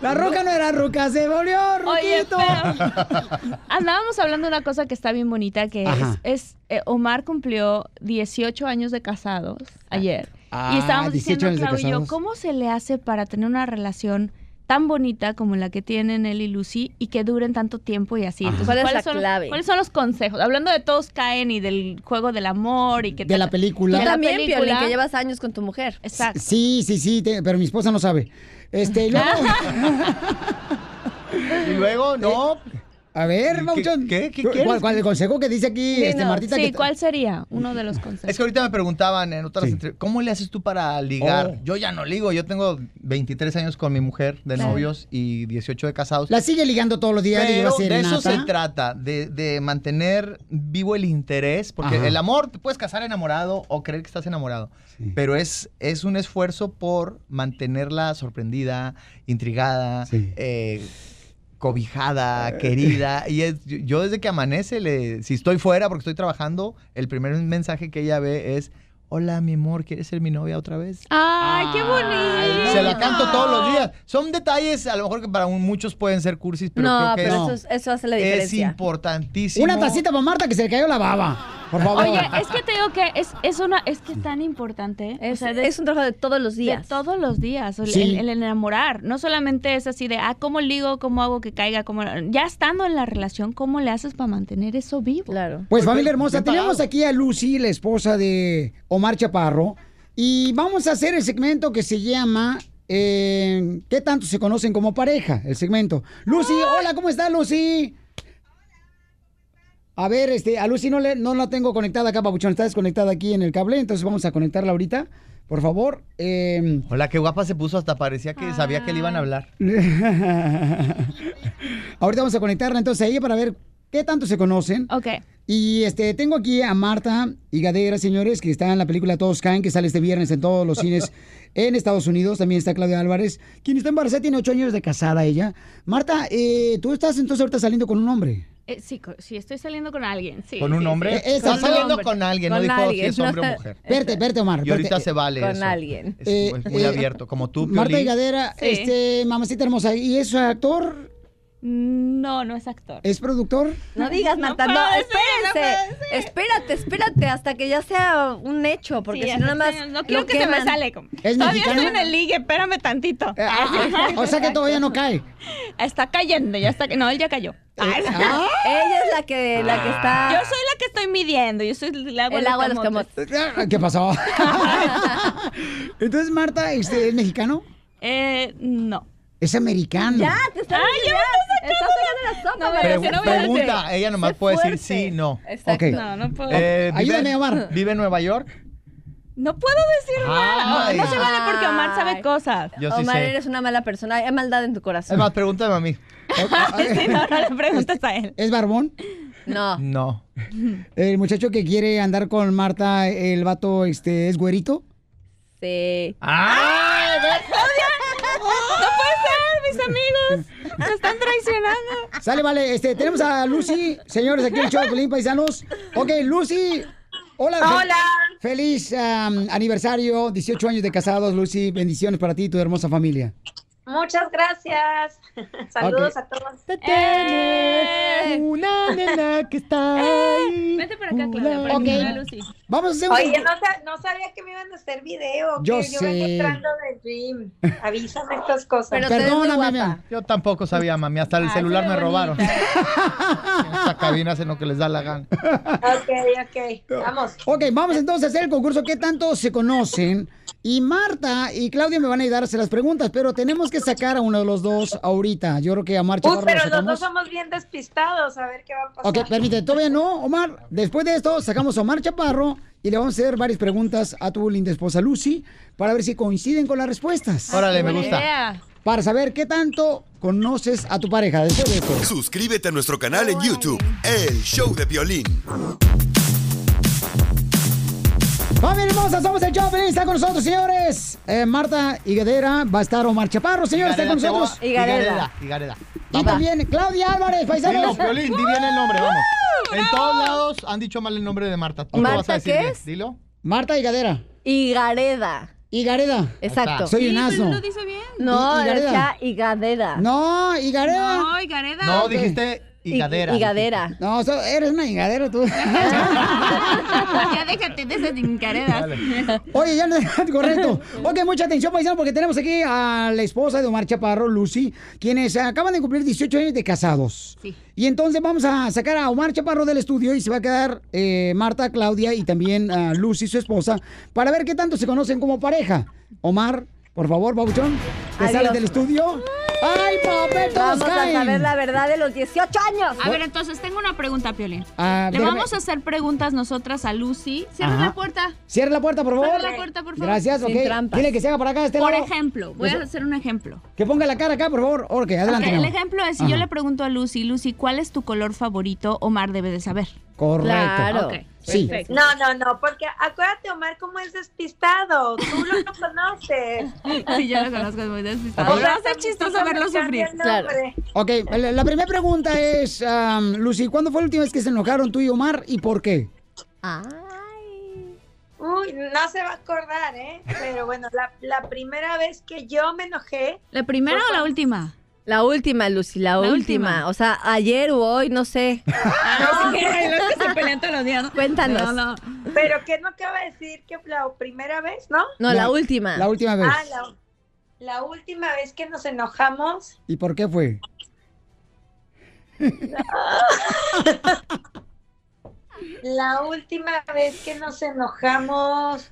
[SPEAKER 2] La roca no era roca, se volvió
[SPEAKER 27] Oye,
[SPEAKER 2] roquito.
[SPEAKER 27] pero andábamos hablando de una cosa que está bien bonita, que es,
[SPEAKER 2] Ajá.
[SPEAKER 27] es, eh, Omar cumplió 18 años de casados ayer.
[SPEAKER 2] Ah,
[SPEAKER 27] y estábamos
[SPEAKER 2] 18
[SPEAKER 27] diciendo,
[SPEAKER 2] años de
[SPEAKER 27] Clau y yo,
[SPEAKER 2] casados.
[SPEAKER 27] ¿cómo se le hace para tener una relación tan bonita como la que tienen él y Lucy y que duren tanto tiempo y así?
[SPEAKER 25] Ajá.
[SPEAKER 27] Entonces,
[SPEAKER 25] ¿Cuál es
[SPEAKER 27] ¿cuáles
[SPEAKER 25] la
[SPEAKER 27] son,
[SPEAKER 25] clave?
[SPEAKER 27] ¿Cuáles son los consejos? Hablando de todos caen y del juego del amor y que...
[SPEAKER 2] De la película.
[SPEAKER 25] Tú
[SPEAKER 27] De la
[SPEAKER 25] también,
[SPEAKER 27] película.
[SPEAKER 25] Piolín, que llevas años con tu mujer. Exacto.
[SPEAKER 2] Sí, sí, sí, te- pero mi esposa no sabe. Este, y luego.
[SPEAKER 26] y luego, no.
[SPEAKER 2] Eh, A ver, Mauchón.
[SPEAKER 26] qué- qué
[SPEAKER 2] ¿cu-
[SPEAKER 26] quieres?
[SPEAKER 2] ¿Cuál, cuál es el consejo que dice aquí este, Martita?
[SPEAKER 27] sí,
[SPEAKER 2] que-
[SPEAKER 27] ¿cuál sería uno de los consejos?
[SPEAKER 26] Es que ahorita me preguntaban en otras entrevistas, ¿cómo le haces tú para ligar?
[SPEAKER 2] Oh.
[SPEAKER 26] Yo ya no ligo, yo tengo 23 años con mi mujer de
[SPEAKER 2] Claro.
[SPEAKER 26] novios y 18 de casados.
[SPEAKER 2] La sigue ligando todos los días. le lleva
[SPEAKER 26] Pero de eso
[SPEAKER 2] serenata.
[SPEAKER 26] se trata, de, de mantener vivo el interés, porque
[SPEAKER 2] Ajá.
[SPEAKER 26] el amor te puedes casar enamorado o creer que estás enamorado, pero es, es un esfuerzo por mantenerla sorprendida, intrigada, eh,
[SPEAKER 2] Eh.
[SPEAKER 26] cobijada, querida. Y es- yo, yo desde que amanece, le, si estoy fuera porque estoy trabajando, el primer mensaje que ella ve es, hola mi amor, ¿quieres ser mi novia otra vez?
[SPEAKER 27] ¡Ay, qué bonito!
[SPEAKER 26] Se la canto todos los días. Son detalles, a lo mejor que para un- muchos pueden ser cursis, pero
[SPEAKER 25] no,
[SPEAKER 26] creo que
[SPEAKER 25] pero
[SPEAKER 26] es-
[SPEAKER 25] eso, es- eso hace la
[SPEAKER 26] es
[SPEAKER 25] diferencia.
[SPEAKER 26] importantísimo.
[SPEAKER 2] Una tacita para Marta que se le cayó la baba. Por favor.
[SPEAKER 27] Oye, es que te digo que es, es una es que es tan importante.
[SPEAKER 25] Es- es un trabajo de todos los días.
[SPEAKER 27] De todos los días. El,
[SPEAKER 25] Sí.
[SPEAKER 27] el- el enamorar. No solamente es así de, ah, ¿cómo ligo? ¿Cómo hago que caiga? ¿Cómo... Ya estando en la relación, ¿cómo le haces para mantener eso vivo?
[SPEAKER 25] Claro.
[SPEAKER 2] Pues familia hermosa, tenemos aquí a Lucy, la esposa de Omar Chaparro, y vamos a hacer el segmento que se llama eh, ¿Qué tanto se conocen como pareja? El segmento. Lucy, hola, ¿cómo está Lucy? A ver, este, a Lucy no, le, no la tengo conectada acá, Papuchón, está desconectada aquí en el cable, entonces vamos a conectarla ahorita. Por favor. eh,
[SPEAKER 26] Hola, qué guapa se puso, hasta parecía que sabía que le iban a hablar.
[SPEAKER 2] Ahorita vamos a conectarla entonces a ella para ver qué tanto se conocen.
[SPEAKER 27] Ok.
[SPEAKER 2] Y este, tengo aquí a Marta Higadera, señores, que está en la película Todos Caen, que sale este viernes en todos los cines en Estados Unidos. También está Claudia Álvarez, quien está embarazada, tiene ocho años de casada ella. Marta, eh, tú estás entonces ahorita saliendo con un hombre.
[SPEAKER 27] Eh, sí, co- sí, estoy saliendo con alguien. Sí,
[SPEAKER 26] ¿Con un
[SPEAKER 27] sí,
[SPEAKER 26] hombre?
[SPEAKER 27] sí.
[SPEAKER 26] Eh, Está
[SPEAKER 27] Con un
[SPEAKER 26] saliendo
[SPEAKER 27] hombre.
[SPEAKER 26] con alguien, no Con dijo si alguien. es hombre o mujer.
[SPEAKER 2] Verte, verte, Omar.
[SPEAKER 26] Y ahorita
[SPEAKER 2] verte.
[SPEAKER 26] se vale eso. Es, es muy
[SPEAKER 2] eh,
[SPEAKER 26] abierto, como tú,
[SPEAKER 2] Marta
[SPEAKER 26] Piolín.
[SPEAKER 2] Higadera,
[SPEAKER 27] Sí.
[SPEAKER 2] este, mamacita hermosa, ¿y es actor?
[SPEAKER 27] No, no es actor.
[SPEAKER 2] ¿Es productor?
[SPEAKER 25] No digas,
[SPEAKER 27] No
[SPEAKER 25] Marta, no,
[SPEAKER 27] puede ser, no
[SPEAKER 25] espérense. espérate, espérate hasta que ya sea un hecho, porque
[SPEAKER 27] Sí,
[SPEAKER 25] si no nada
[SPEAKER 27] no
[SPEAKER 25] más.
[SPEAKER 27] sé, no quiero que se me sale como-
[SPEAKER 25] Es
[SPEAKER 27] Todavía
[SPEAKER 25] mexicana.
[SPEAKER 27] estoy en el ligue, espérame tantito.
[SPEAKER 26] Eh, ah,
[SPEAKER 2] o sea que todavía no cae.
[SPEAKER 27] Está cayendo, ya está. No, él ya cayó.
[SPEAKER 26] Eh,
[SPEAKER 25] ah. Ella es la que, la que está-
[SPEAKER 27] Yo soy la que estoy midiendo. Yo soy la agua
[SPEAKER 25] El agua de los
[SPEAKER 2] Ah, ¿Qué pasó? Entonces, Marta, este, ¿es mexicano?
[SPEAKER 27] Eh, no.
[SPEAKER 2] Es americano.
[SPEAKER 25] te estás
[SPEAKER 27] Ay, yo me estoy
[SPEAKER 25] la
[SPEAKER 27] sacando.
[SPEAKER 25] sopa,
[SPEAKER 27] No,
[SPEAKER 26] Pre-
[SPEAKER 27] pero si no voy a
[SPEAKER 26] pregunta,
[SPEAKER 27] decir-
[SPEAKER 26] ella nomás
[SPEAKER 27] Sé
[SPEAKER 26] puede decir
[SPEAKER 27] fuerte.
[SPEAKER 26] sí, no.
[SPEAKER 27] Exacto. Ok. No, no puedo.
[SPEAKER 26] Eh, vive-
[SPEAKER 27] Ayúdame, Omar.
[SPEAKER 26] ¿Vive en Nueva York?
[SPEAKER 27] No puedo decir nada.
[SPEAKER 26] Ay.
[SPEAKER 27] No, no se vale porque Omar sabe
[SPEAKER 25] Ay.
[SPEAKER 27] cosas.
[SPEAKER 26] Yo sí
[SPEAKER 25] Omar,
[SPEAKER 26] sé.
[SPEAKER 25] eres una mala persona. Hay maldad en tu
[SPEAKER 26] Es
[SPEAKER 25] corazón.
[SPEAKER 26] más, pregúntame a mí.
[SPEAKER 25] Ah,
[SPEAKER 27] Sí, no, no le preguntas a él.
[SPEAKER 2] ¿Es barbón?
[SPEAKER 25] No.
[SPEAKER 26] No.
[SPEAKER 2] El muchacho que quiere andar con Marta, el vato, este, ¿es güerito?
[SPEAKER 25] Sí.
[SPEAKER 26] ¡Ay,
[SPEAKER 27] No puede ser, mis amigos. Me están traicionando.
[SPEAKER 2] Sale, vale, este, tenemos a Lucy, señores, aquí en el show de Pelín Paisanos. Ok, Lucy, hola. fe-
[SPEAKER 28] Hola.
[SPEAKER 2] Feliz am, aniversario, 18 años de casados, Lucy. Bendiciones para ti y tu hermosa familia.
[SPEAKER 28] Muchas gracias. Saludos a todos.
[SPEAKER 2] Una
[SPEAKER 26] Eh,
[SPEAKER 2] nena que está
[SPEAKER 28] Eh,
[SPEAKER 2] ahí.
[SPEAKER 28] Vete para acá,
[SPEAKER 2] Claudia, para que Ok. vea Lucy. Vamos a hacer un-
[SPEAKER 28] Oye, no, sa- no sabía que me iban a hacer video.
[SPEAKER 26] Yo
[SPEAKER 28] que Yo vengo
[SPEAKER 26] sé.
[SPEAKER 28] entrando del gym. Avísame estas cosas.
[SPEAKER 26] mami. Yo tampoco sabía, mami. Hasta el celular me robaron. Esta cabina hace lo que les da la gana.
[SPEAKER 28] Ok, ok. Vamos.
[SPEAKER 2] Ok, vamos entonces a hacer el concurso. ¿Qué tanto se conocen? Y Marta y Claudia me van a ayudar a hacer las preguntas, pero tenemos que sacar a uno de los dos ahorita. Yo creo que a Marta
[SPEAKER 28] Uy, pero los dos somos bien despistados. A ver qué va a pasar.
[SPEAKER 2] Ok, permíteme, todavía no, Omar. Después de esto, sacamos a Omar Chaparro y le vamos a hacer varias preguntas a tu linda esposa Lucy para ver si coinciden con las respuestas.
[SPEAKER 26] Ah, Órale,
[SPEAKER 5] me gusta.
[SPEAKER 2] Para saber qué tanto conoces a tu pareja después de esto.
[SPEAKER 5] Suscríbete a nuestro canal en YouTube, El Show de Violín.
[SPEAKER 2] ¡Familia hermosa! Somos el Choplin, está con nosotros, señores. Eh, Marta Higadera, va a estar Omar Chaparro, señores, está con
[SPEAKER 26] Higareda, te
[SPEAKER 2] nosotros.
[SPEAKER 26] voy a- Higareda. Higareda.
[SPEAKER 2] Y también Claudia Álvarez,
[SPEAKER 26] Dilo,
[SPEAKER 2] paisanos.
[SPEAKER 26] Piolín, di bien el nombre, vamos. En todos lados han dicho mal el nombre de Marta. Tú lo vas a
[SPEAKER 25] ¿Marta
[SPEAKER 26] decir
[SPEAKER 25] qué
[SPEAKER 26] bien.
[SPEAKER 25] es?
[SPEAKER 26] Dilo.
[SPEAKER 2] Marta Higadera.
[SPEAKER 25] Higareda.
[SPEAKER 2] Higareda.
[SPEAKER 25] Exacto.
[SPEAKER 2] Soy un asno.
[SPEAKER 25] bien. No,
[SPEAKER 2] Hi- Higareda.
[SPEAKER 25] era Higadera.
[SPEAKER 2] No, Higareda.
[SPEAKER 25] No,
[SPEAKER 27] Higareda.
[SPEAKER 26] No, dijiste higadera.
[SPEAKER 25] Higadera.
[SPEAKER 2] No, so- eres una higadera tú.
[SPEAKER 27] Ya déjate de esas encaredas.
[SPEAKER 2] Oye, ya no correcto. Ok, mucha atención, paisano, porque tenemos aquí a la esposa de Omar Chaparro, Lucy, quienes acaban de cumplir 18 años de casados.
[SPEAKER 27] Sí.
[SPEAKER 2] Y entonces vamos a sacar a Omar Chaparro del estudio y se va a quedar eh, Marta, Claudia y también a Lucy, su esposa, para ver qué tanto se conocen como pareja. Omar, por favor, Babuchón, te
[SPEAKER 25] Adiós.
[SPEAKER 2] sales del estudio. ¡Ay, papel, todos
[SPEAKER 25] Vamos a
[SPEAKER 2] caen!
[SPEAKER 25] saber la verdad de los 18 años.
[SPEAKER 27] A ver, entonces tengo una pregunta, Piolín.
[SPEAKER 2] Ah,
[SPEAKER 27] Le
[SPEAKER 2] espérame.
[SPEAKER 27] vamos a hacer preguntas nosotras a Lucy. Cierra
[SPEAKER 2] Ajá.
[SPEAKER 27] la puerta.
[SPEAKER 2] Cierra la puerta, por favor.
[SPEAKER 27] Cierra la puerta, por favor.
[SPEAKER 2] Gracias, ok.
[SPEAKER 27] Sin trampas.
[SPEAKER 2] Dile que se haga para acá de este
[SPEAKER 27] Por
[SPEAKER 2] lado.
[SPEAKER 27] ejemplo, voy a hacer un ejemplo.
[SPEAKER 2] Que ponga la cara acá, por favor. Ok, adelante.
[SPEAKER 27] Ok,
[SPEAKER 2] mi
[SPEAKER 27] el
[SPEAKER 2] amor.
[SPEAKER 27] ejemplo es si yo
[SPEAKER 2] Ajá.
[SPEAKER 27] le pregunto a Lucy, Lucy, ¿cuál es tu color favorito? Omar debe de saber.
[SPEAKER 2] Correcto.
[SPEAKER 27] Ok,
[SPEAKER 2] Sí.
[SPEAKER 27] perfecto.
[SPEAKER 28] No, no, no, porque acuérdate, Omar, cómo es despistado. Tú lo conoces.
[SPEAKER 27] Sí, yo lo conozco, es muy despistado. Pero hace chistoso verlo sufrir.
[SPEAKER 2] Ok, la, la primera pregunta es, am, Lucy, ¿cuándo fue la última vez que se enojaron tú y Omar y por qué?
[SPEAKER 25] Ah.
[SPEAKER 28] Uy, no se va a acordar, ¿eh? Pero bueno, la, la primera vez que yo me enojé.
[SPEAKER 27] ¿La primera o la última?
[SPEAKER 25] La última, Lucy, la, última. O sea, ayer o hoy, no sé.
[SPEAKER 28] Ah,
[SPEAKER 27] los que se pelean todos los días, ¿no?
[SPEAKER 25] Cuéntanos.
[SPEAKER 27] No, no.
[SPEAKER 28] Pero que no acaba de decir que la primera vez, ¿no?
[SPEAKER 25] No, la La- última. la última vez.
[SPEAKER 28] Ah, la, la última vez que nos enojamos.
[SPEAKER 2] ¿Y por qué fue?
[SPEAKER 28] La última vez que nos enojamos.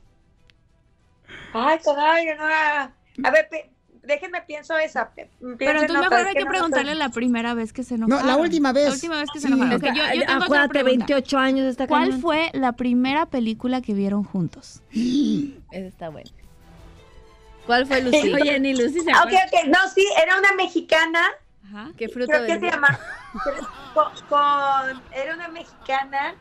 [SPEAKER 28] Ay, caray, no. A ver, pe- déjenme pienso esa. pe- pienso
[SPEAKER 27] Pero
[SPEAKER 28] en
[SPEAKER 27] entonces
[SPEAKER 28] otra,
[SPEAKER 27] mejor
[SPEAKER 28] es
[SPEAKER 27] hay que
[SPEAKER 28] no me
[SPEAKER 27] preguntarle
[SPEAKER 28] acuerdo.
[SPEAKER 27] la primera vez que se enojaron.
[SPEAKER 2] la última vez.
[SPEAKER 27] La última vez que se
[SPEAKER 2] Sí.
[SPEAKER 27] enojaron. Ok,
[SPEAKER 2] Está-
[SPEAKER 27] yo, yo tengo otra
[SPEAKER 25] Acuérdate,
[SPEAKER 27] pregunta.
[SPEAKER 25] 28 años está
[SPEAKER 27] ¿Cuál
[SPEAKER 25] cañón.
[SPEAKER 27] fue la primera película que vieron juntos?
[SPEAKER 25] Esa está buena. ¿Cuál fue Lucy? Oye, ni Lucy se
[SPEAKER 28] Ah, Ok,
[SPEAKER 25] acuerda.
[SPEAKER 28] ok. No, sí, era una mexicana.
[SPEAKER 25] ¿Qué fruto
[SPEAKER 28] Creo que se
[SPEAKER 25] vendía?
[SPEAKER 28] llama. con, con- era una mexicana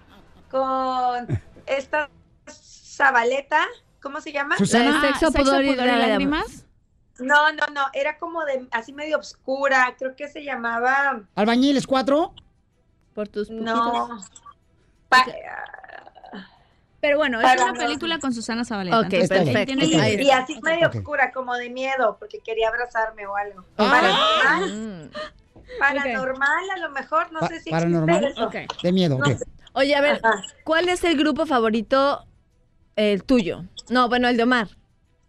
[SPEAKER 28] con esta Zabaleta. ¿Cómo se llama?
[SPEAKER 25] Susana. La de Sexo, Pudor y Lágrimas.
[SPEAKER 28] No, no, no. Era como de así medio oscura. Creo que se llamaba.
[SPEAKER 2] ¿Albañiles 4?
[SPEAKER 25] Por tus
[SPEAKER 28] No.
[SPEAKER 25] pujitos.
[SPEAKER 28] Pa-
[SPEAKER 27] Pero bueno, es
[SPEAKER 28] Para
[SPEAKER 27] una
[SPEAKER 28] los-
[SPEAKER 27] película con Susana Zabaleta.
[SPEAKER 25] Ok,
[SPEAKER 27] entonces,
[SPEAKER 25] perfecto.
[SPEAKER 27] ahí tiene
[SPEAKER 28] Y,
[SPEAKER 27] la-
[SPEAKER 28] y así medio
[SPEAKER 27] Ok.
[SPEAKER 28] oscura, como de miedo, porque quería abrazarme o algo.
[SPEAKER 2] Ah.
[SPEAKER 28] Paranormal. Paranormal, a lo mejor, no
[SPEAKER 2] Pa-
[SPEAKER 28] sé si
[SPEAKER 2] ¿Paranormal?
[SPEAKER 28] existe eso.
[SPEAKER 2] De miedo, ok.
[SPEAKER 25] Oye, a ver, ¿cuál es el grupo favorito eh, el tuyo? No, bueno, el de Omar.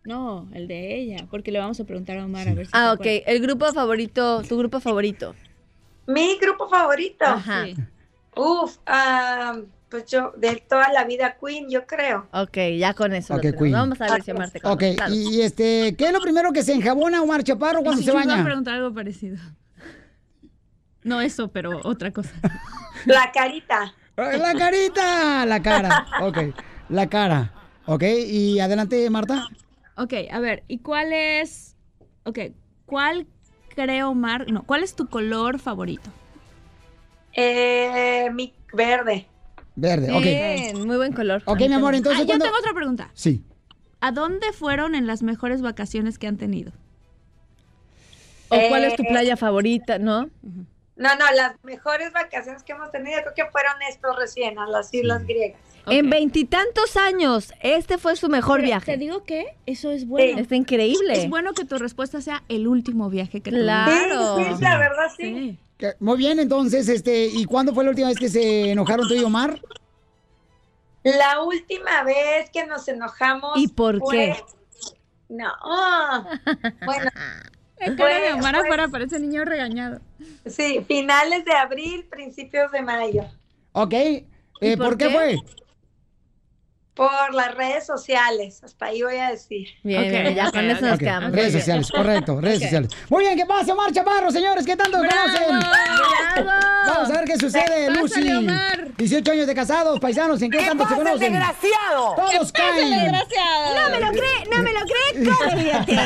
[SPEAKER 27] No, el de ella, porque le vamos a preguntar a Omar a ver si
[SPEAKER 25] Ah,
[SPEAKER 27] se
[SPEAKER 25] ok.
[SPEAKER 27] acuerda.
[SPEAKER 25] El grupo favorito, tu grupo favorito.
[SPEAKER 28] Mi grupo favorito.
[SPEAKER 25] Ajá.
[SPEAKER 28] Uf, ah, pues yo, de toda la vida Queen, yo creo.
[SPEAKER 25] Ok, ya con eso. lo
[SPEAKER 2] Ok,
[SPEAKER 25] tenemos.
[SPEAKER 2] Queen.
[SPEAKER 25] Vamos a ver si Omar te
[SPEAKER 2] Ok,
[SPEAKER 25] conoce. Claro.
[SPEAKER 2] y, y este, ¿qué es lo primero que se enjabona Omar Chaparro cuando
[SPEAKER 27] Sí,
[SPEAKER 2] se
[SPEAKER 27] yo iba a
[SPEAKER 2] baña?
[SPEAKER 27] preguntar algo parecido. No eso, pero otra cosa.
[SPEAKER 28] La carita.
[SPEAKER 2] Eh, La carita, la cara, ok, la cara, ok, y adelante Marta.
[SPEAKER 27] Ok, a ver, ¿y cuál es? Ok, ¿cuál creo, Omar? No, ¿cuál es tu color favorito?
[SPEAKER 28] Eh, mi verde.
[SPEAKER 2] Verde, ok.
[SPEAKER 25] Bien, muy buen color.
[SPEAKER 2] Ok, mi amor,
[SPEAKER 27] Ah,
[SPEAKER 2] entonces
[SPEAKER 27] yo
[SPEAKER 2] cuando...
[SPEAKER 27] tengo otra pregunta.
[SPEAKER 2] Sí.
[SPEAKER 27] ¿A dónde fueron en las mejores vacaciones que han tenido?
[SPEAKER 25] ¿O cuál
[SPEAKER 27] Eh,
[SPEAKER 25] es tu playa favorita, no?
[SPEAKER 28] No, no, las mejores vacaciones que hemos tenido creo que fueron estos recién, a las Islas Griegas.
[SPEAKER 25] En veintitantos años, este fue su mejor viaje.
[SPEAKER 27] Te digo que eso es bueno.
[SPEAKER 25] Está increíble.
[SPEAKER 27] Es bueno que tu respuesta sea el último viaje que
[SPEAKER 25] Claro.
[SPEAKER 27] tuviste.
[SPEAKER 25] Sí, sí, la
[SPEAKER 28] verdad sí.
[SPEAKER 2] Que- Muy bien, entonces, este, ¿y cuándo fue la última vez que se enojaron tú y Omar?
[SPEAKER 28] La última vez que nos enojamos.
[SPEAKER 2] ¿Y por qué?
[SPEAKER 28] fue- No. ah, Bueno.
[SPEAKER 27] La cara de Omar afuera
[SPEAKER 28] parece niño regañado. Sí, finales de abril, principios de mayo.
[SPEAKER 2] Ok, eh,
[SPEAKER 28] ¿Y
[SPEAKER 2] ¿por,
[SPEAKER 28] por
[SPEAKER 2] qué,
[SPEAKER 28] qué?
[SPEAKER 2] fue?
[SPEAKER 28] Por las redes sociales, hasta ahí voy a decir.
[SPEAKER 25] Bien,
[SPEAKER 2] Ok.
[SPEAKER 25] bien, ya con eso nos
[SPEAKER 2] Ok,
[SPEAKER 25] quedamos.
[SPEAKER 2] Redes
[SPEAKER 25] Muy bien.
[SPEAKER 2] sociales, correcto, redes
[SPEAKER 25] Ok.
[SPEAKER 2] sociales. Muy bien, ¿qué pasa, Omar Chaparro, señores? ¿Qué tanto conocen? Vamos a ver qué sucede,
[SPEAKER 25] Pásale,
[SPEAKER 2] Lucy.
[SPEAKER 25] Omar.
[SPEAKER 2] 18 años de casados, paisanos, ¿en qué, tanto se conocen? Todos caen.
[SPEAKER 25] No me lo cree, no me lo cree, cállate.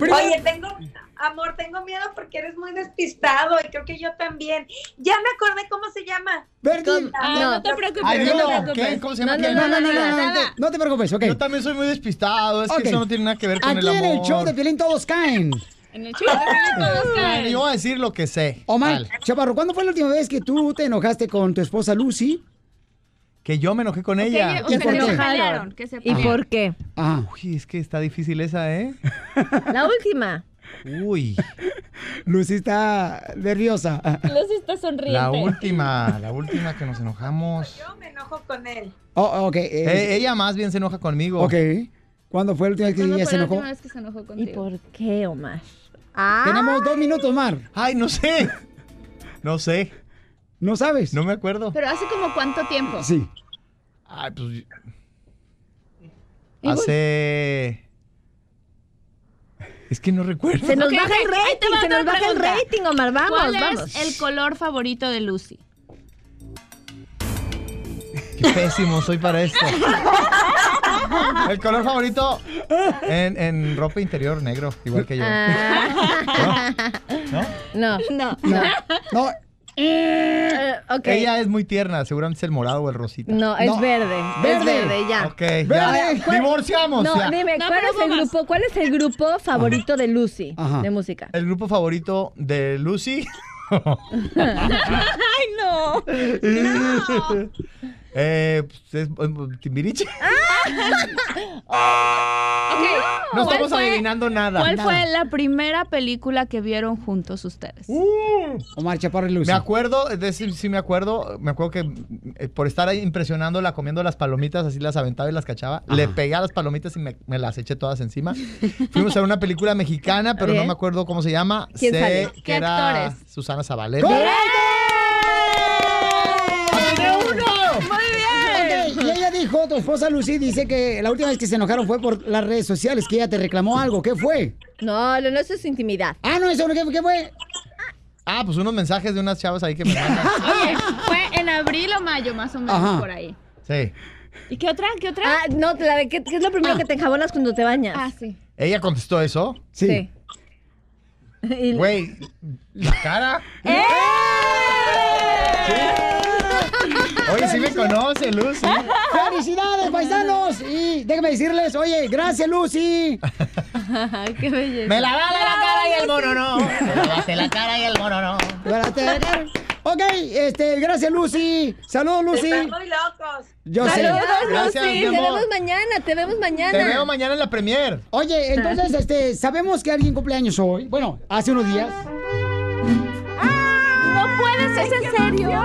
[SPEAKER 28] Oye, tengo, amor, tengo miedo porque eres muy despistado y creo que yo también. Ya me acordé cómo se llama.
[SPEAKER 2] Perdí.
[SPEAKER 28] Ah, no te preocupes,
[SPEAKER 26] Ay,
[SPEAKER 28] no te
[SPEAKER 26] no,
[SPEAKER 28] preocupes.
[SPEAKER 26] ¿qué? ¿Cómo se llama?
[SPEAKER 28] No, no,
[SPEAKER 26] ¿Quién?
[SPEAKER 28] no, no, no, no, no, no,
[SPEAKER 2] no te preocupes, ok.
[SPEAKER 26] Yo también soy muy despistado, es
[SPEAKER 2] Ok.
[SPEAKER 26] que eso no tiene nada que ver con
[SPEAKER 2] Aquí
[SPEAKER 26] el amor.
[SPEAKER 2] en el show de Piolín todos caen.
[SPEAKER 27] En el
[SPEAKER 26] show de Piolín todos caen. Yo voy a decir lo que sé.
[SPEAKER 2] Omar, Chaparro, ¿cuándo fue la última vez que tú te enojaste con tu esposa Lucy?
[SPEAKER 26] Que yo me enojé con ella.
[SPEAKER 27] o sea, que se pelearon, que se
[SPEAKER 25] ¿Y
[SPEAKER 27] pelearon.
[SPEAKER 25] por qué?
[SPEAKER 26] Ah. Uy, es que está difícil esa, ¿eh?
[SPEAKER 25] La última.
[SPEAKER 26] Uy.
[SPEAKER 2] Lucy está nerviosa.
[SPEAKER 27] Lucy está sonriente.
[SPEAKER 26] La última, la última que nos enojamos.
[SPEAKER 28] Me enojo con él.
[SPEAKER 2] Oh, ok.
[SPEAKER 26] Eh, ella más bien se enoja conmigo.
[SPEAKER 2] Ok. ¿Cuándo fue la última vez que ella se enojó?
[SPEAKER 27] vez que se enojó Ah.
[SPEAKER 25] ¿Y por qué, Omar?
[SPEAKER 2] Tenemos dos minutos, Omar.
[SPEAKER 26] Ay, no sé. No sé.
[SPEAKER 2] ¿No sabes?
[SPEAKER 26] No me acuerdo.
[SPEAKER 27] Pero hace como cuánto tiempo.
[SPEAKER 2] Sí.
[SPEAKER 26] Ay, pues.
[SPEAKER 27] Y bueno.
[SPEAKER 26] Hace. Es que no recuerdo.
[SPEAKER 25] Se nos
[SPEAKER 27] Ok,
[SPEAKER 25] baja
[SPEAKER 27] ok,
[SPEAKER 25] el
[SPEAKER 27] ahí te va
[SPEAKER 25] rating, se
[SPEAKER 27] otra
[SPEAKER 25] nos baja el
[SPEAKER 27] pregunta.
[SPEAKER 25] rating, Omar. Vamos,
[SPEAKER 27] ¿Cuál
[SPEAKER 25] vamos.
[SPEAKER 27] es el color favorito de Lucy?
[SPEAKER 26] Qué pésimo soy para esto. El color favorito en, en ropa interior negro, igual que yo.
[SPEAKER 25] Ah,
[SPEAKER 26] Ah.
[SPEAKER 25] No, no,
[SPEAKER 26] No.
[SPEAKER 25] no.
[SPEAKER 2] No.
[SPEAKER 25] Eh, ok.
[SPEAKER 26] Ella es muy tierna, seguramente es el morado o el rosita.
[SPEAKER 25] No, es verde.
[SPEAKER 26] Verde.
[SPEAKER 25] Es verde, ya.
[SPEAKER 26] Ok, ya.
[SPEAKER 25] Ahora, ¿cuál-
[SPEAKER 26] Divorciamos.
[SPEAKER 25] No,
[SPEAKER 26] ya.
[SPEAKER 25] dime,
[SPEAKER 27] No,
[SPEAKER 25] ¿cuál
[SPEAKER 27] pero
[SPEAKER 25] es el
[SPEAKER 27] vamos.
[SPEAKER 25] grupo? ¿Cuál es el grupo favorito de Lucy
[SPEAKER 26] Ajá.
[SPEAKER 25] de música?
[SPEAKER 26] El grupo favorito de Lucy.
[SPEAKER 25] Ay, no.
[SPEAKER 26] eh, pues, es eh, Timbiriche. No
[SPEAKER 27] ¿Cuál
[SPEAKER 26] estamos
[SPEAKER 27] fue-
[SPEAKER 26] adivinando nada.
[SPEAKER 27] ¿Cuál
[SPEAKER 26] Nada.
[SPEAKER 27] fue la primera película que vieron juntos ustedes?
[SPEAKER 2] Uh. Omar Chaparro y Lucy.
[SPEAKER 26] Me acuerdo, de ese sí me acuerdo, me acuerdo que eh, por estar ahí impresionándola comiendo las palomitas, así las aventaba y las cachaba, le pegué a las palomitas y me, me las eché todas encima. Fuimos a ver una película mexicana, pero no
[SPEAKER 25] Bien.
[SPEAKER 26] me acuerdo cómo se llama.
[SPEAKER 25] ¿Quién
[SPEAKER 26] sé
[SPEAKER 25] sale?
[SPEAKER 26] que
[SPEAKER 25] ¿Qué
[SPEAKER 26] era
[SPEAKER 25] actores?
[SPEAKER 26] Susana Zabaleta.
[SPEAKER 25] ¡Correcto!
[SPEAKER 2] Ok, Y ella dijo, tu esposa Lucy dice que la última vez que se enojaron fue por las redes sociales, que ella te reclamó algo. ¿Qué fue?
[SPEAKER 25] No, lo nuestro es intimidad.
[SPEAKER 2] Ah, no, eso no, ¿qué, qué fue?
[SPEAKER 26] Ah, pues unos mensajes de unas chavas ahí que me mandan.
[SPEAKER 27] Oye, fue en abril o mayo, más o menos,
[SPEAKER 26] Ajá.
[SPEAKER 27] por ahí.
[SPEAKER 26] Sí.
[SPEAKER 25] ¿Y qué otra? ¿Qué otra? Ah, no, la de qué, qué es lo primero que te enjabonas cuando te bañas. Ah, sí.
[SPEAKER 26] ¿Ella contestó eso?
[SPEAKER 25] Sí.
[SPEAKER 26] Güey, la cara. Oye, sí me conoce, Lucy.
[SPEAKER 2] ¡Felicidades, paisanos! Y déjame decirles, oye, gracias, Lucy.
[SPEAKER 25] ¡Qué belleza!
[SPEAKER 26] Me lavaste la cara y el mono no. Me lavaste la cara y el mono no.
[SPEAKER 2] Ok, este, gracias, Lucy. Saludos, Lucy.
[SPEAKER 28] Están muy locos.
[SPEAKER 2] Yo sé.
[SPEAKER 25] Saludos,
[SPEAKER 26] Gracias,
[SPEAKER 25] Lucy.
[SPEAKER 26] mi amor.
[SPEAKER 25] Te vemos mañana, te vemos mañana.
[SPEAKER 26] Te veo mañana en la premier.
[SPEAKER 2] Oye, entonces, este, sabemos que alguien cumpleaños hoy. Bueno, hace unos días.
[SPEAKER 25] No puedes, es en serio.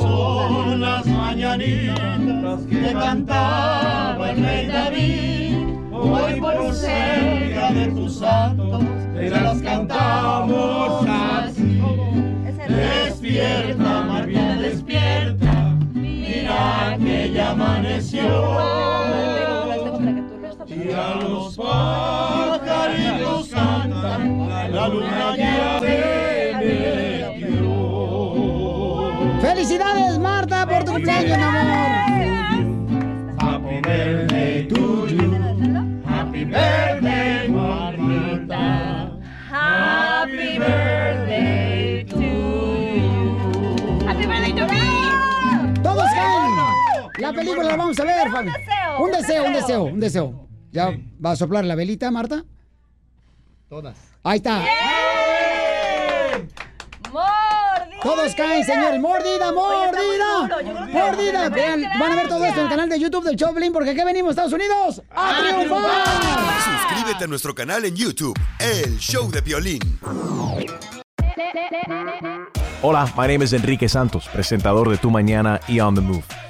[SPEAKER 9] Son las mañanitas que cantaba el rey David. Hoy por ausencia de tus santos, te las cantamos así. Despierta, María, despierta. Mira que ya amaneció. Y a los pajaritos cantan, la luna ya se metió.
[SPEAKER 2] ¡Felicidades, Marta, por tu cumpleaños, mi amor!
[SPEAKER 9] Happy birthday to you. Happy birthday, Marita. Happy birthday to you.
[SPEAKER 25] Happy birthday to
[SPEAKER 2] ¡Todos caen! La película la vamos a ver, Fabi.
[SPEAKER 25] deseo,
[SPEAKER 2] Un
[SPEAKER 25] un
[SPEAKER 2] deseo, un
[SPEAKER 25] deseo.
[SPEAKER 2] deseo, un deseo. ¿Ya va a soplar la velita, Marta?
[SPEAKER 26] Todas.
[SPEAKER 2] Ahí está.
[SPEAKER 25] ¡Mordida!
[SPEAKER 2] Todos caen, señores. ¡Mordida, mordida! ¡Mordida! Vean, van a ver todo esto en el canal de YouTube del Choplin porque aquí venimos, Estados Unidos, a triunfar.
[SPEAKER 5] Suscríbete a nuestro canal en YouTube, El Show de Violín.
[SPEAKER 15] Hola, my name is Enrique Santos, presentador de Tu Mañana y On the Move.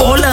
[SPEAKER 16] Hola